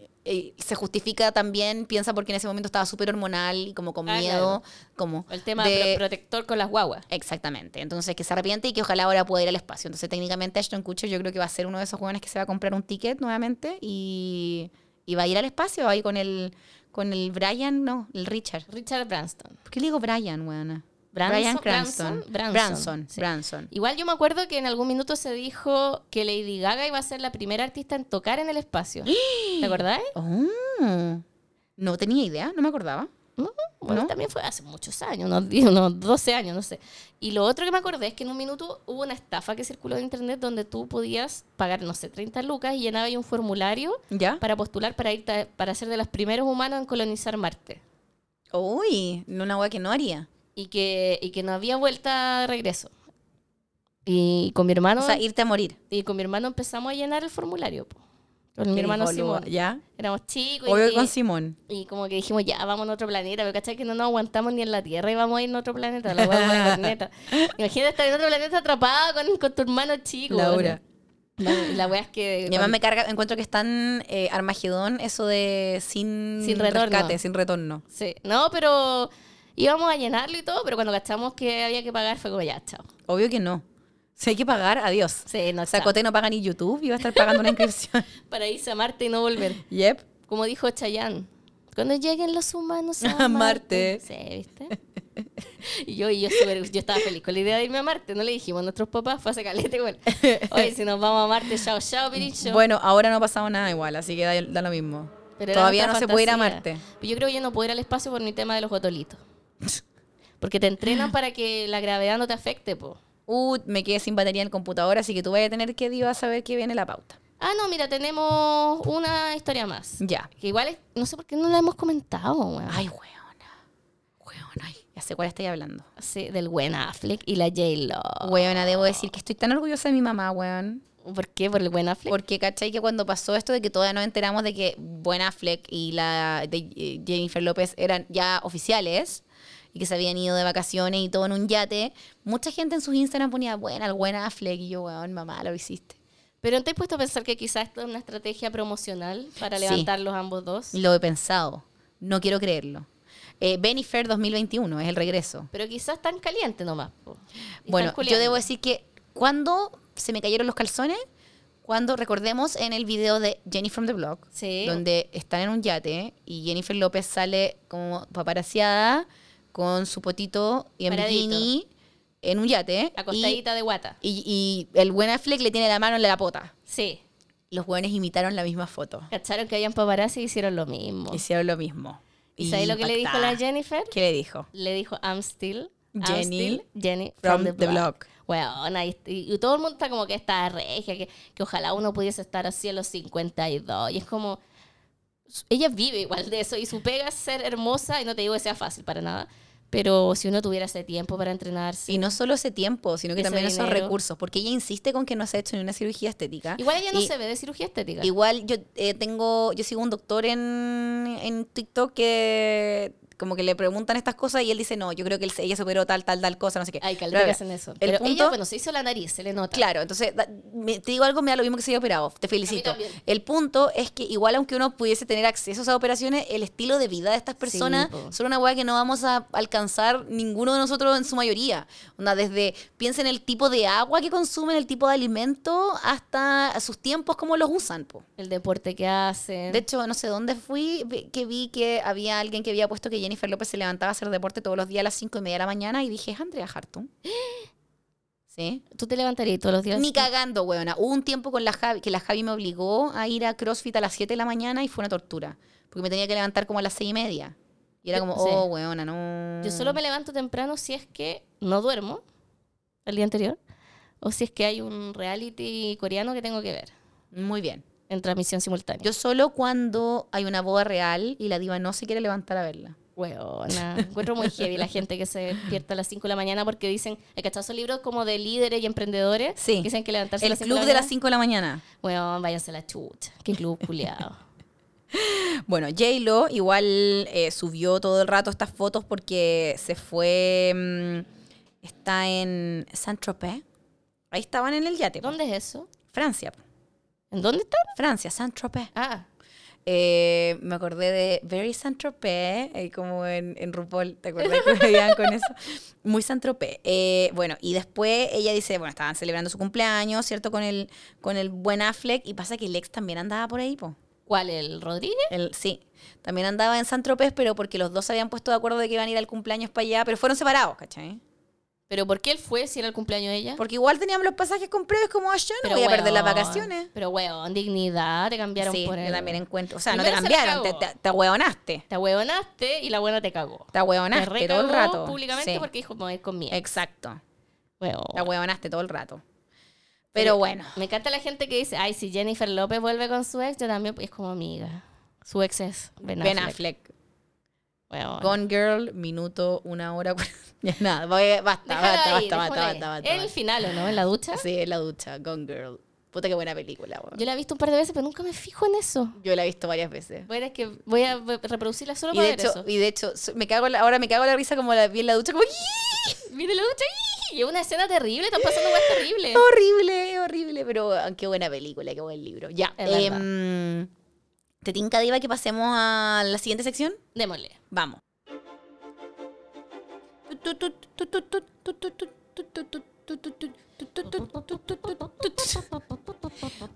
S1: mm, eh, se justifica también, piensa porque en ese momento estaba súper hormonal y como con
S2: Ah,
S1: miedo, como
S2: El tema
S1: de-
S2: pro- protector con las guaguas.
S1: Exactamente. Entonces, que se arrepiente y que ojalá ahora pueda ir al espacio. Entonces, técnicamente, Ashton Kutcher yo creo que va a ser uno de esos jóvenes que se va a comprar un ticket nuevamente y, y va a ir al espacio. Va a ir con el, con el Brian, no, el Richard.
S2: Richard Branston.
S1: ¿Por qué le digo Brian, weona?
S2: Branson,
S1: Brian Cranston.
S2: Branson, Branson,
S1: Branson.
S2: sí.
S1: Branson.
S2: Igual yo me acuerdo que en algún minuto se dijo que Lady Gaga iba a ser la primera artista en tocar en el espacio.
S1: ¡Ah!
S2: ¿Te acordás?
S1: Oh, no tenía idea, no me acordaba.
S2: Bueno,
S1: ¿No?
S2: también fue hace muchos años, unos, 10, unos 12 años, no sé. Y lo otro que me acordé es que en un minuto hubo una estafa que circuló en internet donde tú podías pagar, no sé, 30 lucas y llenabas ahí un formulario
S1: ¿Ya?
S2: para postular para ir ta- para ser de los primeros humanos en colonizar Marte.
S1: Uy, no, una wea que no haría.
S2: Y que, y que no había vuelta de regreso. Y con mi hermano
S1: O sea, irte a morir.
S2: y con mi hermano empezamos a llenar el formulario. po. Con mi
S1: Qué
S2: hermano
S1: boluda,
S2: Simón.
S1: ¿Ya?
S2: Éramos chicos.
S1: Obvio
S2: y-
S1: que con Simón.
S2: Y como que dijimos, ya, vamos a otro planeta, pero cachai que no nos aguantamos ni en la Tierra y vamos a ir a otro planeta, la hueá buena corneta. Imagínate estar en otro planeta atrapado con, con tu hermano chico.
S1: Laura.
S2: bueno. La, la hueá es que...
S1: Y además me carga, encuentro que están eh, Armagedón, eso de sin,
S2: Sin retorno.
S1: rescate, sin retorno.
S2: Sí, no, pero íbamos a llenarlo y todo, pero cuando cachamos que había que pagar fue como, ya, chao.
S1: Obvio que no. Si hay que pagar, adiós.
S2: Sí, no, chao.
S1: Sacote no paga ni YouTube y va a estar pagando una inscripción.
S2: Para irse a Marte y no volver.
S1: yep.
S2: Como dijo Chayanne, cuando lleguen los humanos a, Marte.
S1: A Marte.
S2: Sí, ¿viste? Y yo, y yo, súper- yo estaba feliz con la idea de irme a Marte. No le dijimos a nuestros papás, fue a calete, bueno. Oye, si nos vamos a Marte, chao, chao, pirincho.
S1: Bueno, ahora no ha pasado nada igual, así que da, da lo mismo.
S2: Pero era
S1: Todavía no
S2: nuestra
S1: se puede ir a
S2: fantasía.
S1: Marte.
S2: Yo creo que yo no puedo ir al espacio por mi tema de los gotolitos. Porque te entrenan para que la gravedad no te afecte, po.
S1: Uh, me quedé sin batería en el computador, así que tú vas a tener que diva, a saber que viene la pauta.
S2: Ah, no, mira, tenemos una historia más.
S1: Ya.
S2: Que igual, es- no sé por qué no la hemos comentado, weón.
S1: Ay, weona. Weona, ay, ya sé cuál estoy hablando.
S2: Sí, del buen Affleck y la J-Lo.
S1: Weona, debo decir que estoy tan orgullosa de mi mamá, weón.
S2: ¿Por qué? ¿Por el buen Affleck?
S1: Porque, ¿cachai? Que cuando pasó esto de que todavía nos enteramos de que Buena Affleck y la de eh, Jennifer López eran ya oficiales y que se habían ido de vacaciones y todo en un yate, mucha gente en sus Instagram ponía buena, el Buena Affleck. Y yo, weón, mamá, lo hiciste.
S2: Pero ¿no te has puesto a pensar que quizás esto es una estrategia promocional para
S1: Sí.
S2: levantarlos ambos dos?
S1: Lo he pensado. No quiero creerlo. Eh, Benifer 2021 es el regreso.
S2: Pero quizás están calientes nomás. po. Están
S1: Bueno, yo
S2: culeando.
S1: debo decir que cuando se me cayeron los calzones, cuando recordemos en el video de Jenny from the Block,
S2: Sí.
S1: donde están en un yate y Jennifer López sale como paparaciada con su potito y en
S2: Paradito.
S1: bikini en un yate.
S2: La
S1: y,
S2: costadita de guata.
S1: y- y el buen Affleck le tiene la mano en la pota.
S2: Sí.
S1: Los buenos imitaron la misma foto.
S2: Cacharon que habían paparazzi y hicieron lo mismo.
S1: Hicieron lo mismo.
S2: ¿Y sabes lo que le dijo
S1: impactada.
S2: la Jennifer?
S1: ¿Qué le dijo?
S2: Le dijo, I'm still. I'm
S1: Jenny
S2: still Jenny
S1: From, the, block.
S2: Weona, y, y- y todo el mundo está como que está regia, que, que ojalá uno pudiese estar así a los 52. Y es como, su- ella vive igual de eso y su pega es ser hermosa y no te digo que sea fácil para nada, pero si uno tuviera ese tiempo para entrenarse.
S1: Y no solo ese tiempo, sino que
S2: Ese
S1: también esos
S2: dinero.
S1: recursos, porque ella insiste con que no se ha hecho ni una cirugía estética.
S2: Igual ella no
S1: Y-
S2: se ve de cirugía estética.
S1: Igual yo eh, tengo, yo sigo un doctor en, en TikTok que como que le preguntan estas cosas y él dice, no, yo creo que él se- ella superó tal, tal, tal cosa, no sé qué.
S2: Ay, caleta
S1: Bla,
S2: que
S1: bla.
S2: hacen eso.
S1: El
S2: pero
S1: punto,
S2: ella, bueno, se hizo la nariz, se le nota.
S1: claro, entonces da- me- te digo algo, me da lo mismo que se haya operado, te felicito.
S2: también.
S1: El punto es que igual aunque uno pudiese tener acceso a esas operaciones, el estilo de vida de estas personas
S2: po.
S1: son una hueá que no vamos a alcanzar ninguno de nosotros en su mayoría. Onda, desde piensen el tipo de agua que consumen, el tipo de alimento, hasta sus tiempos, cómo los usan. Po.
S2: El deporte que hacen.
S1: De hecho, no sé dónde fui, vi- que vi que había alguien que había puesto que Jennifer López se levantaba a hacer deporte todos los días a las 5 y media de la mañana y dije, es Andrea Hartung. ¿Sí?
S2: ¿Tú te levantarías todos los días?
S1: Ni cagando, weona. Hubo un tiempo con la Javi, que la Javi me obligó a ir a CrossFit a las 7 de la mañana y fue una tortura. Porque me tenía que levantar como a las 6 y media. Y era como,
S2: Sí.
S1: oh, weona, no.
S2: Yo solo me levanto temprano si es que no duermo el día anterior o si es que hay un reality coreano que tengo que ver.
S1: Muy bien.
S2: en transmisión simultánea.
S1: Yo solo cuando hay una boda real y la diva no se quiere levantar a verla.
S2: Weona, encuentro muy heavy la gente que se despierta a las 5 de la mañana porque dicen, he cachado esos libros como de líderes y emprendedores.
S1: Sí.
S2: que Dicen que levantarse a
S1: El
S2: las
S1: club de las 5 de la mañana.
S2: Bueno, váyanse a la chucha. Qué club culiado.
S1: Bueno, J-Lo igual eh, subió todo el rato estas fotos porque se fue. mm, está en Saint-Tropez. Ahí estaban en el yate. po.
S2: ¿Dónde es eso?
S1: Francia. po.
S2: ¿En dónde están?
S1: Francia, Saint-Tropez.
S2: Ah,
S1: Eh, me acordé de Very Saint-Tropez, eh, como en, en RuPaul, ¿te acuerdas que me veían con eso? Muy Saint-Tropez. Eh, bueno, y después ella dice, bueno, estaban celebrando su cumpleaños, ¿cierto? Con el, con el buen Affleck, y pasa que el ex también andaba por ahí, po.
S2: ¿cuál? ¿El Rodríguez?
S1: El- sí, también andaba en Saint-Tropez, pero porque los dos se habían puesto de acuerdo de que iban a ir al cumpleaños para allá, pero fueron separados, ¿cachai?
S2: ¿Pero por qué él fue si era el cumpleaños de ella?
S1: Porque igual teníamos los pasajes comprados como "Ah, yo no
S2: Ah. Pero
S1: voy a perder las
S2: weón,
S1: vacaciones.
S2: Pero weón, dignidad, te cambiaron
S1: Sí,
S2: por
S1: yo
S2: el-
S1: también encuentro. O sea, no te
S2: Primero se la
S1: cambiaron, te,
S2: cagó.
S1: te, te ahueonaste.
S2: Te huevonaste y la buena te cagó.
S1: Te
S2: Te
S1: ahueonaste todo el
S2: recagó
S1: rato.
S2: públicamente
S1: Sí,
S2: porque dijo, me voy a ir con mi ex.
S1: Exacto.
S2: Weón.
S1: Te ahueonaste todo el rato. Pero bueno,
S2: Eh, Me encanta la gente que dice, ay, si Jennifer López vuelve con su ex, yo también, es como amiga. Su ex es Ben Affleck.
S1: Ben Affleck.
S2: Weón.
S1: Gone Girl, minuto, una hora. cuarenta- Ya nada, voy- basta,
S2: Déjala
S1: basta,
S2: ahí,
S1: basta,
S2: déjala
S1: basta,
S2: ahí.
S1: basta, basta,
S2: En el
S1: basta.
S2: final, ¿o no? En la ducha.
S1: Sí, en la ducha, Gone Girl. Puta, qué buena película, weón.
S2: Yo la he visto un par de veces, pero nunca me fijo en eso.
S1: Yo la he visto varias veces.
S2: Bueno, es que voy a voy a reproducirla solo
S1: Y
S2: para
S1: de,
S2: ver
S1: hecho,
S2: eso.
S1: y de hecho, so- me cago en la- ahora me cago en la risa como la vi en la ducha, como
S2: Mira la ducha ¡ih! y es una escena terrible, están pasando cosas terribles.
S1: horrible, es horrible, pero ah, qué buena película, qué buen libro. Ya.
S2: Es verdad.
S1: em, ¿Te tinca, Diva, que pasemos a la siguiente sección?
S2: Démosle.
S1: Vamos.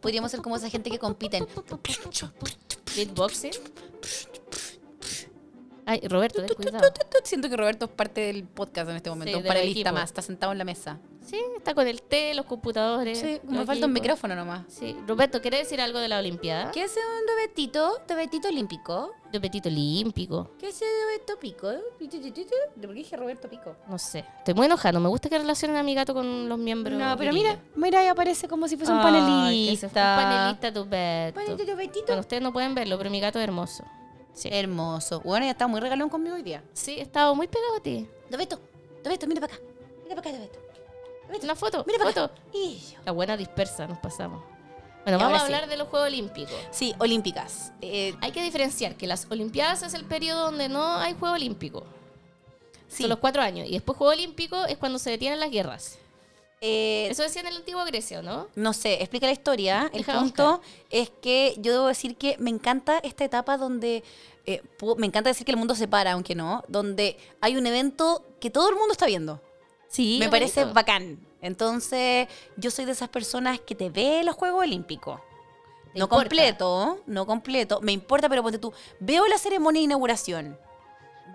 S1: Podríamos ser como esa gente que compiten.
S2: Beatboxing. Ay, Roberto, ten cuidado.
S1: Siento que Roberto es parte del podcast en este momento,
S2: Sí,
S1: un
S2: del
S1: panelista
S2: equipo.
S1: más, está sentado en la mesa.
S2: Sí, está con el té, los computadores.
S1: Sí,
S2: los
S1: me falta un
S2: equipos.
S1: micrófono nomás.
S2: Sí, Roberto, ¿quieres decir algo de la Olimpiada?
S1: ¿Qué es un dobetito? ¿Dobetito olímpico?
S2: De Petito Olímpico.
S1: ¿Qué es un dobeto pico? ¿Por qué dije Roberto Pico?
S2: No sé. Estoy muy enojada. No me gusta que relacionen a mi gato con los miembros.
S1: no, pero
S2: viriles.
S1: mira, mira, ahí aparece como si fuese un
S2: Ay, que se
S1: panelista.
S2: fue Un panelista tu Beto.
S1: Panelista dobetito.
S2: Bueno, ustedes no pueden verlo, pero mi gato es hermoso. Sí.
S1: Hermoso. Bueno, ya está muy regalón conmigo hoy día.
S2: Sí, estaba muy pegado a ti.
S1: Dobeto, Dobeto, mira para acá. Mira para acá, Dobeto.
S2: Una foto,
S1: Mira
S2: mira
S1: para
S2: foto.
S1: Y yo.
S2: La buena dispersa, nos pasamos. Bueno,
S1: ahora
S2: vamos a
S1: sí.
S2: hablar de los Juegos Olímpicos.
S1: Sí, olímpicas. Eh,
S2: Hay que diferenciar que las Olimpiadas es el periodo donde no hay Juego Olímpico.
S1: sí.
S2: Son los cuatro años. Y después Juego Olímpico es cuando se detienen las guerras.
S1: Eh,
S2: Eso decía en el antiguo Grecia, ¿o ¿no?
S1: No sé, explica la historia. El
S2: Deja
S1: punto es que yo debo decir que me encanta esta etapa donde. eh, puedo- me encanta decir que el mundo se para, aunque no. Donde hay un evento que todo el mundo está viendo.
S2: Sí.
S1: me
S2: es
S1: parece
S2: bonito.
S1: bacán. Entonces, yo soy de esas personas que te ve los Juegos Olímpicos.
S2: Te
S1: No
S2: importa.
S1: completo, no completo. Me importa, pero ponte tú. Veo la ceremonia de inauguración.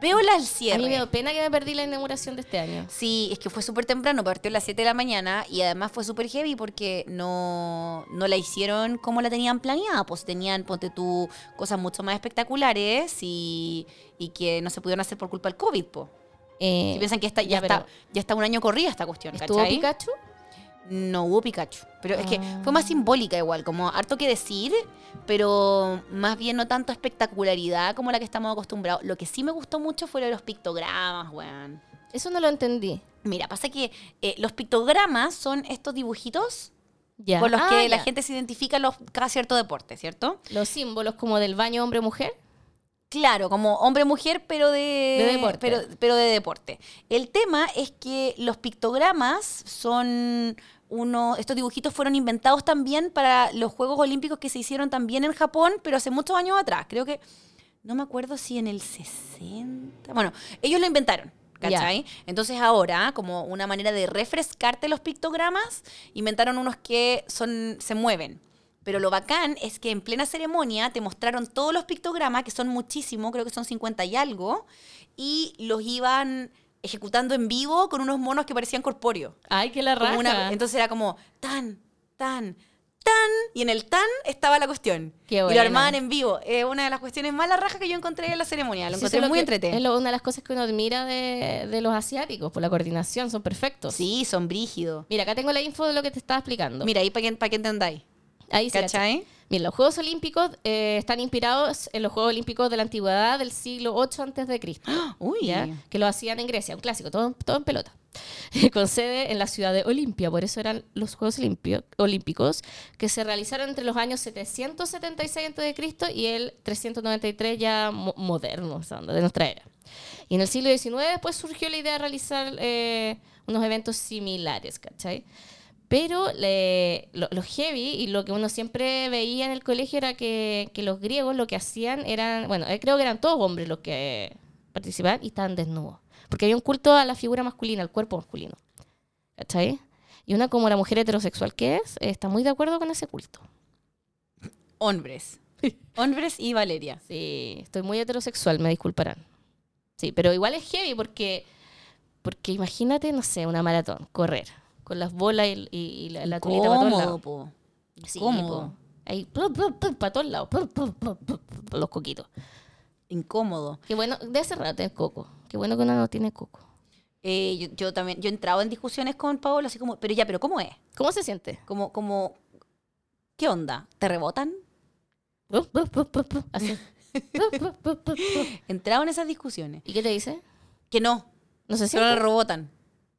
S1: Veo la el
S2: A
S1: cierre.
S2: mí me da pena que me perdí la inauguración de este año.
S1: Sí, es que fue súper temprano, partió a las 7 de la mañana y además fue súper heavy porque no, no la hicieron como la tenían planeada, pues tenían, ponte tú, cosas mucho más espectaculares y, y que no se pudieron hacer por culpa del COVID, po.
S2: Eh,
S1: Si piensan que esta- ya,
S2: ya, pero-
S1: está, ya está un año corrida esta cuestión,
S2: ¿Estuvo
S1: ¿cachai?
S2: Pikachu?
S1: No hubo Pikachu, pero es que
S2: Ah.
S1: fue más simbólica igual, como harto que decir, pero más bien no tanto espectacularidad como la que estamos acostumbrados. Lo que sí me gustó mucho fueron los pictogramas, weón.
S2: Eso no lo entendí.
S1: Mira, pasa que eh, los pictogramas son estos dibujitos
S2: Ya.
S1: con los
S2: Ah,
S1: que la
S2: ya.
S1: gente se identifica los, cada cierto deporte, ¿cierto?
S2: Los símbolos como del baño hombre-mujer.
S1: Claro, como hombre-mujer, pero de,
S2: De deporte.
S1: Pero, pero de deporte. El tema es que los pictogramas son uno, estos dibujitos fueron inventados también para los Juegos Olímpicos que se hicieron también en Japón, pero hace muchos años atrás. Creo que, no me acuerdo si en el 60. Bueno, ellos lo inventaron.
S2: Ya.
S1: ¿Cachai? Entonces ahora, como una manera de refrescarte los pictogramas, inventaron unos que son, se mueven. Pero lo bacán es que en plena ceremonia te mostraron todos los pictogramas, que son muchísimos, creo que son 50 y algo, y los iban ejecutando en vivo con unos monos que parecían corpóreos.
S2: Ay, que la
S1: Como
S2: raja.
S1: una- entonces era como tan, tan, tan, y en el tan estaba la cuestión.
S2: Qué
S1: y lo
S2: buena.
S1: armaban en vivo. Es una de las cuestiones más la raja que yo encontré en la ceremonia. Lo
S2: Sí,
S1: encontré
S2: eso es
S1: muy
S2: que-
S1: entretenido.
S2: Es lo- una de las cosas que uno admira de, de los asiáticos, por la coordinación, son perfectos.
S1: Sí, son brígidos.
S2: Mira, acá tengo la info de lo que te estaba explicando.
S1: Mira, ahí para que, pa' que entendáis.
S2: Ahí se cacha.
S1: ¿Cachai?
S2: Bien, los Juegos Olímpicos eh, están inspirados en los Juegos Olímpicos de la Antigüedad del siglo 8 antes de Cristo.
S1: ¡Ah! Uy.
S2: ¿ya? que lo hacían en Grecia, un clásico, todo, todo en pelota, con sede en la ciudad de Olimpia, por eso eran los Juegos Olimpio- Olímpicos, que se realizaron entre los años 776 a.C. y el 393 ya mo- moderno, o sea, de nuestra era. Y en el siglo XIX después surgió la idea de realizar eh, unos eventos similares, ¿cachai? Pero le- lo, lo heavy y lo que uno siempre veía en el colegio era que, que los griegos lo que hacían eran, bueno, eh, creo que eran todos hombres los que participaban y estaban desnudos. Porque había un culto a la figura masculina, al cuerpo masculino. ¿Cachai? Y una como la mujer heterosexual que es, eh, está muy de acuerdo con ese culto.
S1: Hombres. Hombres y Valeria.
S2: Sí, estoy muy heterosexual, me disculparán. Sí, pero igual es heavy porque, porque imagínate, no sé, una maratón, correr, con las bolas y, y- y la, la tulita para todos lados.
S1: Cómodo, po.
S2: Sí,
S1: Incómodo.
S2: po. Ahí, para todos lados, plum, plum, plum, plum, plum, los coquitos.
S1: Incómodo.
S2: Qué bueno, de ese rato es coco. Qué bueno que uno no tiene coco.
S1: Eh, yo, yo también, yo he entrado en discusiones con Paolo, así como, pero ya, pero ¿cómo es?
S2: ¿Cómo se siente?
S1: Como, como, ¿qué onda? ¿Te rebotan?
S2: Plum, plum, plum, plum, plum, así. Plum, plum, plum, plum, plum.
S1: He entrado en esas discusiones.
S2: ¿Y qué te dice?
S1: Que no,
S2: ¿No se
S1: que no
S2: siente?
S1: le rebotan,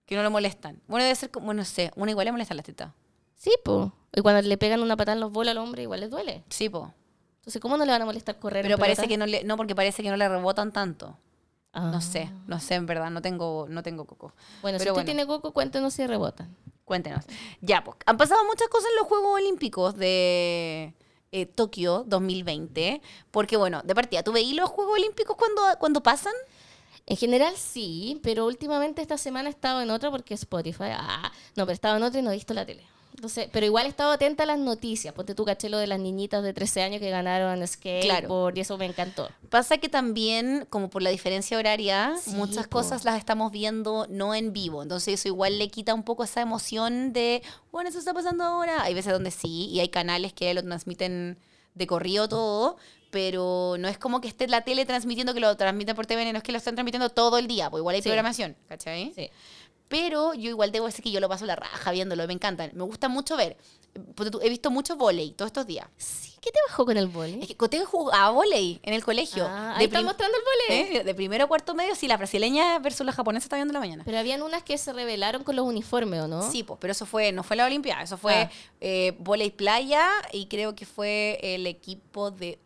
S1: que no lo molestan. Bueno, debe ser como, no sé, una igual le molestan las tetas.
S2: Sí, po. Y cuando le pegan una patada en los bolas al hombre, igual les duele.
S1: Sí, po.
S2: Entonces, ¿cómo no le van a molestar correr?
S1: Pero parece que no le, no, porque parece que no le rebotan tanto.
S2: no.
S1: No sé, no sé, en verdad, no tengo, no tengo coco.
S2: Ah. Bueno, si
S1: Pero
S2: usted
S1: bueno.
S2: tiene coco, cuéntenos si rebotan.
S1: Cuéntenos. Ya, pues, han pasado muchas cosas en los Juegos Olímpicos de eh, Tokio 2020, porque bueno, de partida, ¿tú veí los Juegos Olímpicos cuando, cuando pasan?
S2: En general sí, pero últimamente esta semana he estado en otra porque Spotify, ah, no, pero he estado en otra y no he visto la tele. Entonces, pero igual he estado atenta a las noticias. Ponte tú caché lo de las niñitas de 13 años que ganaron skateboard y eso me encantó.
S1: Pasa que también, como por la diferencia horaria,
S2: Sí,
S1: muchas
S2: po.
S1: cosas las estamos viendo no en vivo. Entonces eso igual le quita un poco esa emoción de, bueno, eso está pasando ahora. Hay veces donde sí, y hay canales que lo transmiten de corrido todo, pero no es como que esté la tele transmitiendo que lo transmiten por TVN, no es que lo están transmitiendo todo el día, pues igual hay
S2: Sí.
S1: programación, ¿cachai?
S2: Sí.
S1: Pero yo igual debo decir que yo lo paso la raja viéndolo, me encantan. Me gusta mucho ver. Ponte tú, He visto mucho volei todos estos días.
S2: Sí, ¿qué te bajó con el vole?
S1: Es que Coté jugaba volei en el colegio.
S2: Ah,
S1: De
S2: ahí están
S1: prim-
S2: mostrando el vole.
S1: ¿Eh? De primero a cuarto medio, sí, la brasileña versus la japonesa está viendo en la mañana.
S2: Pero habían unas que se revelaron con los uniformes, ¿o no?
S1: Sí, pues, pero eso fue, no fue la Olimpiada, eso fue
S2: Ah.
S1: eh, volei playa y creo que fue el equipo de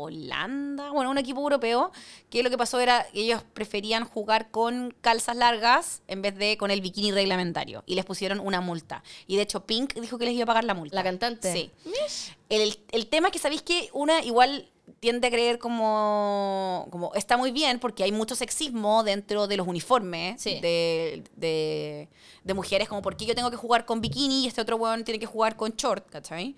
S1: Holanda, bueno, un equipo europeo, que lo que pasó era que ellos preferían jugar con calzas largas en vez de con el bikini reglamentario y les pusieron una multa. Y de hecho Pink dijo que les iba a pagar la multa.
S2: La cantante.
S1: Sí. El, el tema es que sabéis que una igual tiende a creer como, como está muy bien porque hay mucho sexismo dentro de los uniformes
S2: Sí.
S1: de, de- de mujeres, como por qué yo tengo que jugar con bikini y este otro weón tiene que jugar con short, ¿cachai?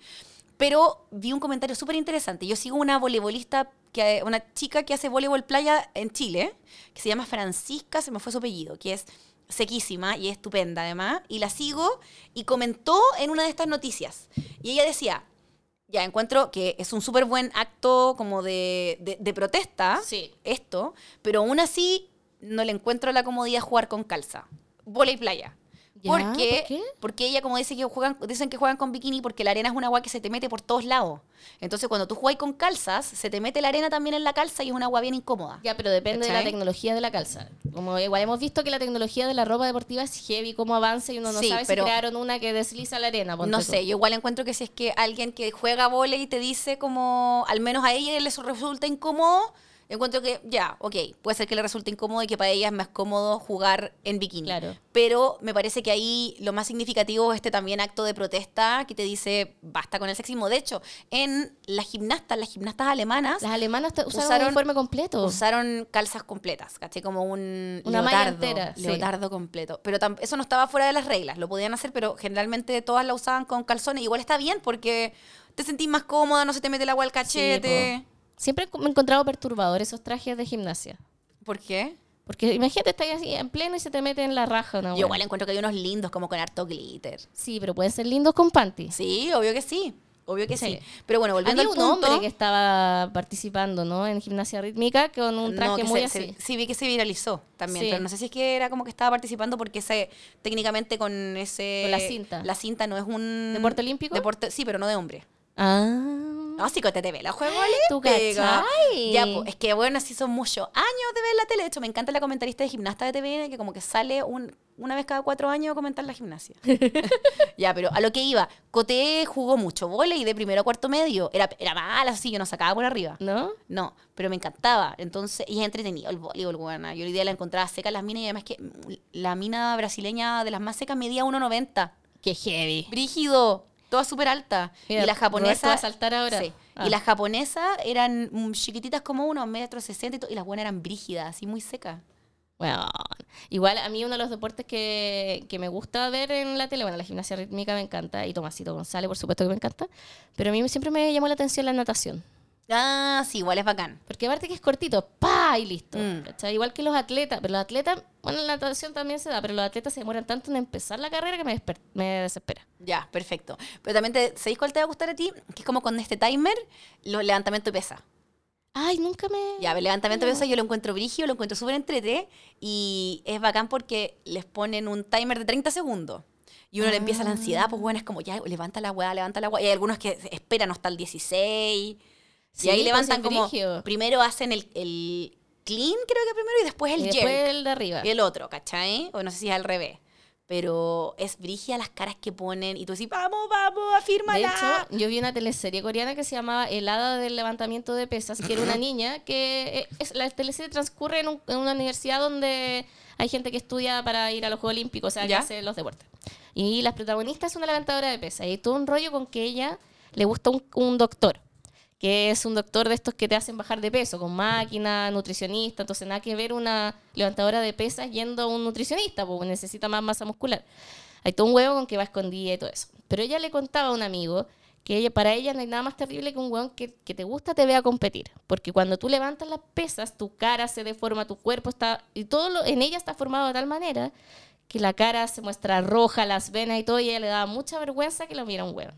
S1: Pero vi un comentario súper interesante. Yo sigo una voleibolista, que, una chica que hace voleibol playa en Chile, que se llama Francisca, se me fue su apellido, que es sequísima y estupenda además, y la sigo y comentó en una de estas noticias. Y ella decía, ya encuentro que es un súper buen acto como de, de- de protesta
S2: Sí.
S1: esto, pero aún así no le encuentro la comodidad de jugar con calza. Bola y playa.
S2: Ya,
S1: Porque,
S2: ¿por qué?
S1: porque ella como dice que juegan, dicen que juegan con bikini porque la arena es un agua que se te mete por todos lados. Entonces cuando tú juegas con calzas, se te mete la arena también en la calza y es un agua bien incómoda.
S2: Ya, pero depende de la
S1: ¿Cachai?
S2: tecnología de la calza. Como igual hemos visto que la tecnología de la ropa deportiva es heavy, cómo avanza y uno no
S1: Sí,
S2: sabe
S1: pero-
S2: si crearon una que desliza la arena. ponte
S1: No
S2: tú.
S1: sé, yo igual encuentro que si es que alguien que juega volei y te dice como, al menos a ella le resulta incómodo, encuentro que ya, ok, puede ser que le resulte incómodo y que para ella es más cómodo jugar en bikini.
S2: Claro.
S1: Pero me parece que ahí lo más significativo es este también acto de protesta que te dice basta con el sexismo. De hecho, en las gimnastas, las gimnastas alemanas,
S2: Las alemanas ta- usaron,
S1: Usaron-
S2: un uniforme completo.
S1: usaron calzas completas, ¿cachai? Como un
S2: Una malla
S1: leotardo,
S2: entera, sí.
S1: leotardo completo. Pero tam- eso no estaba fuera de las reglas, lo podían hacer, pero generalmente todas la usaban con calzones. Igual está bien porque te sentís más cómoda, no se te mete el agua al cachete.
S2: Siempre me he encontrado perturbador esos trajes de gimnasia.
S1: ¿Por qué?
S2: Porque imagínate, estás así en pleno y se te mete en la raja una
S1: Yo
S2: wea.
S1: igual encuentro que hay unos lindos como con harto glitter.
S2: Sí, pero pueden ser lindos con panties.
S1: Sí, obvio que sí. Obvio que
S2: Sí.
S1: sí. Pero bueno, volviendo
S2: Había
S1: al
S2: un
S1: punto,
S2: hombre que estaba participando, ¿no? En gimnasia rítmica con un
S1: No,
S2: traje
S1: que
S2: muy
S1: se-
S2: así.
S1: se- sí, vi que se viralizó también,
S2: Sí.
S1: pero no sé si es que era como que estaba participando porque se, técnicamente con ese...
S2: Con la cinta.
S1: La cinta no es un...
S2: ¿Deporte olímpico?
S1: Deporte, sí, pero no de hombre.
S2: Ah.
S1: No, si Cote TV, la juego
S2: ¿Tú
S1: olímpica.
S2: cachai?
S1: Ya, pues, es que bueno, así son muchos años de ver la tele. De hecho, me encanta la comentarista de gimnasta de TVN que como que sale un- una vez cada cuatro años a comentar la gimnasia. ya, pero a lo que iba, Cote jugó mucho volei de primero a cuarto medio. Era, era mala, así, yo no sacaba por arriba.
S2: ¿No?
S1: No, pero me encantaba. Entonces, y es entretenido el voleibol, buena. Yo la idea la encontraba seca las minas y además que mm, la mina brasileña de las más secas medía 1,90.
S2: Qué heavy.
S1: Brígido, toda súper alta.
S2: Mira,
S1: y las japonesas.
S2: Roberto va a saltar ahora.
S1: Sí.
S2: Ah.
S1: Y las japonesas eran mm, chiquititas como unos metros sesenta y, to- y las buenas eran brígidas, así muy secas.
S2: Bueno, igual a mí uno de los deportes que, que me gusta ver en la tele, bueno, la gimnasia rítmica me encanta y Tomasito González, por supuesto que me encanta, pero a mí siempre me llamó la atención la natación.
S1: Ah, sí, igual es bacán.
S2: Porque aparte que es cortito, pa y listo.
S1: Mm.
S2: ¿cachai? Igual que los atletas, pero los atletas, bueno, la natación también se da, pero los atletas se demoran tanto en empezar la carrera que me, desper- me desespera.
S1: Ya, perfecto. Pero también, te, ¿sabéis cuál te va a gustar a ti? Que es como con este timer, los levantamiento de pesa.
S2: Ay, nunca me...
S1: Ya, el levantamiento
S2: Mm.
S1: de pesa yo lo encuentro brígido, lo encuentro súper entrete y es bacán porque les ponen un timer de 30 segundos. Y uno le empieza la ansiedad, pues bueno, es como, ya, levanta la weá, levanta la weá. Y hay algunos que esperan hasta el 16.
S2: Sí,
S1: y ahí
S2: pues
S1: levantan
S2: es
S1: como,
S2: brígido.
S1: primero hacen el, el clean, creo que primero, y después el
S2: Y
S1: jerk.
S2: después el de arriba.
S1: Y el otro, ¿cachai? O no sé si es al revés. Pero es brígida las caras que ponen y tú decís, vamos, vamos,
S2: De
S1: afírmala.
S2: hecho, yo vi una teleserie coreana que se llamaba El hada del levantamiento de pesas, que era una niña que eh, es- la teleserie transcurre en, un- en una universidad donde hay gente que estudia para ir a los Juegos Olímpicos, o sea, que
S1: Ya.
S2: hace los deportes. Y la protagonista es una levantadora de pesas. Y hay todo un rollo con que ella le gusta un, un doctor, que es un doctor de estos que te hacen bajar de peso, con máquina, nutricionista. Entonces, nada que ver una levantadora de pesas yendo a un nutricionista, porque necesita más masa muscular. Hay todo un huevo con que va escondida y todo eso. Pero ella le contaba a un amigo que ella, para ella no hay nada más terrible que un hueón que, que te gusta te vea competir. Porque cuando tú levantas las pesas, tu cara se deforma, tu cuerpo está... Y todo lo, en ella está formado de tal manera que la cara se muestra roja, las venas y todo. Y a ella le daba mucha vergüenza que lo viera un hueón.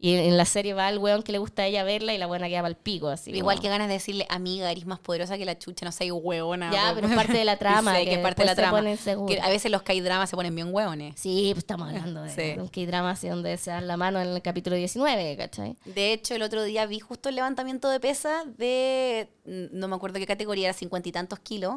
S2: Y en, en la serie va el hueón que le gusta a ella verla y la buena queda al pico. Así
S1: Igual
S2: como-
S1: que ganas de decirle, amiga, eres más poderosa que la chucha, no seas hueona.
S2: Ya, pero es parte de la trama,
S1: Sí, que, es
S2: que
S1: parte de la
S2: después se
S1: trama.
S2: ponen seguros.
S1: Que a veces los K-dramas se ponen bien hueones.
S2: Sí, pues estamos hablando de,
S1: Sí.
S2: de un K-drama así donde se dan la mano en el capítulo 19, ¿cachai?
S1: De hecho, el otro día vi justo el levantamiento de pesas de, mm, no me acuerdo qué categoría, era cincuenta y tantos kilos,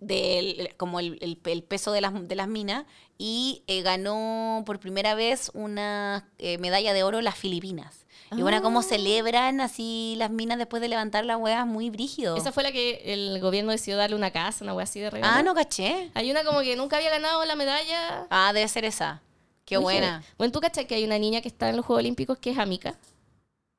S1: del, como el, el- el peso de las, de las minas, y eh, ganó por primera vez una eh, medalla de oro las Filipinas. Y bueno,
S2: Ah.
S1: cómo celebran así las minas después de levantar las huevas, muy brígido.
S2: Esa fue la que el gobierno decidió darle una casa, una wea así de regalo.
S1: Ah, no caché.
S2: Hay una como que nunca había ganado la medalla.
S1: Ah, debe ser esa. Qué
S2: Dije,
S1: buena.
S2: Bueno, tú cachai que hay una niña que está en los Juegos Olímpicos que es amica,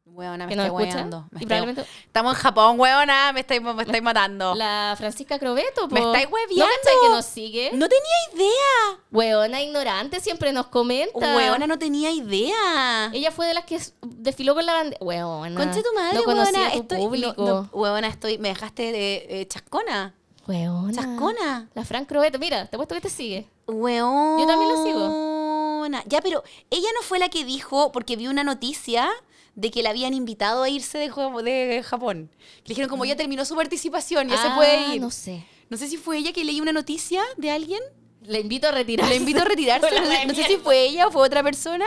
S1: Hueona, Ah, me
S2: que nos
S1: estoy
S2: escucha.
S1: hueando. Me
S2: y
S1: estoy-
S2: probablemente
S1: Estamos en Japón, hueona. Me estáis me estáis matando.
S2: la Francisca Crobeto.
S1: Me
S2: po.
S1: estáis hueviando.
S2: ¿No cachai que nos sigue?
S1: No tenía idea.
S2: Hueona ignorante siempre nos comenta.
S1: Hueona, no tenía idea.
S2: Ella fue de las que s- desfiló con la bandera. Hueona.
S1: Conche tu madre,
S2: No conocía
S1: hueona.
S2: a tu
S1: estoy- no-
S2: público.
S1: no, hueona, estoy, me dejaste de eh, chascona.
S2: Hueona.
S1: Chascona.
S2: La Fran Crobeto. Mira, te he puesto que te sigue.
S1: Hueona.
S2: Yo también la sigo.
S1: Ya, pero ella no fue la que dijo, porque vi una noticia de que la habían invitado a irse de, jue- de Japón. Le dijeron como ya terminó su participación, ya se
S2: Mm. Ah,
S1: puede ir.
S2: No sé.
S1: No sé si fue ella que leí una noticia de alguien.
S2: Le invito a retirarse.
S1: Le invito a retirarse.
S2: Por la
S1: no, sé, no sé si fue ella o fue otra persona.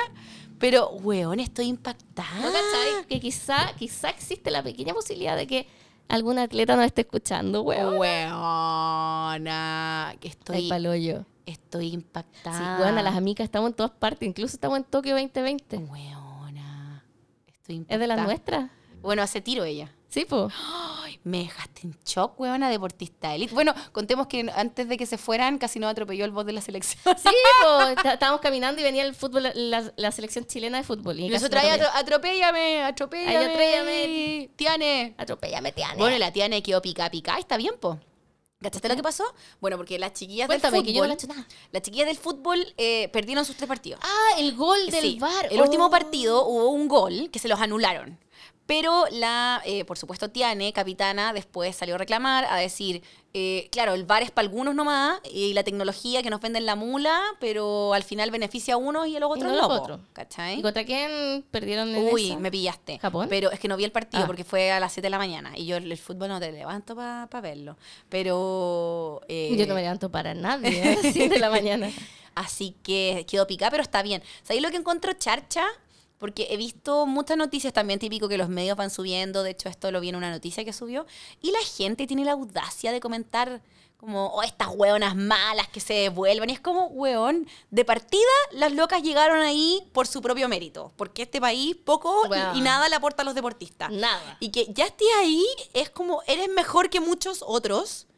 S1: Pero, weón, estoy impactada.
S2: ¿No cachai? Que quizá, quizá existe la pequeña posibilidad de que algún atleta nos esté escuchando, weón.
S1: Weona. Que
S2: Ay,
S1: estoy,
S2: paloyo.
S1: estoy
S2: Sí,
S1: impactada.
S2: weón, a las amigas estamos en todas partes. Incluso estamos en Tokio 2020.
S1: Weona. Estoy impactada.
S2: ¿Es de las nuestras?
S1: Bueno, hace tiro ella.
S2: Sí, po.
S1: Ay, me dejaste en shock, weona, deportista elite. Bueno, contemos que antes de que se fueran, casi nos atropelló el voz de la selección.
S2: Sí, po. Está- Estábamos caminando y venía el fútbol, la, la selección chilena de fútbol. Y
S1: Y
S2: casi nos
S1: nosotros, "Ay,
S2: atropella.
S1: atro- atropéllame, atropéllame.
S2: atropéllame.
S1: Tiane.
S2: Atropéllame, Tiana.
S1: Bueno, y la Tiane quedó pica pica, Ay, está bien, po. ¿Cachaste lo que pasó? Bueno, porque las chiquillas
S2: Cuéntame,
S1: del
S2: que
S1: fútbol,
S2: yo no la he hecho nada.
S1: las chiquillas del fútbol eh, perdieron sus tres partidos.
S2: Ah, el gol del
S1: Sí,
S2: bar.
S1: El
S2: Oh.
S1: último partido hubo un gol que se los anularon. Pero la, eh, por supuesto, Tiane, capitana, después salió a reclamar, a decir, eh, claro, el bar es para algunos nomás y la tecnología que nos venden la mula, pero al final beneficia a unos y a los otros
S2: no a los
S1: no. po.
S2: otros.
S1: ¿Cachai?
S2: ¿Y contra quién perdieron en
S1: Uy,
S2: esa?
S1: me pillaste.
S2: ¿Japón?
S1: Pero es que no vi el partido
S2: Ah.
S1: porque fue a las 7 de la mañana y yo el, el fútbol no te levanto para verlo. Pero. eh,
S2: Yo no me levanto para nadie a las 7 de la mañana.
S1: Así que quedó picada, pero está bien. ¿Sabéis lo que encontró Charcha? Porque he visto muchas noticias también típico que los medios van subiendo. De hecho, esto lo vi en una noticia que subió. Y la gente tiene la audacia de comentar como, oh, estas hueonas malas que se devuelvan. Y es como, hueón, de partida las locas llegaron ahí por su propio mérito. Porque este país poco y-
S2: Weón.
S1: y nada le aporta a los
S2: Ah.
S1: deportistas.
S2: Nada.
S1: Y que ya estés ahí es como, eres mejor que muchos otros,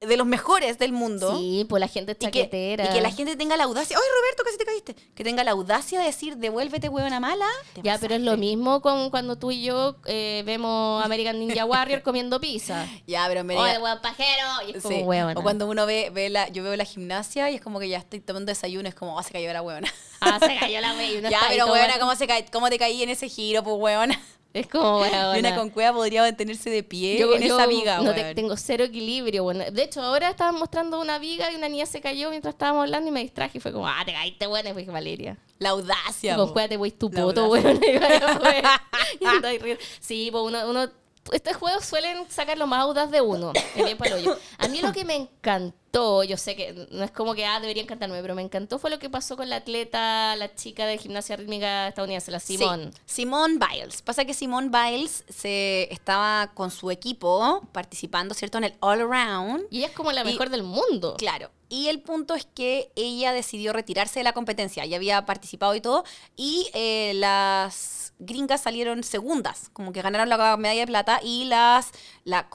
S1: de los mejores del mundo.
S2: Sí, pues la gente es
S1: Y que,
S2: chaquetera.
S1: y que la gente tenga la audacia. ¡Ay, Roberto, casi te caíste! Que tenga la audacia de decir, devuélvete, huevona mala. te
S2: Ya, pero es lo
S1: pasaste.
S2: mismo con cuando tú y yo eh, vemos American Ninja Warrior comiendo pizza.
S1: Ya, pero me
S2: ¡Oye, hueón pajero! Y es como
S1: Sí.
S2: hueón.
S1: O cuando uno ve, ve la, yo veo la gimnasia y es como que ya estoy tomando desayuno, es como, oh, se cayó la huevona.
S2: Ah, se cayó la wey.
S1: ya, pero huevona, ¿cómo, se cae, ¿cómo te caí en ese giro, pues huevona?
S2: Es como hueón.
S1: Y una con cueva podría mantenerse de pie en esa viga,
S2: no te-
S1: hueón.
S2: tengo cero equilibrio. Bueno. De hecho, ahora estaban mostrando una viga y una niña se cayó mientras estábamos hablando y me distraje. Y fue como, ah, te caíste, weón. Y fue Valeria.
S1: La audacia.
S2: Y con
S1: po.
S2: cueva te voy pues, tu
S1: La
S2: poto,
S1: audacia.
S2: weón. Y vaya, weón. Y andáis riendo. Sí, pues uno, uno- Estos juegos suelen sacar lo más audaz de uno. Es bien pa'l hoyo. A mí lo que me encantó, yo sé que no es como que ah, debería encantarme, pero me encantó fue lo que pasó con la atleta, la chica de gimnasia rítmica estadounidense, la
S1: Sí,
S2: Simón.
S1: Simone Biles. Pasa que Simone Biles se estaba con su equipo participando, ¿cierto? En el All Around.
S2: Y ella es como la
S1: Y-
S2: mejor del mundo.
S1: Claro. Y el punto es que ella decidió retirarse de la competencia. Ya había participado y todo. Y eh, las gringas salieron segundas, como que ganaron la medalla de plata. Y las la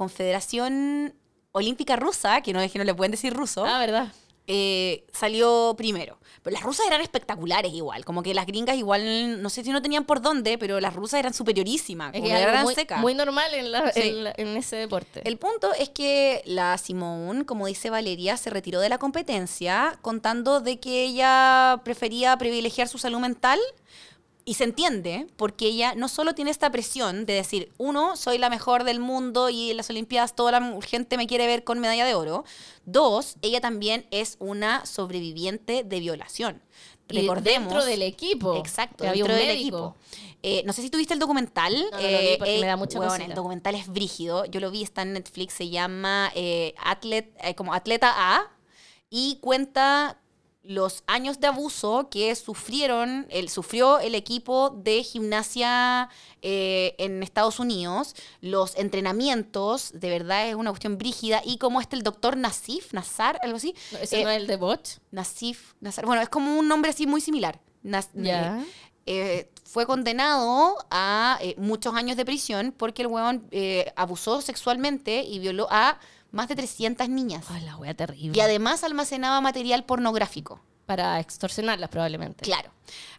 S1: Confederación Olímpica Rusa, que no es que no le pueden decir ruso,
S2: Ah, ¿verdad?
S1: eh, salió primero. Pero las rusas eran espectaculares igual. Como que las gringas igual, no sé si no tenían por dónde, pero las rusas eran superiorísimas.
S2: Es
S1: Como
S2: que
S1: que
S2: es algo
S1: eran
S2: muy,
S1: secas.
S2: muy normal en, la-
S1: Sí.
S2: en la- en ese deporte.
S1: El punto es que la Simone, como dice Valeria, se retiró de la competencia contando de que ella prefería privilegiar su salud mental. Y se entiende, porque ella no solo tiene esta presión de decir, uno, soy la mejor del mundo y en las Olimpiadas toda la gente me quiere ver con medalla de oro. Dos, ella también es una sobreviviente de violación.
S2: Y
S1: Recordemos.
S2: Dentro del equipo.
S1: Exacto,
S2: Que había
S1: dentro
S2: un
S1: del
S2: médico.
S1: equipo. Eh, no sé si tuviste el documental.
S2: No, no lo vi
S1: eh,
S2: porque
S1: eh,
S2: me da mucha
S1: weón,
S2: cosita.
S1: El documental es brígido. Yo lo vi, está en Netflix, se llama eh, Atlet- eh, como Atleta A y cuenta los años de abuso que sufrieron, el, sufrió el equipo de gimnasia eh, en Estados Unidos, los entrenamientos, de verdad es una cuestión brígida, y como este el doctor Nasif, Nazar, algo así,
S2: No, ese
S1: Eh,
S2: no es el de Botch.
S1: Nasif, Nazar, bueno, es como un nombre así muy similar. Nas-
S2: Ya.
S1: eh, fue condenado a eh, muchos años de prisión porque el huevón eh, abusó sexualmente y violó a más de 300 niñas.
S2: Ay, la wea terrible.
S1: Y además almacenaba material pornográfico.
S2: Para extorsionarlas, probablemente.
S1: Claro.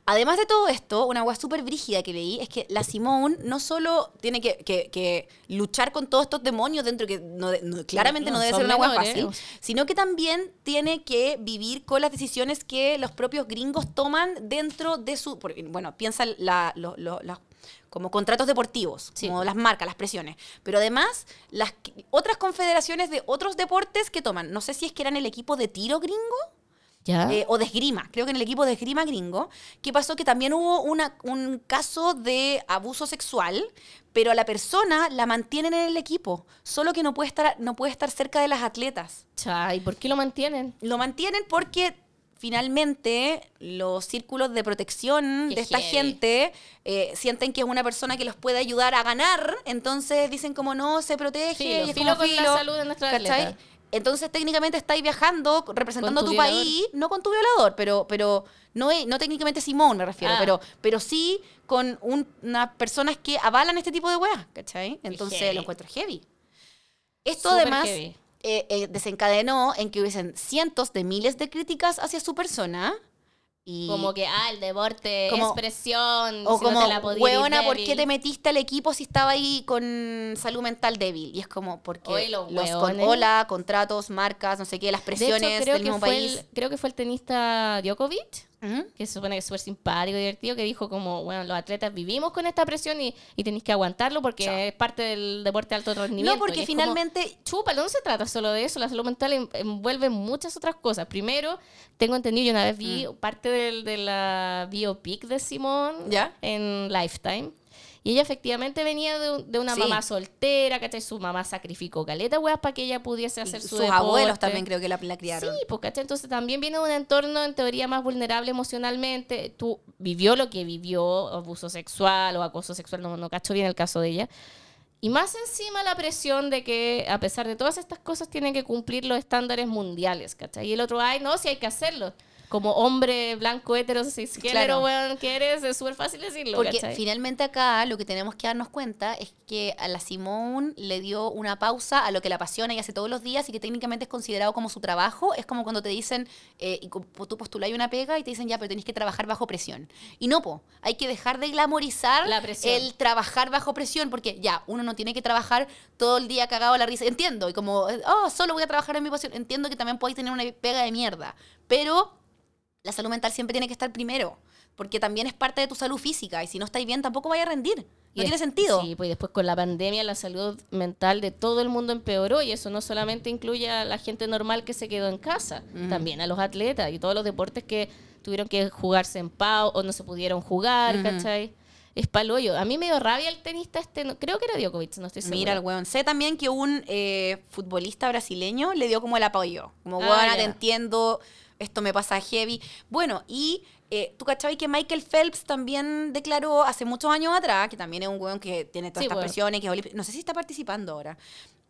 S1: Además de todo esto, una hueá súper brígida que leí es que la Simone no solo tiene que, que- que luchar con todos estos demonios dentro que no de- no- claramente no,
S2: No,
S1: debe
S2: son
S1: ser una hueá fácil,
S2: menores.
S1: sino que también tiene que vivir con las decisiones que los propios gringos toman dentro de su... porque, Bueno, piensa la- lo- lo- las- como contratos deportivos,
S2: Sí.
S1: como las marcas, las presiones. Pero además, las que- otras confederaciones de otros deportes que toman. No sé si es que eran el equipo de tiro gringo
S2: Ya.
S1: eh, o de esgrima, creo que en el equipo de esgrima gringo, que pasó que también hubo una, un caso de abuso sexual, pero a la persona la mantienen en el equipo, solo que no puede estar, no puede estar cerca de las atletas.
S2: Cha, ¿y por qué lo mantienen?
S1: Lo mantienen porque finalmente los círculos de protección
S2: Qué
S1: de esta
S2: heavy.
S1: gente eh, sienten que es una persona que los puede ayudar a ganar, entonces dicen como no, se protege,
S2: Filo,
S1: y es
S2: filo
S1: como
S2: con la
S1: filo,
S2: salud de nuestra
S1: ¿cachai?
S2: atleta.
S1: Entonces técnicamente estáis viajando representando
S2: Con tu
S1: tu,
S2: violador.
S1: país, no con tu violador, pero, pero no, es- no técnicamente Simón me refiero,
S2: Ah.
S1: pero, pero sí con un- unas personas que avalan este tipo de weas, ¿cachai? Entonces
S2: heavy.
S1: lo encuentro heavy. Esto
S2: Súper
S1: además
S2: heavy.
S1: eh, eh, desencadenó en que hubiesen cientos de miles de críticas hacia su persona. Y,
S2: Como que, ah, el deporte,
S1: Como-
S2: expresión.
S1: o
S2: si no
S1: como,
S2: te la podía ir
S1: weona, ¿por
S2: débil".
S1: qué te metiste al equipo si estaba ahí con salud mental débil? Y es como, porque
S2: Oye, los
S1: con,
S2: weones.
S1: hola, contratos, marcas, no sé qué, las
S2: De hecho,
S1: presiones
S2: creo
S1: del
S2: que,
S1: mismo
S2: fue
S1: país. ¿Mm?
S2: el, creo que fue el tenista Djokovic,
S1: Ujú.
S2: que se supone que es súper simpático y divertido, que dijo como, bueno, los atletas vivimos con esta presión y, y tenéis que aguantarlo porque
S1: Chao.
S2: es parte del deporte de alto rendimiento.
S1: No, porque
S2: Y es como,
S1: finalmente
S2: chúpalo, no se trata solo de eso. La salud mental en- envuelve muchas otras cosas. Primero, tengo entendido, yo una vez
S1: Mm.
S2: vi parte del- de la biopic de Simón
S1: ¿Ya?
S2: en Lifetime. Y ella efectivamente venía de, un- de una
S1: Sí.
S2: mamá soltera, ¿cachai? Su mamá sacrificó caleta, weas, para que ella pudiese
S1: Y
S2: hacer su
S1: sus
S2: deporte.
S1: abuelos también creo que la, la criaron.
S2: Sí, pues, ¿cachai? Entonces también viene de un entorno en teoría más vulnerable emocionalmente. Tú vivió lo que vivió, abuso sexual o acoso sexual, no, no cacho bien el caso de ella. Y más encima la presión de que, a pesar de todas estas cosas, tiene que cumplir los estándares mundiales, ¿cachai? Y el otro, ay, no, si hay que hacerlo. Como hombre blanco, hetero, cisgénero,
S1: Claro.
S2: weón, que eres, es súper fácil decirlo,
S1: Porque
S2: ¿cachai?
S1: finalmente acá lo que tenemos que darnos cuenta es que a la Simone le dio una pausa a lo que la apasiona y hace todos los días y que técnicamente es considerado como su trabajo. Es como cuando te dicen, eh, y co- tú postulas una pega y te dicen, ya, pero tenés que trabajar bajo presión. Y no, po, hay que dejar de glamorizar
S2: La presión.
S1: el trabajar bajo presión porque ya, uno no tiene que trabajar todo el día cagado a la risa. Entiendo, y como, eh, oh, solo voy a trabajar en mi pasión. Entiendo que también podéis tener una pega de mierda, pero la salud mental siempre tiene que estar primero, porque también es parte de tu salud física y si no estáis bien tampoco vais a rendir.
S2: Y
S1: No tiene
S2: es-
S1: sentido.
S2: Sí, pues y después con la pandemia la salud mental de todo el mundo empeoró y eso no solamente incluye a la gente normal que se quedó en casa,
S1: Mm.
S2: también a los atletas y todos los deportes que tuvieron que jugarse en pau o no se pudieron jugar,
S1: Ujú.
S2: ¿cachai? Es paloyo. A mí me dio rabia el tenista este, no- creo que era Djokovic, no estoy segura.
S1: Mira el weón. Sé también que un eh, futbolista brasileño le dio como el apoyo. Como,
S2: Ah,
S1: weón,
S2: ya.
S1: te entiendo, esto me pasa heavy. Bueno, y eh, tú cachabas que Michael Phelps también declaró hace muchos años atrás, que también es un weón que tiene todas
S2: Sí,
S1: estas
S2: weón.
S1: presiones, que es olímpico. No sé si está participando ahora.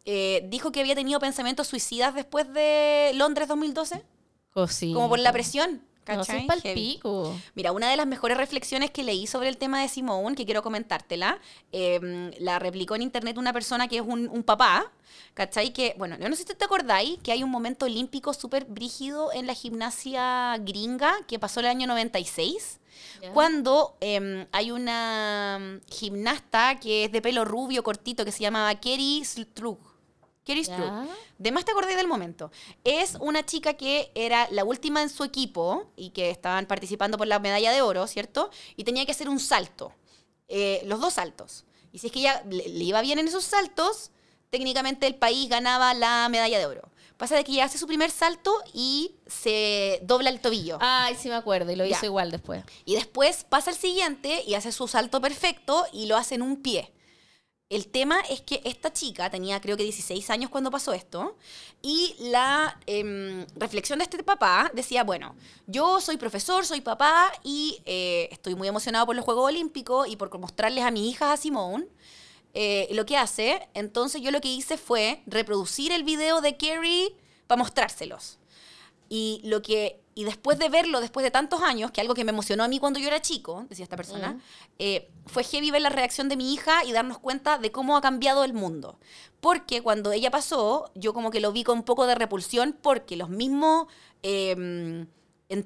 S1: Eh, dijo que había tenido pensamientos suicidas después de Londres 2012,
S2: Cosita.
S1: como por la presión.
S2: No, sí,
S1: ¿cachai?
S2: es pa'l
S1: Heavy.
S2: pico.
S1: Mira, una de las mejores reflexiones que leí sobre el tema de Simone, que quiero comentártela, eh, la replicó en internet una persona que es un, un papá, ¿cachai? Que, bueno, yo no sé si te acordáis que hay un momento olímpico súper brígido en la gimnasia gringa que pasó el año 96,
S2: Ya.
S1: cuando eh, hay una mm, gimnasta que es de pelo rubio, cortito, que se llamaba Kerry Strug. Kerry
S2: Ya.
S1: Strug. De más te acordé del momento. Es una chica que era la última en su equipo y que estaban participando por la medalla de oro, ¿cierto? Y tenía que hacer un salto. Eh, los dos saltos. Y si es que ella le, le iba bien en esos saltos, técnicamente el país ganaba la medalla de oro. Pasa de que ella hace su primer salto y se dobla el tobillo.
S2: Ay, sí me acuerdo, y lo
S1: Ya.
S2: hizo igual después.
S1: Y después pasa el siguiente y hace su salto perfecto y lo hace en un pie. El tema es que esta chica tenía creo que 16 años cuando pasó esto y la em, reflexión de este papá decía, bueno, yo soy profesor, soy papá y eh, estoy muy emocionado por los Juegos Olímpicos y por mostrarles a mis hijas a Simone eh, lo que hace. Entonces yo lo que hice fue reproducir el video de Carrie para mostrárselos. Y lo que y después de verlo, después de tantos años, que algo que me emocionó a mí cuando yo era chico, decía esta persona, eh, fue heavy ver la reacción de mi hija y darnos cuenta de cómo ha cambiado el mundo. Porque cuando ella pasó, yo como que lo vi con un poco de repulsión porque los mismos eh,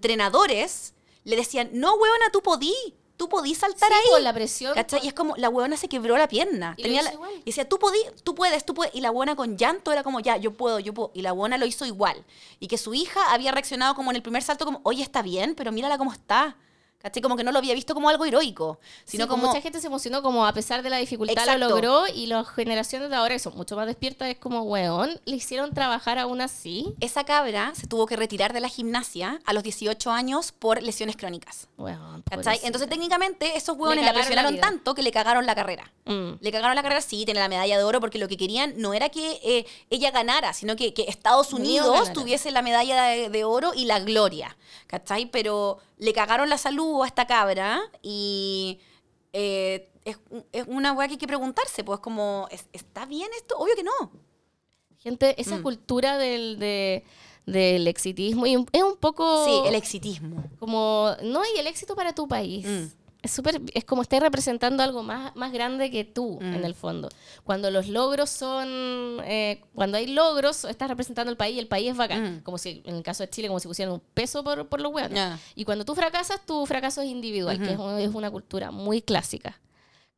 S1: entrenadores le decían, no, huevona, tú podí, tú podí saltar
S2: Sí, pues,
S1: ahí.
S2: con la presión.
S1: ¿Cachai? Y es como, la huevona se quebró la pierna.
S2: Y lo
S1: Tenía
S2: hizo
S1: la-
S2: igual.
S1: y decía, tú podí, tú puedes, tú puedes. Y la buena con llanto era como, ya, yo puedo, yo puedo. Y la buena lo hizo igual. Y que su hija había reaccionado como en el primer salto, como, oye, está bien, pero mírala cómo está. ¿Cachai? Como que no lo había visto como algo heroico, sino
S2: Sí, pues
S1: como...
S2: mucha gente se emocionó como a pesar de la dificultad lo
S1: Exacto.
S2: logró y las generaciones de ahora que son mucho más despiertas es como weón, le hicieron trabajar aún así.
S1: Esa cabra se tuvo que retirar de la gimnasia a los 18 años por lesiones crónicas.
S2: Weón,
S1: ¿Cachai? Entonces
S2: pobrecita.
S1: técnicamente esos huevones la
S2: cagaron la
S1: presionaron
S2: vida.
S1: tanto que le cagaron la carrera.
S2: Mm.
S1: Le cagaron la carrera, sí, tiene la medalla de oro, porque lo que querían no era que eh, ella ganara, sino que, que Estados
S2: Unidos
S1: Unidos
S2: ganara.
S1: tuviese la medalla de, de oro y la gloria, ¿cachai? Pero le cagaron la salud a esta cabra y eh, es, un- es una weá que hay que preguntarse, pues como, ¿es- ¿está bien esto? Obvio que no.
S2: Gente, esa
S1: Mm.
S2: cultura del, de- del exitismo y un- es un poco
S1: Sí, el exitismo.
S2: como no y el éxito para tu país.
S1: Mm.
S2: Es súper, es como estar representando algo más, más grande que tú,
S1: Mm.
S2: en el fondo. Cuando los logros son, eh, cuando hay logros, estás representando al país y el país es bacán.
S1: Mm.
S2: Como si, en el caso de Chile, como si pusieran un peso por, por los huevos.
S1: Ya.
S2: Y cuando tú fracasas, tu fracaso es individual, que es,
S1: Ujú.
S2: un- es una cultura muy clásica.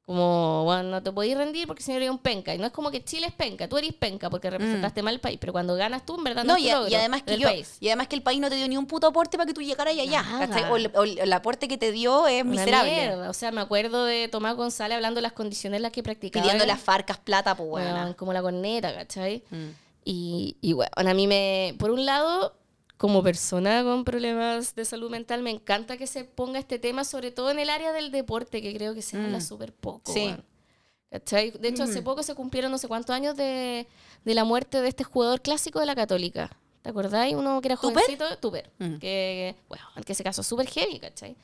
S2: Como, bueno, no te podéis rendir porque si no eres un penca. Y no es como que Chile es penca, tú eres penca porque representaste mal el país. Pero cuando ganas tú, en verdad, no,
S1: Mm. No,
S2: es
S1: y,
S2: tu
S1: a-
S2: logro,
S1: y además que
S2: del
S1: yo,
S2: país.
S1: y además que el país no te dio ni un puto aporte para que tú llegaras allá,
S2: Nada.
S1: ¿cachai? O, el- o el el aporte que te dio es
S2: Una
S1: miserable.
S2: mierda. O sea, me acuerdo de Tomás González hablando de las condiciones en las que practicaba.
S1: Pidiendo las farcas plata, pues Mm.
S2: Weón,
S1: bueno.
S2: como la corneta, ¿cachai? Y, y bueno, a mí me, por un lado, como persona con problemas de salud mental, me encanta que se ponga este tema, sobre todo en el área del deporte, que creo que se habla
S1: Mm.
S2: súper poco.
S1: Sí. Mm.
S2: weón. ¿Cachai? De hecho, hace poco se cumplieron no sé cuántos años de, de la muerte de este jugador clásico de la Católica. ¿Te acordáis? Uno que era
S1: ¿Tupper?
S2: jovencito, Tuper,
S1: Mm.
S2: que, bueno, que se casó súper heavy, ¿cachai?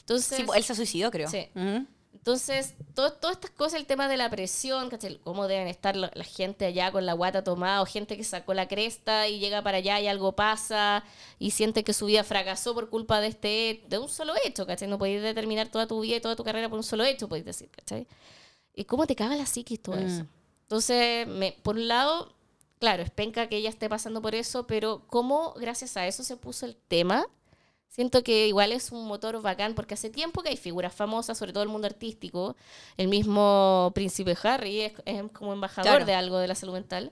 S2: Entonces,
S1: Sí, pues, él se suicidó, creo.
S2: Sí.
S1: Ujú.
S2: entonces, todo- todas estas cosas, el tema de la presión, ¿cachai? cómo deben estar la, la gente allá con la guata tomada, o gente que sacó la cresta y llega para allá y algo pasa, y siente que su vida fracasó por culpa de este, de un solo hecho, ¿cachai? No podéis determinar toda tu vida y toda tu carrera por un solo hecho, podéis decir, ¿cachai? ¿Y cómo te caga la psiquis todo eso?
S1: Mm.
S2: Entonces, me- por un lado, claro, es penca que ella esté pasando por eso, pero cómo gracias a eso se puso el tema, siento que igual es un motor bacán, porque hace tiempo que hay figuras famosas, sobre todo el mundo artístico, el mismo príncipe Harry es, es como embajador
S1: Claro.
S2: de algo de la salud mental.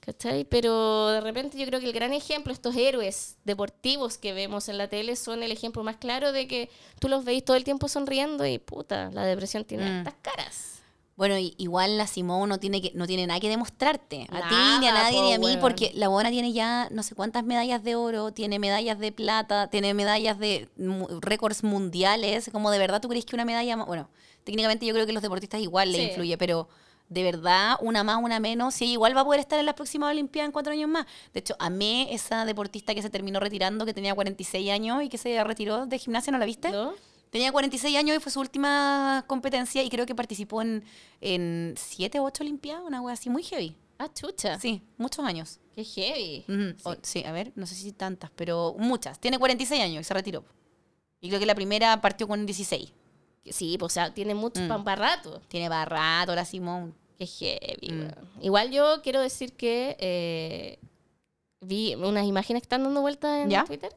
S2: ¿Cachai? Pero de repente yo creo que el gran ejemplo, estos héroes deportivos que vemos en la tele, son el ejemplo más claro de que tú los veis todo el tiempo sonriendo y puta, la depresión tiene
S1: Mm.
S2: estas caras.
S1: Bueno, y- igual la Simón no tiene, que, no tiene nada que demostrarte. A ti, ni a
S2: Nada,
S1: nadie,
S2: po,
S1: ni a mí,
S2: weón.
S1: porque la buena tiene ya no sé cuántas medallas de oro, tiene medallas de plata, tiene medallas de mu- récords mundiales. Como de verdad tú crees que una medalla más. Bueno, técnicamente yo creo que los deportistas igual
S2: Sí.
S1: le influye, pero de verdad, una más, una menos. Sí, igual va a poder estar en las próximas Olimpiadas en cuatro años más. De hecho, amé esa deportista que se terminó retirando, que tenía 46 años y que se retiró de gimnasia, ¿no la viste?
S2: ¿No?
S1: Tenía 46 años y fue su última competencia y creo que participó en, en 7 o 8 Olimpiadas, una wea así muy heavy.
S2: Ah, chucha.
S1: Sí, muchos años.
S2: Qué heavy.
S1: Ujú, o- sí. a ver, no sé si tantas, pero muchas. Tiene 46 años y se retiró. Y creo que la primera partió con 16.
S2: Sí, pues, o sea, tiene mucho
S1: Mm.
S2: pan para rato.
S1: Tiene barato la Simón.
S2: Qué heavy,
S1: Mm.
S2: weón. Igual yo quiero decir que eh, vi unas imágenes que están dando vueltas en
S1: ¿Ya?
S2: Twitter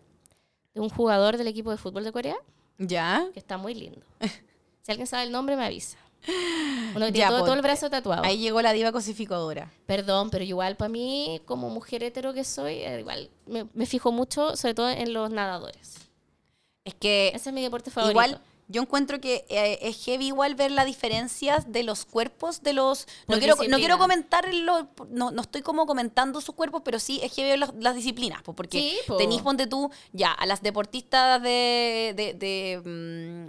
S2: de un jugador del equipo de fútbol de Corea
S1: ¿Ya?
S2: que está muy lindo. Si alguien sabe el nombre, me avisa. Uno que
S1: Ya,
S2: tiene todo,
S1: pues,
S2: todo el brazo tatuado.
S1: Ahí llegó la diva cosificadora.
S2: Perdón, pero igual para mí, como mujer hetero que soy, eh, igual me, me fijo mucho, sobre todo en los nadadores.
S1: Es que
S2: Ese es mi deporte favorito.
S1: Eh, Igual, yo encuentro que eh, es heavy igual ver las diferencias de los cuerpos de los... No
S2: Por
S1: quiero,
S2: disciplina.
S1: no quiero comentar, lo- no, no estoy como comentando sus cuerpos, pero sí es heavy ver las, las disciplinas, po, porque
S2: Sí, po.
S1: tenís, ponte tú, ya, a las deportistas de... de- de,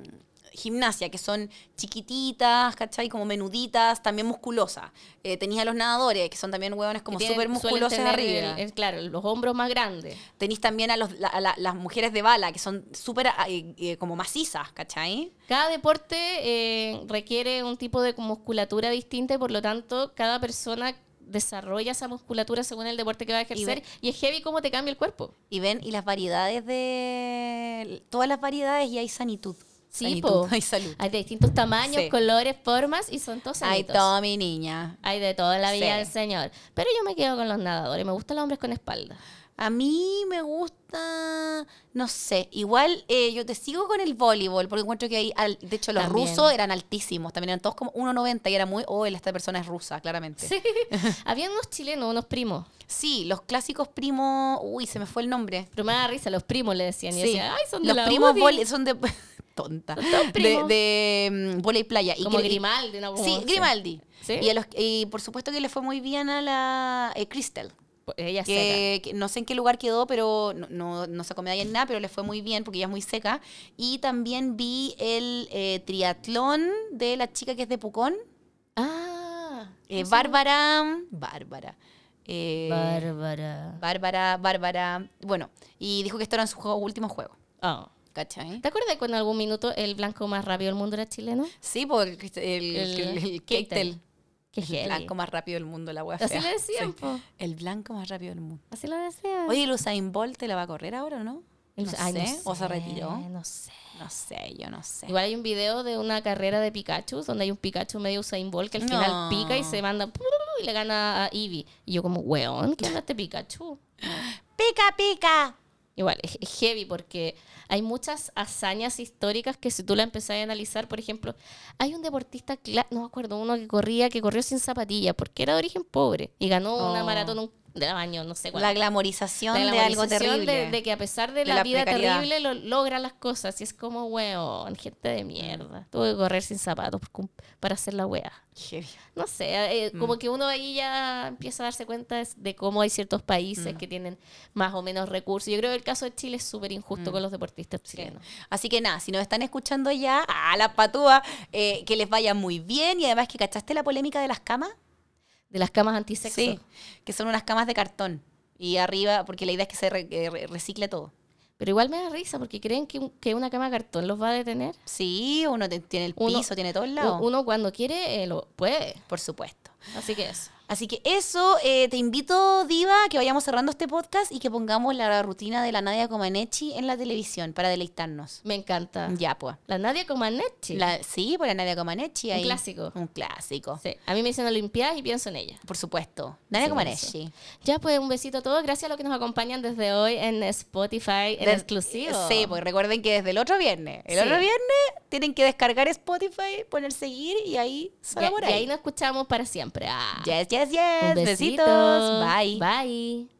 S1: mm, gimnasia, que son chiquititas, ¿cachai? Como menuditas, también musculosas. Eh, tenís a los nadadores, que son también hueones como
S2: Que tienen-
S1: súper
S2: suelen
S1: musculosos
S2: tener eh,
S1: arriba.
S2: el- el- claro, los hombros más grandes.
S1: Tenís también a, los- la- a la- las mujeres de bala, que son súper eh, eh, como macizas, ¿cachai?
S2: Cada deporte eh, requiere un tipo de musculatura distinta y por lo tanto cada persona desarrolla esa musculatura según el deporte que va a ejercer y, es heavy cómo te cambia el cuerpo.
S1: Y ven, y las variedades de. Todas las variedades y hay sanitud.
S2: Sí,
S1: Sanitud,
S2: po.
S1: hay salud.
S2: Hay de distintos tamaños,
S1: Sí.
S2: colores, formas y son todos
S1: Hay
S2: sanitos.
S1: todo, mi niña.
S2: Hay de toda la vida
S1: Sí.
S2: del señor. Pero yo me quedo con los nadadores. Me gustan los hombres con espalda.
S1: A mí me gusta. No sé. Igual eh, yo te sigo con el voleibol, porque encuentro que hay. al- de hecho, los
S2: También.
S1: rusos eran altísimos. También eran todos como 1,90 y era muy. Oh, esta persona es rusa, claramente. Sí.
S2: Había unos chilenos, unos primos.
S1: los clásicos primos. Uy, se me fue el nombre.
S2: Pero me da risa, los primos le decían. Y yo
S1: Sí.
S2: decía, ay, son de
S1: los
S2: la
S1: primos
S2: UDI".
S1: vole- son de. Tonta.
S2: todos
S1: De,
S2: primos.
S1: de mm, volei playa. Y
S2: Como
S1: que- y-
S2: Grimaldi. ¿no? Como-
S1: Sí, Grimaldi.
S2: ¿Sí?
S1: Y, a los- y por supuesto que le fue muy bien a la eh, Crystal,
S2: Ella es seca.
S1: que, que no sé en qué lugar quedó, pero no, no, no sacó medalla en nada, pero le fue muy bien porque ella es muy seca. Y también vi el eh, triatlón de la chica que es de Pucón,
S2: Ah.
S1: eh, Bárbara. Bárbara. eh,
S2: Bárbara.
S1: Bárbara, Bárbara. Bueno, y dijo que esto eran sus juegos- últimos juegos.
S2: Oh.
S1: ¿Cachai?
S2: ¿Te acuerdas cuando en algún minuto el blanco más rápido del mundo era chileno?
S1: Sí, porque el, Crist- el,
S2: El-
S1: el-
S2: Keitel.
S1: el Keitel,
S2: Qué
S1: El
S2: heavy.
S1: blanco más rápido del mundo, la wea
S2: Así
S1: fea.
S2: le decían, pues.
S1: Sí.
S2: po.
S1: El blanco más rápido del mundo.
S2: Así lo decían.
S1: Oye, ¿el Usain Bolt te la va a correr ahora o no?
S2: El-
S1: no,
S2: ay,
S1: sé. ¿O se
S2: sé,
S1: retiró?
S2: No sé.
S1: No sé, yo no sé.
S2: Igual hay un video de una carrera de Pikachu donde hay un Pikachu medio Usain Bolt que al final
S1: No.
S2: pica y se manda y le gana a Eevee. Y yo como, weón, ¿qué onda este Pikachu?
S1: ¡Pica, pica!
S2: Igual, es es heavy porque hay muchas hazañas históricas que si tú la empezás a analizar, por ejemplo, hay un deportista, cla- no me acuerdo, uno que corría, que corrió sin zapatillas porque era de origen pobre y ganó una
S1: Oh.
S2: maratón, un- del año, no sé cuál.
S1: La glamorización
S2: La
S1: de algo
S2: glamorización
S1: terrible.
S2: De, de que a pesar de,
S1: De
S2: la,
S1: la
S2: vida
S1: precariedad.
S2: terrible lo, logra las cosas. Y es como, weón, gente
S1: Mm.
S2: de mierda. Tuve que correr sin zapatos por cum- para hacer la wea.
S1: Heavy.
S2: No sé, eh,
S1: Mm.
S2: como que uno ahí ya empieza a darse cuenta es- de cómo hay ciertos países
S1: Mm.
S2: que tienen más o menos recursos. Yo creo que el caso de Chile es súper injusto
S1: Mm.
S2: con los deportistas chilenos.
S1: Así que nada, si nos están escuchando ya, a la patúa, eh, que les vaya muy bien. Y además que cachaste la polémica de las camas.
S2: De las camas antisexo.
S1: Sí, que son unas camas de cartón. Y arriba, porque la idea es que se re- que re- recicle todo.
S2: Pero igual me da risa porque creen que, un- que una cama de cartón los va a detener.
S1: Sí, uno te- tiene el
S2: Uno-
S1: piso, tiene todos
S2: U-
S1: lados.
S2: Uno cuando quiere eh, lo puede.
S1: Por supuesto.
S2: Así que eso.
S1: Así que eso, eh, te invito, Diva, a que vayamos cerrando este podcast y que pongamos la rutina de la Nadia Comaneci en la televisión para deleitarnos.
S2: Me encanta.
S1: Ya, pues.
S2: La Nadia Comaneci.
S1: La- sí, por la Nadia Comaneci.
S2: Un
S1: ahí.
S2: clásico.
S1: Un clásico.
S2: Sí, A mí me dicen Olimpiadas y pienso en ella.
S1: Por supuesto. Nadia
S2: Sí,
S1: Comaneci.
S2: Ya, pues un besito a todos. Gracias a los que nos acompañan desde hoy en Spotify, en
S1: Del-
S2: exclusivo.
S1: Sí, pues, porque recuerden que desde el otro viernes, el
S2: Sí.
S1: otro viernes, tienen que descargar Spotify, poner seguir y ahí solo
S2: Ya,
S1: por
S2: Y ahí
S1: ahí.
S2: nos escuchamos para siempre. Ah.
S1: Yes, yes, yes.
S2: Un besito.
S1: Besitos. Bye.
S2: Bye.